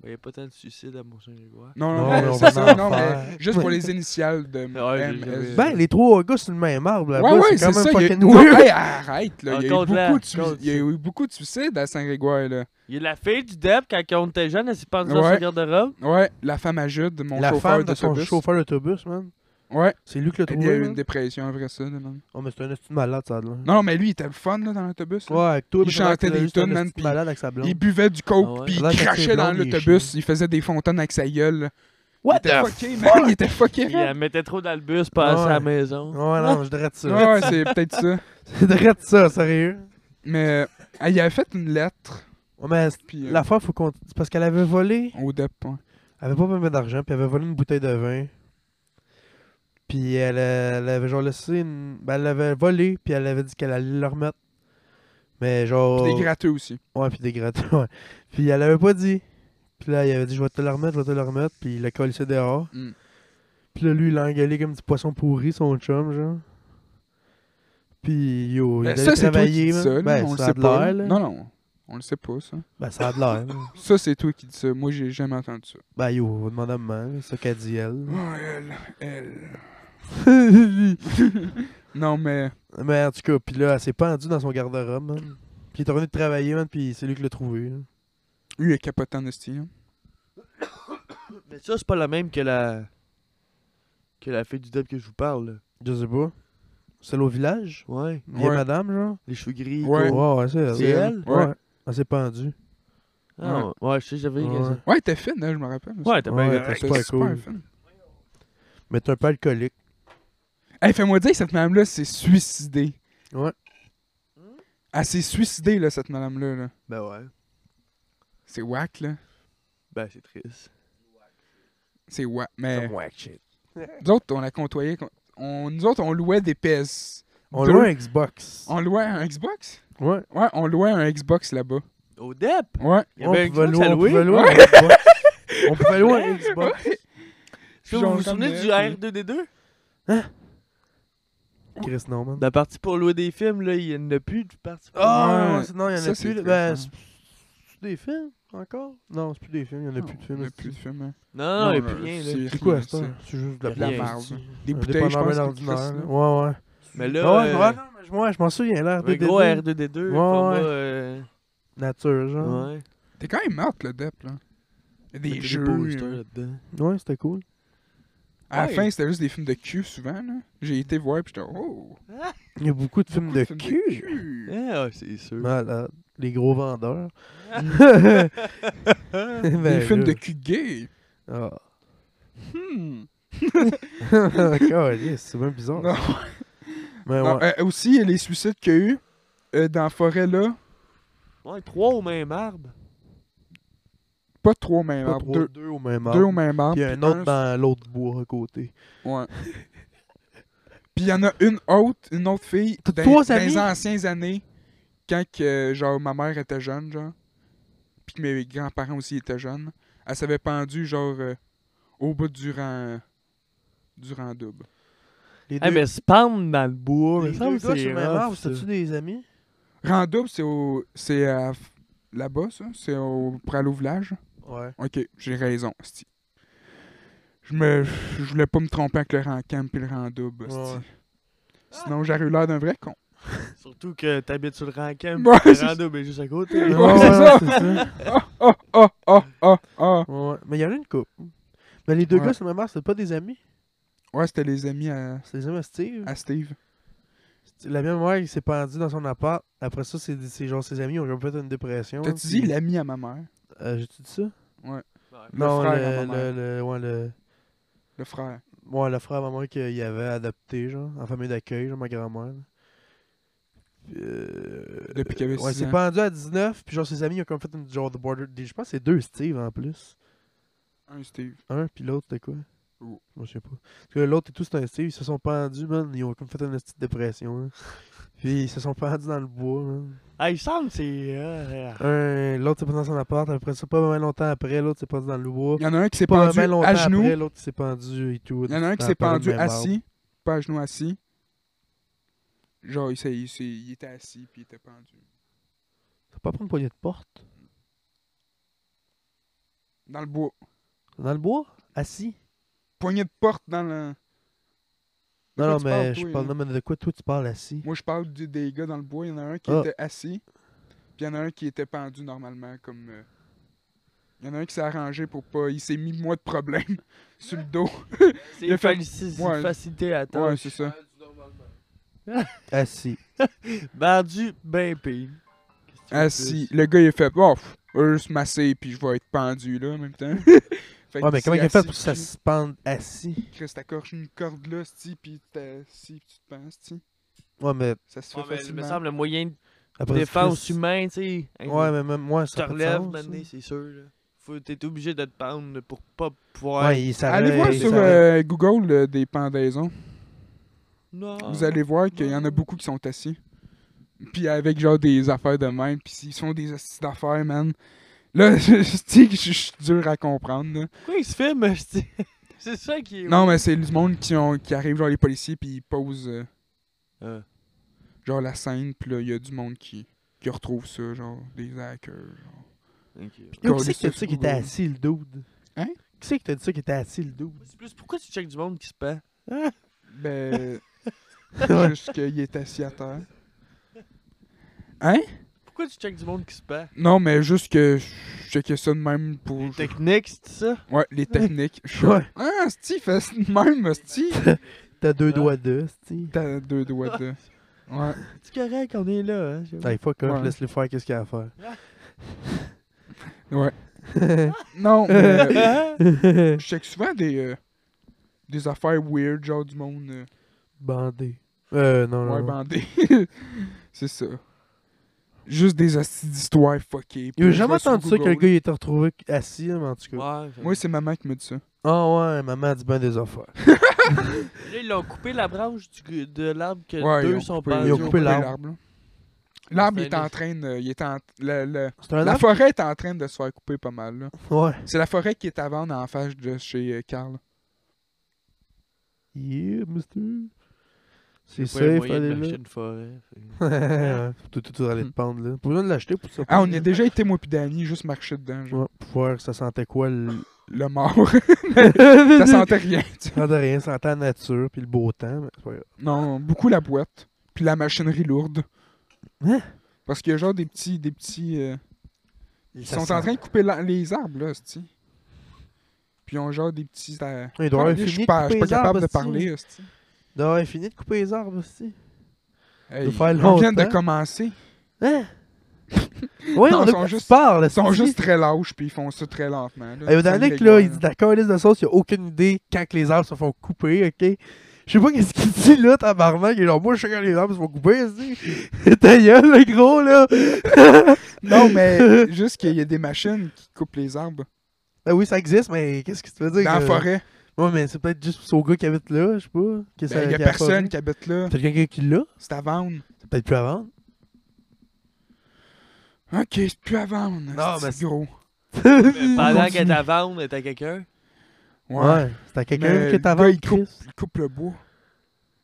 [SPEAKER 3] Ben, Il n'y a pas tant de suicides à Mont-Saint-Grégoire.
[SPEAKER 1] Non,
[SPEAKER 2] Non,
[SPEAKER 1] non, mais
[SPEAKER 2] mais on
[SPEAKER 1] c'est
[SPEAKER 2] va
[SPEAKER 1] ça,
[SPEAKER 2] en
[SPEAKER 1] non,
[SPEAKER 2] faire.
[SPEAKER 1] mais juste pour les initiales de
[SPEAKER 3] Ouais, j'ai
[SPEAKER 1] MS.
[SPEAKER 3] jamais-
[SPEAKER 2] Ben, les trois gars sur le même arbre, là-bas,
[SPEAKER 1] Euh. ouais, ouais,
[SPEAKER 2] c'est quand même
[SPEAKER 1] ça. il y a-
[SPEAKER 2] fucking
[SPEAKER 1] Non,
[SPEAKER 2] weird.
[SPEAKER 1] hey, arrête, là. Il y, a eu
[SPEAKER 3] Encore de la-
[SPEAKER 1] beaucoup de sui-
[SPEAKER 3] encore de
[SPEAKER 1] il y a eu beaucoup de suicides à Saint-Grégoire, là.
[SPEAKER 3] Il y a la fille du DEP, quand on était jeune, elle s'est pendue dans
[SPEAKER 1] Ouais.
[SPEAKER 3] son garde-robe.
[SPEAKER 1] Ouais, la femme à Jude, mon
[SPEAKER 2] La
[SPEAKER 1] chauffeur
[SPEAKER 2] femme de son
[SPEAKER 1] d'autobus.
[SPEAKER 2] chauffeur d'autobus, man.
[SPEAKER 1] Ouais,
[SPEAKER 2] C'est lui qui l'a
[SPEAKER 1] il y a
[SPEAKER 2] trouvé.
[SPEAKER 1] eu
[SPEAKER 2] man.
[SPEAKER 1] une dépression après ça, là, man.
[SPEAKER 2] Oh, mais c'est un esti de malade, ça, là.
[SPEAKER 1] Non, mais lui, il était le fun, là, dans l'autobus. là.
[SPEAKER 2] Ouais, avec toi,
[SPEAKER 1] Il
[SPEAKER 2] mais pendant
[SPEAKER 1] chantait
[SPEAKER 2] que t'as
[SPEAKER 1] des
[SPEAKER 2] juste un
[SPEAKER 1] tunes, man,
[SPEAKER 2] esti de
[SPEAKER 1] puis
[SPEAKER 2] malade avec sa blonde.
[SPEAKER 1] Il buvait du coke,
[SPEAKER 3] Ah ouais.
[SPEAKER 1] puis
[SPEAKER 2] Là,
[SPEAKER 1] il
[SPEAKER 2] quand c'est
[SPEAKER 1] crachait
[SPEAKER 2] blond,
[SPEAKER 1] dans
[SPEAKER 2] il est
[SPEAKER 1] l'autobus, il faisait des fontaines avec sa gueule. là.
[SPEAKER 2] What
[SPEAKER 1] il était
[SPEAKER 2] the
[SPEAKER 1] fucké, man, il était fucké.
[SPEAKER 3] Il la mettait trop dans le bus, passait à la
[SPEAKER 2] Ouais.
[SPEAKER 3] maison.
[SPEAKER 2] Ouais, non, je dirais de ça.
[SPEAKER 1] Ouais, c'est peut-être ça.
[SPEAKER 2] [LAUGHS] Je dirais de ça, sérieux.
[SPEAKER 1] Mais euh, il avait fait une lettre,
[SPEAKER 2] Ouais, mais c'est-
[SPEAKER 1] puis euh,
[SPEAKER 2] la fois, faut qu'on. c'est parce qu'elle avait volé.
[SPEAKER 1] au DEP. ouais.
[SPEAKER 2] Elle avait pas même d'argent, puis elle avait volé une bouteille de vin. Puis elle, euh, elle avait genre laissé une. Ben, elle l'avait volé, puis elle avait dit qu'elle allait le remettre. Mais genre.
[SPEAKER 1] Puis des gratteux aussi.
[SPEAKER 2] Ouais, puis des grattes, [LAUGHS] ouais. Puis elle avait pas dit. Puis là, il avait dit Je vais te la remettre, je vais te la remettre. Puis il l'a collé dehors.
[SPEAKER 1] Mm.
[SPEAKER 2] Puis là, lui, il l'a engueulé comme du poisson pourri, son chum, genre. Puis yo, il
[SPEAKER 1] Ben,
[SPEAKER 2] allait
[SPEAKER 1] ça, c'est toi qui
[SPEAKER 2] travailler,
[SPEAKER 1] dis
[SPEAKER 2] man.
[SPEAKER 1] ça, là,
[SPEAKER 2] ben,
[SPEAKER 1] on le
[SPEAKER 2] ça a
[SPEAKER 1] sait
[SPEAKER 2] de
[SPEAKER 1] pas.
[SPEAKER 2] l'air,
[SPEAKER 1] là.
[SPEAKER 2] là.
[SPEAKER 1] Non, non, on le sait pas, ça.
[SPEAKER 2] Ben, ça a de l'air. là.
[SPEAKER 1] Ça, c'est toi qui dis ça. Moi, j'ai jamais entendu ça.
[SPEAKER 2] ben, yo, on va demander à maman, là, c'est ça qu'elle dit, elle.
[SPEAKER 1] Oh, elle, elle. [LAUGHS] non, mais.
[SPEAKER 2] Mais en tout cas, puis là, elle s'est pendue dans son garde-robe, man. Puis il est revenu de travailler, man, puis c'est lui qui l'a trouvé. là.
[SPEAKER 1] Lui, il est capotant de style.
[SPEAKER 3] Mais ça, c'est pas la même que la. que la fille du DEP que je vous parle. là.
[SPEAKER 2] Je sais pas. C'est au village
[SPEAKER 3] Ouais.
[SPEAKER 2] Il y a
[SPEAKER 1] Ouais.
[SPEAKER 2] madame, genre
[SPEAKER 3] Les cheveux gris.
[SPEAKER 1] Ouais.
[SPEAKER 3] courts.
[SPEAKER 2] Ouais, ouais, c'est elle.
[SPEAKER 3] C'est elle?
[SPEAKER 2] Ouais.
[SPEAKER 1] Ouais.
[SPEAKER 2] Elle s'est pendue.
[SPEAKER 3] Ah, ouais. ouais, je sais, j'avais
[SPEAKER 2] Ouais.
[SPEAKER 3] ouais.
[SPEAKER 1] Ouais, il était fine, hein, je me rappelle.
[SPEAKER 3] Ouais, t'as
[SPEAKER 2] Ouais,
[SPEAKER 3] bien
[SPEAKER 2] t'as-
[SPEAKER 3] correct.
[SPEAKER 1] c'est
[SPEAKER 2] super cool.
[SPEAKER 1] fine.
[SPEAKER 2] Mais t'es un peu alcoolique.
[SPEAKER 1] Hey, fais-moi dire que cette madame-là s'est suicidée.
[SPEAKER 2] Ouais.
[SPEAKER 1] Elle s'est suicidée, là, cette madame-là. Là.
[SPEAKER 3] Ben ouais.
[SPEAKER 1] C'est whack, là.
[SPEAKER 3] Ben c'est triste.
[SPEAKER 1] C'est whack. Mais
[SPEAKER 2] whack shit.
[SPEAKER 1] nous autres, on la côtoyait. On... Nous autres, on louait des PS.
[SPEAKER 2] On
[SPEAKER 1] Deux.
[SPEAKER 2] loue un Xbox.
[SPEAKER 1] On louait un Xbox?
[SPEAKER 2] Ouais.
[SPEAKER 1] Ouais, on louait un Xbox là-bas.
[SPEAKER 3] Au DEP!
[SPEAKER 1] Ouais.
[SPEAKER 3] Il y avait un
[SPEAKER 2] pouvait
[SPEAKER 3] Xbox à
[SPEAKER 2] louer- on pouvait
[SPEAKER 3] louer.
[SPEAKER 2] louer un Xbox. On pouvait louer un Xbox.
[SPEAKER 3] Est-ce que vous vous souvenez
[SPEAKER 1] euh,
[SPEAKER 3] du R2D2?
[SPEAKER 2] Chris Norman.
[SPEAKER 3] Dans la partie pour louer des films, là, il n'y en a plus de partie pour
[SPEAKER 2] Ah,
[SPEAKER 1] Ouais.
[SPEAKER 2] c'est- non, il y en
[SPEAKER 1] Ça,
[SPEAKER 2] a
[SPEAKER 1] c'est
[SPEAKER 2] plus. là.
[SPEAKER 1] triste, hein.
[SPEAKER 2] Ben, c'est c'est des films encore Non, c'est plus des films. Il y en a plus de films.
[SPEAKER 1] Il y en a
[SPEAKER 2] c'est-
[SPEAKER 1] plus de films. hein.
[SPEAKER 3] Non, non, il n'y a
[SPEAKER 1] Non,
[SPEAKER 3] plus rien.
[SPEAKER 1] c'est-
[SPEAKER 3] Là.
[SPEAKER 2] C'est quoi ça
[SPEAKER 1] C'est-
[SPEAKER 2] C'est juste de la
[SPEAKER 3] de la
[SPEAKER 2] bière,
[SPEAKER 1] marde.
[SPEAKER 2] c'est-
[SPEAKER 1] Des
[SPEAKER 2] Un
[SPEAKER 1] bouteilles, je
[SPEAKER 2] dépanneur
[SPEAKER 1] pense.
[SPEAKER 2] bien
[SPEAKER 1] que Chris,
[SPEAKER 2] ordinaire.
[SPEAKER 1] là.
[SPEAKER 2] Ouais, ouais.
[SPEAKER 3] Mais
[SPEAKER 2] Ouais,
[SPEAKER 3] là,
[SPEAKER 2] Ah ouais,
[SPEAKER 3] euh,
[SPEAKER 2] ouais, non, mais je- ouais, je m'en souviens, l'air
[SPEAKER 3] le gros
[SPEAKER 2] de
[SPEAKER 3] R2D2,
[SPEAKER 2] Ouais,
[SPEAKER 3] format,
[SPEAKER 2] ouais.
[SPEAKER 3] euh,
[SPEAKER 2] nature, genre.
[SPEAKER 3] ouais.
[SPEAKER 1] T'es quand même morte, le Dep, là. Il y a
[SPEAKER 3] Mettre
[SPEAKER 1] Des jeux.
[SPEAKER 3] beaux histoires
[SPEAKER 1] euh,
[SPEAKER 3] là-dedans.
[SPEAKER 2] Ouais, c'était cool.
[SPEAKER 1] À la
[SPEAKER 3] Ouais.
[SPEAKER 1] fin, c'était juste des films de cul, souvent, là. J'ai été voir, puis j'étais, oh!
[SPEAKER 2] Il y a beaucoup de films de
[SPEAKER 1] films de
[SPEAKER 2] cul.
[SPEAKER 1] cul.
[SPEAKER 3] Ah, ouais, c'est sûr.
[SPEAKER 2] Malade. Les gros vendeurs. [LAUGHS] Ben,
[SPEAKER 1] Des films de cul gay.
[SPEAKER 2] Ah. [LAUGHS]
[SPEAKER 1] Hmm.
[SPEAKER 2] Calisse, c'est bien bizarre.
[SPEAKER 1] Non.
[SPEAKER 2] Mais
[SPEAKER 1] Non,
[SPEAKER 2] ouais.
[SPEAKER 1] euh, aussi, les suicides qu'il y a eu euh, dans la forêt, là,
[SPEAKER 3] Ouais, trois au même arbre.
[SPEAKER 1] pas trois mêmes
[SPEAKER 2] pas
[SPEAKER 1] arbres,
[SPEAKER 2] trois,
[SPEAKER 1] deux,
[SPEAKER 2] deux au même
[SPEAKER 1] deux
[SPEAKER 2] arbre.
[SPEAKER 1] au même arbre.
[SPEAKER 2] Puis un
[SPEAKER 1] puis
[SPEAKER 2] autre dans l'autre bois à côté.
[SPEAKER 1] Ouais. [LAUGHS] Puis il y en a une autre, une autre fille,
[SPEAKER 2] T'as
[SPEAKER 1] dans,
[SPEAKER 2] trois
[SPEAKER 1] dans les
[SPEAKER 2] amis?
[SPEAKER 1] anciennes années, quand que, genre, ma mère était jeune, genre, puis que mes grands-parents aussi étaient jeunes, elle s'avait pendue, genre, euh, au bout du rang, du rang double.
[SPEAKER 2] Les
[SPEAKER 3] Eh, mais se pendre dans le bois,
[SPEAKER 2] les
[SPEAKER 3] il me semble
[SPEAKER 2] deux
[SPEAKER 3] que
[SPEAKER 2] gars sur
[SPEAKER 3] c'est
[SPEAKER 2] le même arbre,
[SPEAKER 3] rough, ça.
[SPEAKER 2] c'était-tu des amis?
[SPEAKER 1] Rang double, c'est au... C'est à- Là-bas, ça? C'est au... pour aller au village?
[SPEAKER 2] Ouais.
[SPEAKER 1] Ok, j'ai raison, esti. Je me... Je voulais pas me tromper avec le rang camp et le rang double, esti.
[SPEAKER 2] Ouais.
[SPEAKER 1] Sinon, j'aurais eu l'air d'un vrai con.
[SPEAKER 3] Surtout que t'habites sur le rancam,
[SPEAKER 1] Ouais,
[SPEAKER 3] le
[SPEAKER 1] c'est-
[SPEAKER 3] rando est juste à côté.
[SPEAKER 1] [LAUGHS] Ouais,
[SPEAKER 2] Ouais,
[SPEAKER 3] là.
[SPEAKER 1] c'est
[SPEAKER 2] ouais,
[SPEAKER 1] ça.
[SPEAKER 2] c'est ça.
[SPEAKER 1] Oh, oh, oh, oh, oh, oh.
[SPEAKER 2] Ouais. Mais il y en a une couple. Mais les deux
[SPEAKER 1] Ouais.
[SPEAKER 2] gars sur le même arbre, c'était pas des amis?
[SPEAKER 1] Ouais, c'était les amis à,
[SPEAKER 2] C'était des amis à Steve.
[SPEAKER 1] à Steve.
[SPEAKER 2] La même mère, il s'est pendu dans son appart. Après ça, c'est c'est genre ses amis ont comme fait une dépression.
[SPEAKER 1] T'as-tu
[SPEAKER 2] puis-
[SPEAKER 1] dit l'ami à ma mère?
[SPEAKER 2] Euh, J'ai-tu dit ça?
[SPEAKER 1] Le
[SPEAKER 2] non,
[SPEAKER 1] frère à
[SPEAKER 2] le,
[SPEAKER 1] ma mère.
[SPEAKER 2] le- le- ouais, le...
[SPEAKER 1] Le frère.
[SPEAKER 2] Ouais, le frère à maman qu'il avait adopté, genre, en famille d'accueil, genre, ma grand-mère. là. Euh...
[SPEAKER 1] Depuis qu'il avait
[SPEAKER 2] Ouais,
[SPEAKER 1] six
[SPEAKER 2] c'est
[SPEAKER 1] ans.
[SPEAKER 2] pendu à 19, puis genre, ses amis, ils ont comme fait une genre de border... des- Je pense que c'est deux Steve, en plus.
[SPEAKER 1] Un Steve.
[SPEAKER 2] Un, puis l'autre, c'était quoi?
[SPEAKER 1] Oh.
[SPEAKER 2] Je sais pas. Parce que l'autre et tout, c'était un Steve, ils se sont pendus, man, ils ont comme fait une petite dépression,
[SPEAKER 1] [LAUGHS]
[SPEAKER 2] là. Puis ils se sont pendus dans le bois, man.
[SPEAKER 3] Ah, il semble que c'est... euh,
[SPEAKER 2] Un, l'autre s'est pendu dans son appart, après ça, pas mal longtemps après, l'autre s'est pendu dans le bois.
[SPEAKER 1] Il y en a un qui s'est
[SPEAKER 2] Oh. Pas
[SPEAKER 1] pendu
[SPEAKER 2] mal longtemps
[SPEAKER 1] à genoux.
[SPEAKER 2] après, l'autre s'est pendu et tout.
[SPEAKER 1] Il y en a un qui
[SPEAKER 2] dans
[SPEAKER 1] s'est
[SPEAKER 2] la
[SPEAKER 1] pendu
[SPEAKER 2] même arbre.
[SPEAKER 1] assis. Pas à genoux assis. Genre, il, s'est- il s'est- il était assis puis il était pendu.
[SPEAKER 2] T'as pas pris une poignée de porte?
[SPEAKER 1] Dans le bois.
[SPEAKER 2] Dans le bois? Assis?
[SPEAKER 1] Poignée de porte dans le. De quoi
[SPEAKER 2] Non, non,
[SPEAKER 1] tu
[SPEAKER 2] mais
[SPEAKER 1] parles,
[SPEAKER 2] je
[SPEAKER 1] toi,
[SPEAKER 2] parle
[SPEAKER 1] là?
[SPEAKER 2] non, mais de quoi toi tu parles assis?
[SPEAKER 1] Moi, je parle du- des gars dans le bois. Il y en a un qui
[SPEAKER 2] Ah.
[SPEAKER 1] était assis, puis il y en a un qui était pendu normalement, comme. euh, Il y en a un qui s'est arrangé pour pas. Il s'est mis moins de problèmes [LAUGHS] sur le dos.
[SPEAKER 3] C'est
[SPEAKER 1] Il a
[SPEAKER 3] une
[SPEAKER 1] fait-
[SPEAKER 3] faci- c'est
[SPEAKER 1] Ouais.
[SPEAKER 3] une facilité à
[SPEAKER 1] Ouais,
[SPEAKER 3] tâche.
[SPEAKER 1] c'est ça.
[SPEAKER 2] Assis.
[SPEAKER 3] Vendu, ben pire. Qu'est-ce que tu veux
[SPEAKER 1] Assis.
[SPEAKER 3] plus?
[SPEAKER 1] Ah, Le gars, il a fait. Oh, pff, eux, se masser, puis je vais être pendu, là, en même temps. [LAUGHS] Fait
[SPEAKER 2] Ouais,
[SPEAKER 1] que
[SPEAKER 2] mais comment
[SPEAKER 1] s'est
[SPEAKER 2] il a fait
[SPEAKER 1] assis,
[SPEAKER 2] pour que ça
[SPEAKER 1] puis-
[SPEAKER 2] se pende assis?
[SPEAKER 1] Chris, t'accorches une corde là, c'ti, pis t'as- si, pis tu te penses, c'ti.
[SPEAKER 2] Ouais, mais
[SPEAKER 1] Ça se fait
[SPEAKER 3] Ouais, mais il me
[SPEAKER 1] facilement.
[SPEAKER 3] semble le moyen de
[SPEAKER 2] après. tu
[SPEAKER 3] défense
[SPEAKER 2] fais-
[SPEAKER 3] humaine, tu sais. Hey,
[SPEAKER 2] Ouais, mais même moi,
[SPEAKER 3] Tu
[SPEAKER 2] ça
[SPEAKER 3] te
[SPEAKER 2] a pas de
[SPEAKER 3] relèves,
[SPEAKER 2] sens,
[SPEAKER 3] maintenant,
[SPEAKER 2] ça.
[SPEAKER 3] c'est sûr. là. Faut- T'es obligé de te pendre pour pas pouvoir.
[SPEAKER 2] Ouais, il s'arrête.
[SPEAKER 1] Allez voir
[SPEAKER 2] il
[SPEAKER 1] sur
[SPEAKER 2] s'arrête.
[SPEAKER 1] euh, Google euh, des pendaisons.
[SPEAKER 3] Non.
[SPEAKER 1] Vous allez voir qu'il y en a beaucoup qui sont assis. Puis avec genre des affaires de même, puis s'ils sont des assis d'affaires, man. Là, [LAUGHS] je je dis que je je suis dur à comprendre. là.
[SPEAKER 3] Pourquoi il se filme? [LAUGHS] je dis? C'est ça qui est.
[SPEAKER 1] Non, mais c'est le monde qui, ont, qui arrive, genre les policiers, puis ils posent euh,
[SPEAKER 3] Euh,
[SPEAKER 1] genre la scène, puis là, il y a du monde qui, qui retrouve ça, genre des hackers. genre.
[SPEAKER 3] Ah, ok.
[SPEAKER 2] Yo, Qui c'est qui
[SPEAKER 1] sur
[SPEAKER 2] t'a dit qu'il était
[SPEAKER 1] Google.
[SPEAKER 2] assis, le dude?
[SPEAKER 1] euh, Hein?
[SPEAKER 2] Qui c'est qui t'a dit ça qu'il était assis, le dude?
[SPEAKER 3] C'est plus pourquoi tu check du monde qui se pend?
[SPEAKER 1] Ben.
[SPEAKER 2] [LAUGHS] Ouais.
[SPEAKER 1] juste qu'il est assis à terre. Hein?
[SPEAKER 3] Pourquoi tu check du monde qui se pend?
[SPEAKER 1] Non, mais juste que je checkais ça de même pour.
[SPEAKER 3] Technique, c'est ça?
[SPEAKER 1] Ouais, les techniques. Je suis-
[SPEAKER 2] Ouais.
[SPEAKER 1] Ah, Steve, fait ça de même,
[SPEAKER 2] [LAUGHS]
[SPEAKER 1] Steve.
[SPEAKER 2] T'as deux doigts de, c'ti.
[SPEAKER 1] T'as deux doigts de. Ouais.
[SPEAKER 3] C'est correct, on est là. Hein?
[SPEAKER 2] Hey, fuck off,
[SPEAKER 1] Ouais.
[SPEAKER 2] laisse-le faire qu'est-ce qu'il a à faire.
[SPEAKER 1] Ouais.
[SPEAKER 2] [LAUGHS]
[SPEAKER 1] Non, mais. euh, Je
[SPEAKER 2] Bandé.
[SPEAKER 1] check souvent des. euh, des affaires weird, genre du monde. euh,
[SPEAKER 2] Euh, non, non.
[SPEAKER 1] ouais,
[SPEAKER 2] non.
[SPEAKER 1] bandé. [LAUGHS] C'est ça. Juste des hosties d'histoires fuckées.
[SPEAKER 2] J'ai
[SPEAKER 1] Puis je
[SPEAKER 2] jamais
[SPEAKER 1] vais sur
[SPEAKER 2] entendu ça qu'un
[SPEAKER 1] Google.
[SPEAKER 2] gars il était retrouvé assis, mais en tout cas.
[SPEAKER 3] Ouais,
[SPEAKER 1] Moi, c'est maman qui me dit ça.
[SPEAKER 2] Ah ouais, maman a dit ben des affaires.
[SPEAKER 3] Là, ils l'ont coupé la branche du- de l'arbre que
[SPEAKER 1] Ouais, ils
[SPEAKER 3] deux
[SPEAKER 1] ont
[SPEAKER 3] sont
[SPEAKER 1] coupé-
[SPEAKER 3] pendus.
[SPEAKER 2] ils ont coupé l'arbre.
[SPEAKER 1] là. L'arbre il
[SPEAKER 3] C'est
[SPEAKER 1] est
[SPEAKER 3] un
[SPEAKER 1] en
[SPEAKER 3] éche-
[SPEAKER 1] train de. Il est en, le- le-
[SPEAKER 2] C'est un
[SPEAKER 1] la
[SPEAKER 2] arbre?
[SPEAKER 1] forêt est en train de se faire couper pas mal. là.
[SPEAKER 2] Ouais.
[SPEAKER 1] C'est la forêt qui est à vendre en face de chez euh, Carl.
[SPEAKER 2] Yeah, monsieur. C'est
[SPEAKER 3] Pas le
[SPEAKER 2] safe,
[SPEAKER 3] moyen de
[SPEAKER 2] allez
[SPEAKER 3] marcher
[SPEAKER 2] là.
[SPEAKER 3] une forêt. fait.
[SPEAKER 2] [LAUGHS] Ouais, tout, tout, tout allait te
[SPEAKER 1] Hmm.
[SPEAKER 2] pendre là. Pas besoin de l'acheter pour ça.
[SPEAKER 1] Ah, on a déjà été moi pis Dani juste marcher dedans. genre.
[SPEAKER 2] Ouais, pour voir ça sentait quoi le. [LAUGHS]
[SPEAKER 1] Le mort.
[SPEAKER 2] ça
[SPEAKER 1] [LAUGHS] ça sentait rien.
[SPEAKER 2] [LAUGHS]
[SPEAKER 1] tu sais.
[SPEAKER 2] Ça sentait rien, ça sentait la nature, puis le beau temps. Mais c'est pas grave.
[SPEAKER 1] Non, beaucoup la boîte. Puis la machinerie lourde.
[SPEAKER 2] Hein?
[SPEAKER 1] Parce qu'il y a genre des petits. Des petits euh, ils
[SPEAKER 2] Ça
[SPEAKER 1] sont
[SPEAKER 2] sent-
[SPEAKER 1] en train de couper la- les arbres, là, c'ti. Puis ils ont genre des petits. euh,
[SPEAKER 2] Il doit avoir
[SPEAKER 1] je
[SPEAKER 2] fini
[SPEAKER 1] suis
[SPEAKER 2] de
[SPEAKER 1] pas, je suis
[SPEAKER 2] couper
[SPEAKER 1] pas
[SPEAKER 2] les arbres.
[SPEAKER 1] capable de
[SPEAKER 2] hostie.
[SPEAKER 1] parler, c'ti.
[SPEAKER 2] Il doit avoir Ah fini de couper les arbres aussi.
[SPEAKER 1] Hey,
[SPEAKER 2] doit faire
[SPEAKER 1] on vient de
[SPEAKER 2] longtemps.
[SPEAKER 1] commencer.
[SPEAKER 2] Hein?
[SPEAKER 1] [LAUGHS]
[SPEAKER 2] Oui,
[SPEAKER 1] Non,
[SPEAKER 2] on
[SPEAKER 1] ils sont
[SPEAKER 2] a
[SPEAKER 1] juste-
[SPEAKER 2] juste... parle.
[SPEAKER 1] Ils sont juste très lâches, puis ils font ça très lentement. là.
[SPEAKER 2] Hey, au
[SPEAKER 1] Ça
[SPEAKER 2] dernier,
[SPEAKER 1] les
[SPEAKER 2] là,
[SPEAKER 1] gagne,
[SPEAKER 2] il dit d'accord, liste de sauce, il a aucune idée quand que les arbres se font couper, ok? Je sais pas qu'est-ce qu'il dit là, tabarnak. Il est genre, moi, je sais quand les arbres se font couper, c'est. [LAUGHS] Ta gueule, le gros, là! [LAUGHS]
[SPEAKER 1] Non, mais juste qu'il y a des machines qui coupent les arbres
[SPEAKER 2] Ben oui, ça existe, mais qu'est-ce que tu veux dire?
[SPEAKER 1] dans la
[SPEAKER 2] que-
[SPEAKER 1] forêt.
[SPEAKER 2] Ouais, mais c'est peut-être juste au gars qui habite là, je sais pas. Il
[SPEAKER 1] Ben, Il y a personne qui habite là.
[SPEAKER 2] Peut-être quelqu'un qui l'a,
[SPEAKER 1] C'est à vendre.
[SPEAKER 2] c'est peut-être plus à vendre.
[SPEAKER 1] Ok, c'est plus à vendre.
[SPEAKER 2] Non,
[SPEAKER 1] c'est
[SPEAKER 2] mais c'est-
[SPEAKER 1] gros.
[SPEAKER 3] Pendant
[SPEAKER 1] continue.
[SPEAKER 3] qu'elle est à vendre, elle est à quelqu'un.
[SPEAKER 1] Ouais.
[SPEAKER 2] Ouais, c'est à
[SPEAKER 1] Mais
[SPEAKER 2] quelqu'un qui
[SPEAKER 1] le
[SPEAKER 2] t'a
[SPEAKER 1] gars,
[SPEAKER 2] vendu,
[SPEAKER 1] il coupe,
[SPEAKER 2] Chris.
[SPEAKER 1] il coupe le bois.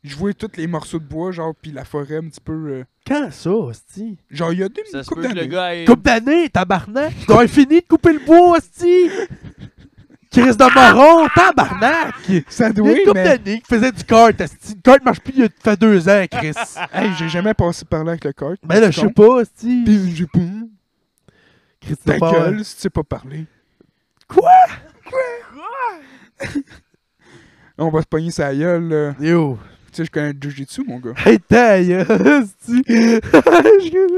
[SPEAKER 1] Je voyais tous les morceaux de bois, genre, puis la forêt un petit peu. euh,
[SPEAKER 2] Quand ça, hostie?
[SPEAKER 1] Genre, il y a des
[SPEAKER 3] Ça se
[SPEAKER 1] coupes
[SPEAKER 3] peut que le
[SPEAKER 1] d'années.
[SPEAKER 3] gars ait.
[SPEAKER 2] Coupe d'année, tabarnak!
[SPEAKER 1] [LAUGHS]
[SPEAKER 2] Tu dois avoir fini de couper le bois, hostie! Chris de moron, tabarnak!
[SPEAKER 1] Ça
[SPEAKER 2] Il y a
[SPEAKER 1] doit,
[SPEAKER 2] une couple
[SPEAKER 1] mais.
[SPEAKER 2] d'années qui faisait du kart. asti. Le kart marche plus il y a fait deux ans, Chris.
[SPEAKER 1] [LAUGHS] Hey, j'ai jamais passé par là avec le cart.
[SPEAKER 2] Mais Ben là, je sais pas, asti.
[SPEAKER 1] Puis j'ai pas.
[SPEAKER 2] Chris, t'as
[SPEAKER 1] Ta
[SPEAKER 2] pas-
[SPEAKER 1] gueule, si tu sais pas parler.
[SPEAKER 2] Quoi?
[SPEAKER 1] On va se pogner sa gueule, là.
[SPEAKER 2] Yo!
[SPEAKER 1] Tu sais, je connais le jujitsu, mon gars.
[SPEAKER 2] Hey, [LAUGHS] ta gueule, asti. [LAUGHS] Je connais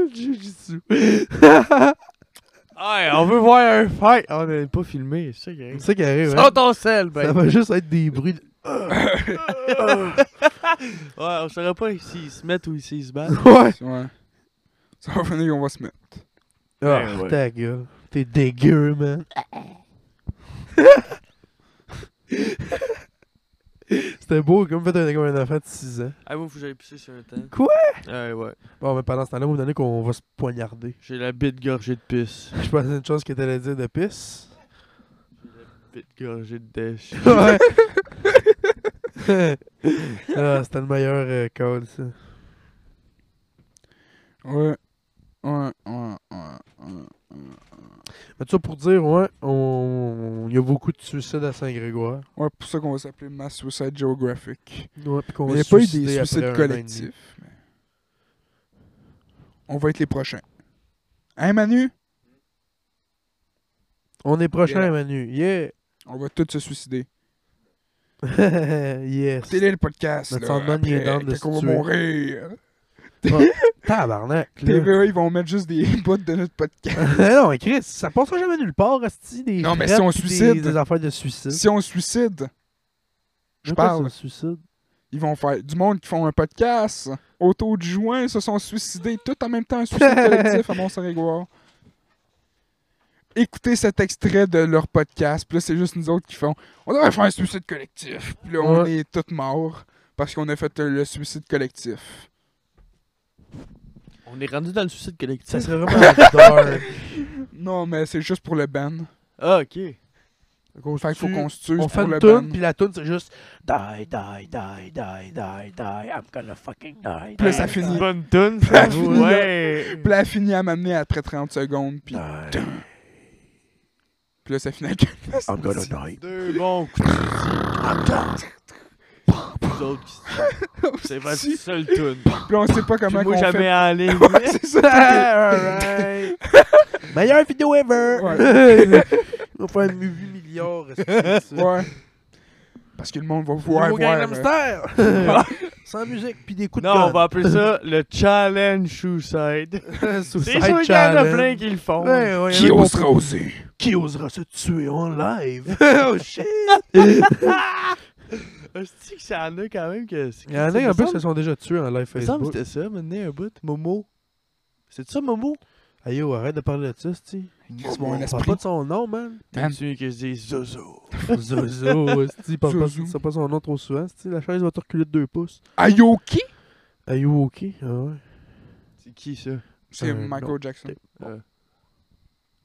[SPEAKER 2] le jujitsu.
[SPEAKER 3] Hey, on veut voir un fight. Ah, On n'est pas filmé, c'est ça qui
[SPEAKER 2] C'est
[SPEAKER 3] arrive.
[SPEAKER 2] ça qui arrive, hein?
[SPEAKER 3] Sans ton sel,
[SPEAKER 2] Ça
[SPEAKER 3] ben. Ouais, [LAUGHS]
[SPEAKER 2] va juste être des bruits de...
[SPEAKER 3] on saurait pas s'ils se mettent ou s'ils se battent.
[SPEAKER 2] Ouais!
[SPEAKER 1] Ouais. Ça va venir, on va se mettre.
[SPEAKER 2] Ah,
[SPEAKER 3] ouais.
[SPEAKER 2] ta gueule. T'es dégueu, [LAUGHS] man. C'était beau, comme fait un, comme un enfant de 6 ans.
[SPEAKER 3] Ah, moi, faut que j'aille pisser sur un temps.
[SPEAKER 2] Quoi?
[SPEAKER 3] Ouais, ouais.
[SPEAKER 2] Bon, mais pendant ce temps-là, vous me donnez qu'on va se poignarder.
[SPEAKER 3] J'ai la bite gorgée de pisse.
[SPEAKER 2] Je pense que c'est une chose que t'allais dire de pisse.
[SPEAKER 3] Bite gorgée de dèche.
[SPEAKER 2] Ouais. [LAUGHS] ah, c'était le meilleur euh, call, ça.
[SPEAKER 1] Ouais. Ouais, ouais, ouais, ouais.
[SPEAKER 2] Mais tout ça pour dire, ouais, on... il y a beaucoup de suicides à Saint-Grégoire.
[SPEAKER 1] Ouais, pour ça qu'on va s'appeler Mass Suicide Geographic.
[SPEAKER 2] Ouais, puis qu'on
[SPEAKER 1] Mais Il n'y
[SPEAKER 2] va
[SPEAKER 1] a
[SPEAKER 2] se
[SPEAKER 1] pas eu des
[SPEAKER 2] suicider après un an
[SPEAKER 1] suicides
[SPEAKER 2] et demi.
[SPEAKER 1] collectifs. mais- On va être les prochains. Hein, Manu?
[SPEAKER 2] On est prochain,
[SPEAKER 1] Yeah.
[SPEAKER 2] Manu. Yeah!
[SPEAKER 1] On va tous se suicider.
[SPEAKER 2] yes!
[SPEAKER 1] Écoutez-le le podcast.
[SPEAKER 2] Notre
[SPEAKER 1] là,
[SPEAKER 2] Sandman, il est
[SPEAKER 1] après,
[SPEAKER 2] down
[SPEAKER 1] quand
[SPEAKER 2] de se
[SPEAKER 1] on va
[SPEAKER 2] tuer.
[SPEAKER 1] mourir.
[SPEAKER 2] Tabarnak! là.
[SPEAKER 1] TVA, ils vont mettre juste des [LAUGHS] bouts de notre podcast.
[SPEAKER 2] non, mais Chris, ça passera jamais nulle part, Asti, des
[SPEAKER 1] Non, mais
[SPEAKER 2] trappes
[SPEAKER 1] si on
[SPEAKER 2] pis des-
[SPEAKER 1] suicide-
[SPEAKER 2] Des affaires de suicide.
[SPEAKER 1] Si on se suicide, je
[SPEAKER 2] De quoi,
[SPEAKER 1] parle.
[SPEAKER 2] ça, suicide?
[SPEAKER 1] ils vont faire du monde qui font un podcast. Autour du juin, se sont suicidés tout en même temps, un
[SPEAKER 2] [LAUGHS]
[SPEAKER 1] suicide collectif à Mont-Saint-Grégoire. Écoutez cet extrait de leur podcast, puis là, c'est juste nous autres qui font On devrait faire un suicide collectif. Puis là, on
[SPEAKER 2] Ouais.
[SPEAKER 1] est tous morts parce qu'on a fait euh, le suicide collectif.
[SPEAKER 3] On est rendu dans le suicide collectif.
[SPEAKER 2] Ça serait vraiment dark.
[SPEAKER 1] Non, mais c'est juste pour le ban.
[SPEAKER 3] Ah, ok.
[SPEAKER 1] Fait qu'il faut qu'on se tue
[SPEAKER 2] On fait
[SPEAKER 1] pour
[SPEAKER 2] une
[SPEAKER 1] le
[SPEAKER 2] tune,
[SPEAKER 1] ban.
[SPEAKER 2] puis la tune, c'est juste Die, die, die, die, die, die, I'm gonna fucking die.
[SPEAKER 1] Puis là,
[SPEAKER 2] die,
[SPEAKER 1] ça
[SPEAKER 2] die,
[SPEAKER 1] finit.
[SPEAKER 3] Bonne tune.
[SPEAKER 1] Ça finit, là.
[SPEAKER 3] ouais.
[SPEAKER 1] Puis là, elle finit à m'amener après 30 secondes, puis,
[SPEAKER 2] die,
[SPEAKER 1] puis là, ça finit avec [LAUGHS]
[SPEAKER 2] I'm gonna die.
[SPEAKER 3] [LAUGHS] Deux bons coups. Vous autres qui se [LAUGHS] C'est votre
[SPEAKER 1] Puis
[SPEAKER 3] seule tune.
[SPEAKER 1] là, on sait pas comment
[SPEAKER 3] Moi,
[SPEAKER 1] qu'on
[SPEAKER 3] jamais
[SPEAKER 1] fait.
[SPEAKER 3] en ligne.
[SPEAKER 1] Ouais, [LAUGHS] c'est ça.
[SPEAKER 2] Alright. Meilleure vidéo ever!
[SPEAKER 1] Ouais.
[SPEAKER 2] [LAUGHS] On va faire 8 milliards.
[SPEAKER 1] Ouais. Parce que le monde va voir.
[SPEAKER 2] Nouveau
[SPEAKER 1] voir
[SPEAKER 2] Gangnam
[SPEAKER 1] euh,
[SPEAKER 2] Style! [LAUGHS] Sans musique, puis des coups de
[SPEAKER 3] Non, on
[SPEAKER 2] gun.
[SPEAKER 3] va appeler ça le challenge suicide. [LAUGHS]
[SPEAKER 2] [LAUGHS]
[SPEAKER 3] C'est
[SPEAKER 2] Suicide
[SPEAKER 3] sûr qu'il y en a
[SPEAKER 2] Challenge.
[SPEAKER 3] plein qui le font.
[SPEAKER 2] Ouais, ouais,
[SPEAKER 1] qui
[SPEAKER 2] y en a
[SPEAKER 1] osera
[SPEAKER 2] compris.
[SPEAKER 1] oser.
[SPEAKER 2] Qui osera se tuer en
[SPEAKER 3] [LAUGHS]
[SPEAKER 2] live? [LAUGHS] oh shit!
[SPEAKER 3] Hostie que ça en a quand même que... c'est-
[SPEAKER 2] Il y en a en
[SPEAKER 3] me
[SPEAKER 2] plus se
[SPEAKER 3] semble-
[SPEAKER 2] sont déjà tués en live
[SPEAKER 3] me semble que
[SPEAKER 2] Facebook.
[SPEAKER 3] c'était ça, maintenant, un bout. Momo. C'est ça, Momo?
[SPEAKER 2] Aïe, yo, arrête de parler de ça, tu
[SPEAKER 1] C'est mon
[SPEAKER 2] On parle
[SPEAKER 1] esprit.
[SPEAKER 2] pas de son
[SPEAKER 1] [LAUGHS]
[SPEAKER 2] nom, man.
[SPEAKER 1] Man.
[SPEAKER 3] T'aimes-tu que je dise Zozo?
[SPEAKER 2] [LAUGHS] Zozo, esti, parle pas,
[SPEAKER 1] Zozo.
[SPEAKER 2] c'est pas son nom trop souvent, esti. La chaise va te reculer de deux pouces.
[SPEAKER 1] Ayoki?
[SPEAKER 2] Aïe, yo, ok. Ah ouais.
[SPEAKER 3] C'est qui, ça?
[SPEAKER 1] C'est
[SPEAKER 2] Euh,
[SPEAKER 1] Michael
[SPEAKER 2] non.
[SPEAKER 1] Jackson.
[SPEAKER 3] Il y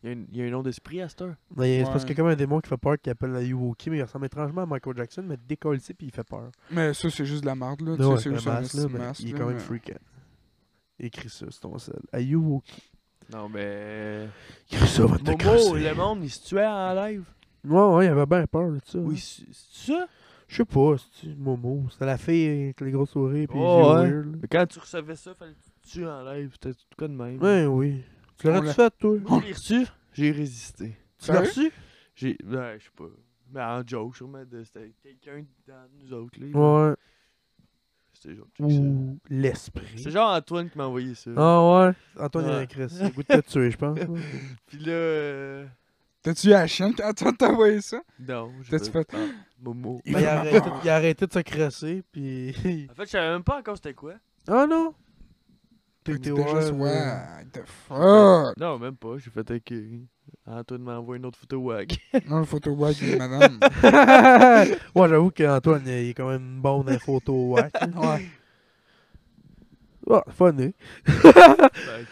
[SPEAKER 3] a une- il y, a un nom d'esprit à cette heure.
[SPEAKER 2] Mais C'est parce
[SPEAKER 1] Ouais.
[SPEAKER 2] qu'il y a comme un démon qui fait peur qui appelle la Yuwoki, mais il ressemble étrangement à Michael Jackson, mais décolle puis il fait peur.
[SPEAKER 1] Mais ça, c'est juste de la merde, là. Tu
[SPEAKER 2] Non,
[SPEAKER 1] sais, c'est
[SPEAKER 2] un
[SPEAKER 1] juste un
[SPEAKER 2] masque, là,
[SPEAKER 1] petit
[SPEAKER 2] mais
[SPEAKER 1] masque,
[SPEAKER 2] il est
[SPEAKER 1] là,
[SPEAKER 2] quand même
[SPEAKER 1] mais-
[SPEAKER 2] freakant. Écris ça, c'est ton sel. Ayuwoki.
[SPEAKER 3] Non, mais...
[SPEAKER 2] Écris ça, va te
[SPEAKER 3] Momo,
[SPEAKER 2] décrosser.
[SPEAKER 3] le monde, il se tuait en live.
[SPEAKER 2] Ouais, ouais, il avait bien peur de ça.
[SPEAKER 3] Oui, c'est c'est ça?
[SPEAKER 2] Je sais pas, c'est Momo. C'était la fille avec les gros sourires pis les
[SPEAKER 3] Oh, ouais.
[SPEAKER 2] yeux weird.
[SPEAKER 3] Mais quand tu recevais ça, fallait que tu te tues en live. C'était tout cas de même.
[SPEAKER 2] Ouais, oui. Tu
[SPEAKER 1] On
[SPEAKER 2] l'aurais-tu
[SPEAKER 1] l'a-
[SPEAKER 2] fait, toi?
[SPEAKER 3] Moi, je l'ai reçu, j'ai résisté.
[SPEAKER 2] Tu l'as
[SPEAKER 1] Sérieux?
[SPEAKER 2] reçu?
[SPEAKER 3] J'ai. Ben, je sais pas. Mais en joke, sûrement, de- c'était quelqu'un dans nous autres, là.
[SPEAKER 2] Ouais.
[SPEAKER 3] C'était genre. check ça.
[SPEAKER 2] Ou l'esprit.
[SPEAKER 3] C'est genre Antoine qui m'a envoyé ça.
[SPEAKER 2] Ah ouais? Antoine
[SPEAKER 3] Ouais.
[SPEAKER 2] et Chris. Le goût de te tuer, je
[SPEAKER 1] [LAUGHS]
[SPEAKER 2] pense. ouais.
[SPEAKER 3] Puis là. euh,
[SPEAKER 1] T'as-tu eu la chienne quand t'as t'as envoyé ça?
[SPEAKER 3] Non, j'ai
[SPEAKER 1] T'as-tu fait.
[SPEAKER 3] Ah, Momo.
[SPEAKER 2] Ben, il, a arrêté, il a arrêté de se crasser [LAUGHS] pis.
[SPEAKER 3] En fait, je savais même pas encore c'était quoi.
[SPEAKER 2] Ah non!
[SPEAKER 1] T'as dit
[SPEAKER 2] T'étais
[SPEAKER 1] déjà
[SPEAKER 2] ouais,
[SPEAKER 1] ça,
[SPEAKER 2] ouais.
[SPEAKER 1] what the
[SPEAKER 2] Ah.
[SPEAKER 1] fuck?
[SPEAKER 3] Non, même pas. J'ai fait avec. euh, Antoine m'a envoyé une autre photo [LAUGHS] wag.
[SPEAKER 1] Non, le photo wag, madame.
[SPEAKER 2] [LAUGHS] ouais, j'avoue qu'Antoine, il est quand même bon dans les photos. [LAUGHS] Ouais. [LAUGHS]
[SPEAKER 1] Ouais.
[SPEAKER 2] Ouais, Ah, funny.
[SPEAKER 3] fait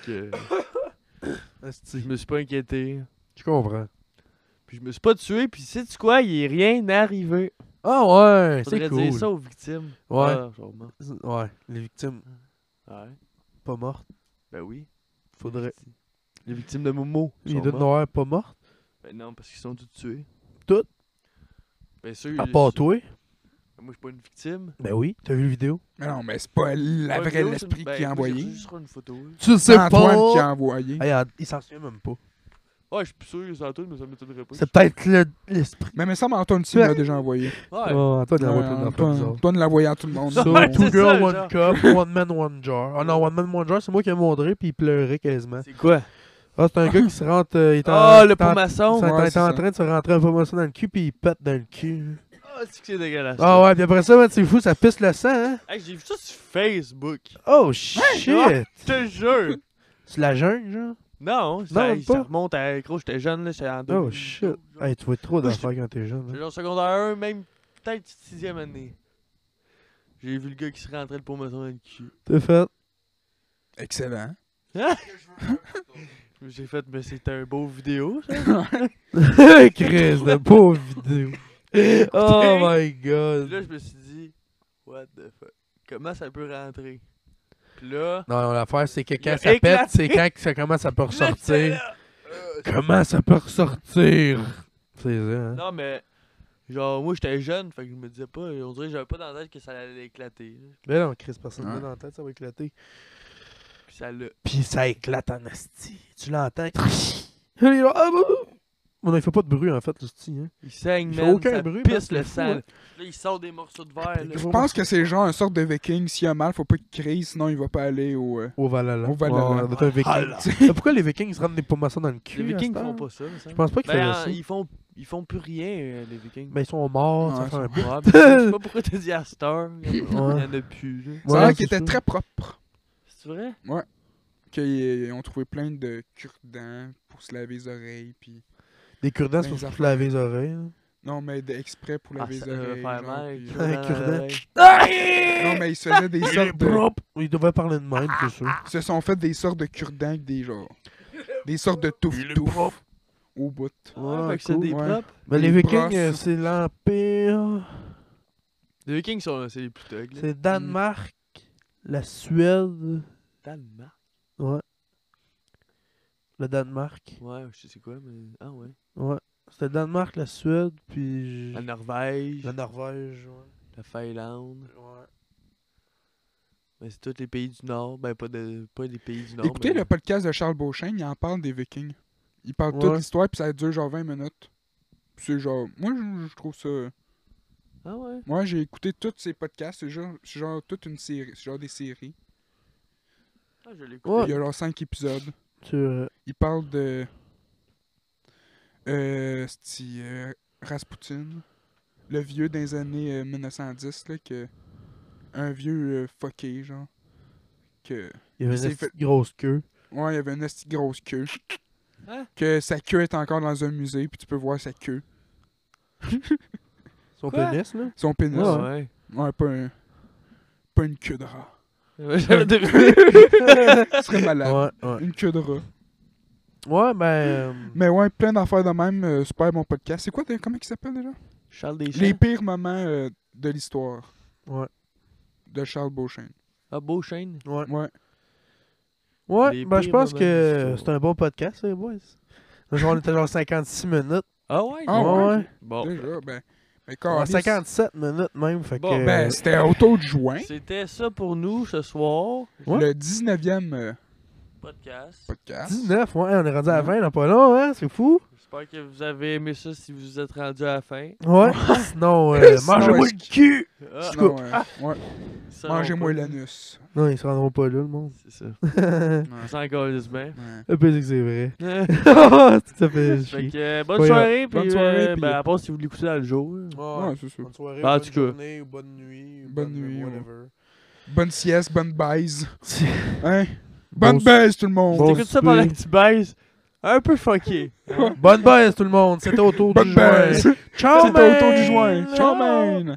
[SPEAKER 3] que. euh,
[SPEAKER 2] Esti.
[SPEAKER 3] Je me suis pas inquiété.
[SPEAKER 2] Je comprends.
[SPEAKER 3] Puis je me suis pas tué. Puis sais-tu quoi? Il est rien arrivé.
[SPEAKER 2] Ah ouais, c'est
[SPEAKER 3] Faudrait
[SPEAKER 2] cool.
[SPEAKER 3] dire ça aux victimes.
[SPEAKER 2] Ouais.
[SPEAKER 3] Ah, sûrement.
[SPEAKER 2] Ouais, les victimes
[SPEAKER 3] Ouais.
[SPEAKER 2] pas mortes.
[SPEAKER 3] Ben oui.
[SPEAKER 2] Faudrait.
[SPEAKER 3] Les victimes de Momo.
[SPEAKER 2] Il doit
[SPEAKER 3] sûrement.
[SPEAKER 2] noir pas morte.
[SPEAKER 3] Ben non, parce qu'ils sont tous tués.
[SPEAKER 2] Toutes?
[SPEAKER 3] Bien sûr.
[SPEAKER 2] À part toi.
[SPEAKER 3] Moi, je suis pas une victime.
[SPEAKER 2] Ben oui, t'as vu la vidéo?
[SPEAKER 1] Mais non, mais c'est pas la
[SPEAKER 3] Pas une
[SPEAKER 1] vraie
[SPEAKER 3] vidéo,
[SPEAKER 1] l'esprit
[SPEAKER 3] c'est une-
[SPEAKER 1] qui a
[SPEAKER 3] ben,
[SPEAKER 1] envoyé.
[SPEAKER 3] moi, j'ai reçu une photo.
[SPEAKER 2] Tu
[SPEAKER 1] C'est Antoine qui a envoyé.
[SPEAKER 2] il s'en souvient même pas.
[SPEAKER 3] Ouais, je suis plus sûr que c'est Antoine, mais ça m'étonnerait pas.
[SPEAKER 2] C'est peut-être le- l'esprit.
[SPEAKER 1] Mais il me semble Antoine aussi l'a déjà envoyé.
[SPEAKER 3] Ouais.
[SPEAKER 2] Oh, Antoine, il envoie
[SPEAKER 1] Ouais,
[SPEAKER 2] plein d'affaires
[SPEAKER 1] Antoine-
[SPEAKER 2] [LAUGHS] bizarres.
[SPEAKER 1] Antoine l'a envoyé à tout le monde.
[SPEAKER 3] Ouais,
[SPEAKER 2] Two
[SPEAKER 3] c'est
[SPEAKER 2] girl,
[SPEAKER 3] ça,
[SPEAKER 2] one
[SPEAKER 3] genre.
[SPEAKER 2] cup, one man, one jar. Ah non, one man, one jar, c'est moi qui ai montré puis il pleurait quasiment.
[SPEAKER 3] C'est quoi?
[SPEAKER 2] Ah, c'est un gars qui se rentre. euh, il est en-
[SPEAKER 3] Oh, le
[SPEAKER 2] il est en-
[SPEAKER 3] pommasson!
[SPEAKER 2] Ça,
[SPEAKER 1] Ouais,
[SPEAKER 2] t'es
[SPEAKER 1] c'est
[SPEAKER 2] en
[SPEAKER 1] ça.
[SPEAKER 2] train de se rentrer un pommeau dans le cul, puis il pète dans le cul.
[SPEAKER 3] Ah, c'est que c'est dégueulasse.
[SPEAKER 2] Ah ouais, puis après ça, man, c'est fou, ça pisse le sang, hein?
[SPEAKER 3] Hey, j'ai vu ça sur Facebook.
[SPEAKER 2] Oh shit!
[SPEAKER 3] Je te jure!
[SPEAKER 2] C'est la jungle, genre?
[SPEAKER 3] Non, ça,
[SPEAKER 2] même pas.
[SPEAKER 3] ça remonte à. Gros, j'étais jeune, là, c'est en deux.
[SPEAKER 2] Oh shit! Hey, tu vois trop
[SPEAKER 3] Moi, je-
[SPEAKER 2] d'affaires quand t'es jeune.
[SPEAKER 3] C'est
[SPEAKER 2] hein.
[SPEAKER 3] genre secondaire 1, même peut-être sixième année. J'ai vu le gars qui se rentrait le pommasson dans le cul.
[SPEAKER 2] T'es fait.
[SPEAKER 1] Excellent.
[SPEAKER 3] J'ai fait, mais c'était un beau vidéo, ça.
[SPEAKER 2] [LAUGHS] Chris, de pauvre vidéo. [LAUGHS] Oh my
[SPEAKER 3] Puis là,
[SPEAKER 2] god!
[SPEAKER 3] je me suis dit, what the fuck? Comment ça peut rentrer? Puis là,
[SPEAKER 2] Non, non, l'affaire, c'est que
[SPEAKER 3] Il a
[SPEAKER 2] quand ça pète,
[SPEAKER 3] éclaté.
[SPEAKER 2] c'est quand que ça commence à peut
[SPEAKER 3] là, j'étais
[SPEAKER 2] ressortir.
[SPEAKER 3] là, euh,
[SPEAKER 2] Comment ça peut ressortir? C'est ça, hein?
[SPEAKER 3] [LAUGHS] Non, mais. Genre, moi, j'étais jeune, fait que je me disais pas. On dirait que j'avais pas dans la tête que ça allait éclater. là.
[SPEAKER 2] Mais non, Chris, personne
[SPEAKER 1] Ouais.
[SPEAKER 3] Hein?
[SPEAKER 2] n'a dans la tête, ça va éclater.
[SPEAKER 3] Puis ça l'a.
[SPEAKER 2] Puis ça éclate en asti. Tu l'entends. Il est là, ah, bah, bah. Bon, il fait pas de bruit, en fait, le sti, hein.
[SPEAKER 3] Il saigne,
[SPEAKER 2] Il fait
[SPEAKER 3] man.
[SPEAKER 2] aucun
[SPEAKER 3] ça
[SPEAKER 2] bruit, parce
[SPEAKER 3] pisse
[SPEAKER 2] que
[SPEAKER 3] le
[SPEAKER 2] c'est fou,
[SPEAKER 3] sang.
[SPEAKER 2] hein.
[SPEAKER 3] là. Là, il sort des morceaux de verre. là.
[SPEAKER 1] Je pense que c'est genre une sorte de viking. S'il a mal, faut pas qu'il crie, sinon il va pas aller au. euh,
[SPEAKER 2] Au Valhalla.
[SPEAKER 1] Au Valhalla.
[SPEAKER 2] Ouais, on est un viking.
[SPEAKER 3] Valhalla.
[SPEAKER 2] Ah, Mais Pourquoi les vikings se rendent des pommassons dans le cul?
[SPEAKER 3] Les
[SPEAKER 2] à
[SPEAKER 3] Vikings
[SPEAKER 2] cette
[SPEAKER 3] font
[SPEAKER 2] heure?
[SPEAKER 3] pas ça. me semble.
[SPEAKER 2] Je pense pas qu'ils
[SPEAKER 3] Ben,
[SPEAKER 2] font
[SPEAKER 3] en-
[SPEAKER 2] ça.
[SPEAKER 3] ils font ils font plus rien, euh, les Vikings.
[SPEAKER 2] Mais ils sont morts,
[SPEAKER 1] Ouais,
[SPEAKER 2] ça fait un [LAUGHS]
[SPEAKER 1] ils
[SPEAKER 2] peu.
[SPEAKER 3] Ouais, mais je sais pas pourquoi t'as dit à cette heure. Il y en a-
[SPEAKER 2] Ouais.
[SPEAKER 3] il y en a plus. là.
[SPEAKER 1] ça a
[SPEAKER 2] Ouais,
[SPEAKER 1] l'air qu'il
[SPEAKER 2] c'est
[SPEAKER 1] était
[SPEAKER 2] ça.
[SPEAKER 1] très propre.
[SPEAKER 3] C'est vrai?
[SPEAKER 1] Qu'ils ont trouvé plein de cure-dents pour se laver les oreilles. Puis...
[SPEAKER 2] Des cure-dents, c'est pour
[SPEAKER 1] Des
[SPEAKER 2] se laver les oreilles. hein. là.
[SPEAKER 1] Non, mais de- exprès pour
[SPEAKER 3] Ah,
[SPEAKER 1] laver
[SPEAKER 3] ça
[SPEAKER 1] les
[SPEAKER 3] doit
[SPEAKER 1] oreilles.
[SPEAKER 3] faire
[SPEAKER 1] genre,
[SPEAKER 3] mal,
[SPEAKER 1] puis-
[SPEAKER 3] le cure-dent dans
[SPEAKER 2] cure-dent.
[SPEAKER 3] l'oreille.
[SPEAKER 1] Non, mais ils se faisaient des
[SPEAKER 2] Il est
[SPEAKER 1] sortes de.
[SPEAKER 2] propre. Il devait parler de même, c'est sûr.
[SPEAKER 1] Ils se sont fait des sortes de cure-dents avec des genres. Des sortes de touffe
[SPEAKER 2] Il est
[SPEAKER 1] touffe au bout.
[SPEAKER 3] Ouais,
[SPEAKER 2] Ouais,
[SPEAKER 3] fait que c'est
[SPEAKER 2] cool,
[SPEAKER 3] des
[SPEAKER 1] ouais.
[SPEAKER 3] propres.
[SPEAKER 2] Mais les
[SPEAKER 1] Des
[SPEAKER 2] vikings,
[SPEAKER 1] brosses.
[SPEAKER 2] euh, c'est l'Empire.
[SPEAKER 3] Les Vikings sont c'est les plus thugs. là.
[SPEAKER 2] C'est Danemark. La Suède.
[SPEAKER 3] Danemark.
[SPEAKER 2] Ouais. Le Danemark.
[SPEAKER 3] Ouais, je sais c'est quoi, mais. Ah ouais.
[SPEAKER 2] Ouais. C'était le Danemark, la Suède, puis.
[SPEAKER 3] La Norvège,
[SPEAKER 2] La Norvège, ouais.
[SPEAKER 3] la Finlande.
[SPEAKER 2] Ouais.
[SPEAKER 3] Mais c'est tous les pays du Nord. Ben, pas, de, pas des pays du Nord.
[SPEAKER 1] Écoutez
[SPEAKER 3] mais...
[SPEAKER 1] le podcast de Charles Beauchamp, il en parle des vikings. Il parle
[SPEAKER 2] Ouais.
[SPEAKER 1] toute l'histoire, puis ça dure genre 20 minutes. Puis C'est genre. Moi, je je trouve ça.
[SPEAKER 3] Ah ouais.
[SPEAKER 1] Moi, j'ai écouté tous ces podcasts. C'est genre, c'est genre toute une série. C'est genre des séries.
[SPEAKER 3] Ah, je l'ai
[SPEAKER 2] Ouais.
[SPEAKER 1] Il y a genre 5 épisodes.
[SPEAKER 2] Sur.
[SPEAKER 1] Il parle de. Euh. c'ti, euh, Rasputin. Le vieux des années euh, 1910, là, que. Un vieux euh, fucké, genre. Que.
[SPEAKER 2] Il y avait
[SPEAKER 1] Il
[SPEAKER 2] une
[SPEAKER 1] s'est
[SPEAKER 2] petite grosse queue.
[SPEAKER 1] Ouais, il avait une esti de grosse queue.
[SPEAKER 3] Hein?
[SPEAKER 1] Que sa queue est encore dans un musée, puis tu peux voir sa queue.
[SPEAKER 2] Son
[SPEAKER 3] Quoi?
[SPEAKER 2] pénis, là.
[SPEAKER 1] Son pénis.
[SPEAKER 3] Ouais.
[SPEAKER 1] Ouais,
[SPEAKER 3] Ah, ouais.
[SPEAKER 1] pas un. Pas une queue de rat.
[SPEAKER 3] Ouais, J'avais deviné.
[SPEAKER 1] Ce serait malade.
[SPEAKER 2] Ouais, ouais.
[SPEAKER 1] Une queue de rat.
[SPEAKER 2] Ouais, ben. euh,
[SPEAKER 1] Mais ouais, plein d'affaires de même. euh, super bon podcast. C'est quoi, t'as- comment il s'appelle déjà
[SPEAKER 3] [LAUGHS] Charles Deschamps.
[SPEAKER 1] Les pires moments euh, de l'histoire
[SPEAKER 2] Ouais.
[SPEAKER 1] de Charles Beauchamp.
[SPEAKER 3] Ah, Beauchesne.
[SPEAKER 2] Ouais.
[SPEAKER 1] Ouais.
[SPEAKER 2] Ouais,
[SPEAKER 3] Les
[SPEAKER 2] ben, je
[SPEAKER 3] pires
[SPEAKER 2] pense
[SPEAKER 3] moments
[SPEAKER 2] que
[SPEAKER 3] d'histoire.
[SPEAKER 2] c'est un bon podcast, les boys. Genre, on était genre 56 minutes.
[SPEAKER 3] Ah ouais?
[SPEAKER 1] Ah ouais?
[SPEAKER 3] Bon.
[SPEAKER 1] Déjà, ben. Mais
[SPEAKER 2] Ouais, Euh,
[SPEAKER 1] quand
[SPEAKER 2] 57 minutes même, fait
[SPEAKER 3] Bon,
[SPEAKER 2] que...
[SPEAKER 1] Ben, c'était autour de juin.
[SPEAKER 3] C'était ça pour nous ce soir.
[SPEAKER 2] Ouais.
[SPEAKER 1] Le 19e euh,
[SPEAKER 3] Podcast.
[SPEAKER 1] podcast.
[SPEAKER 2] 19, ouais, on est rendu à
[SPEAKER 1] Ouais.
[SPEAKER 2] 20 dans pas long, hein, c'est fou.
[SPEAKER 3] J'espère que vous avez aimé ça si vous vous êtes rendu à la fin.
[SPEAKER 2] Ouais, [LAUGHS] sinon, euh,
[SPEAKER 1] Sinon,
[SPEAKER 2] mangez-moi
[SPEAKER 1] est-ce
[SPEAKER 2] le cul!
[SPEAKER 3] Ah,
[SPEAKER 1] Non, euh, ouais,
[SPEAKER 3] ça, on
[SPEAKER 1] Mangez-moi
[SPEAKER 3] peut-
[SPEAKER 1] l'anus.
[SPEAKER 2] Non, ils se rendront pas là, le monde.
[SPEAKER 3] C'est ça.
[SPEAKER 2] Le
[SPEAKER 1] Ouais,
[SPEAKER 3] C'est encore le
[SPEAKER 1] [LAUGHS]
[SPEAKER 3] bien.
[SPEAKER 1] ouais.
[SPEAKER 2] plus que c'est vrai. [LAUGHS]
[SPEAKER 3] fait
[SPEAKER 2] ça fait chier.
[SPEAKER 3] que, euh, bonne
[SPEAKER 2] Ouais,
[SPEAKER 3] soirée, puis
[SPEAKER 1] bonne soirée,
[SPEAKER 3] euh,
[SPEAKER 1] puis-
[SPEAKER 3] ben, à part si vous l'écoutez dans le jour. là.
[SPEAKER 1] Ouais, c'est ça.
[SPEAKER 2] soirée,
[SPEAKER 3] Ah, en bonne tout cas.
[SPEAKER 2] ou bonne nuit.
[SPEAKER 1] Bonne bonne- nuit, ouais. Bonne sieste, bonne baise.
[SPEAKER 2] [LAUGHS] Ouais.
[SPEAKER 1] Hein? Bonne
[SPEAKER 2] Bon-
[SPEAKER 1] baise, tout le monde.
[SPEAKER 2] Bon
[SPEAKER 3] T'écoutes ça
[SPEAKER 2] souper.
[SPEAKER 3] pendant que tu baises. Un peu fucké.
[SPEAKER 2] bonne baisse, tout le monde, c'était autour du
[SPEAKER 1] Bonne
[SPEAKER 2] joint.
[SPEAKER 1] baise.
[SPEAKER 2] Ciao,
[SPEAKER 1] C'était autour du
[SPEAKER 2] man!
[SPEAKER 1] joint. Ciao, man.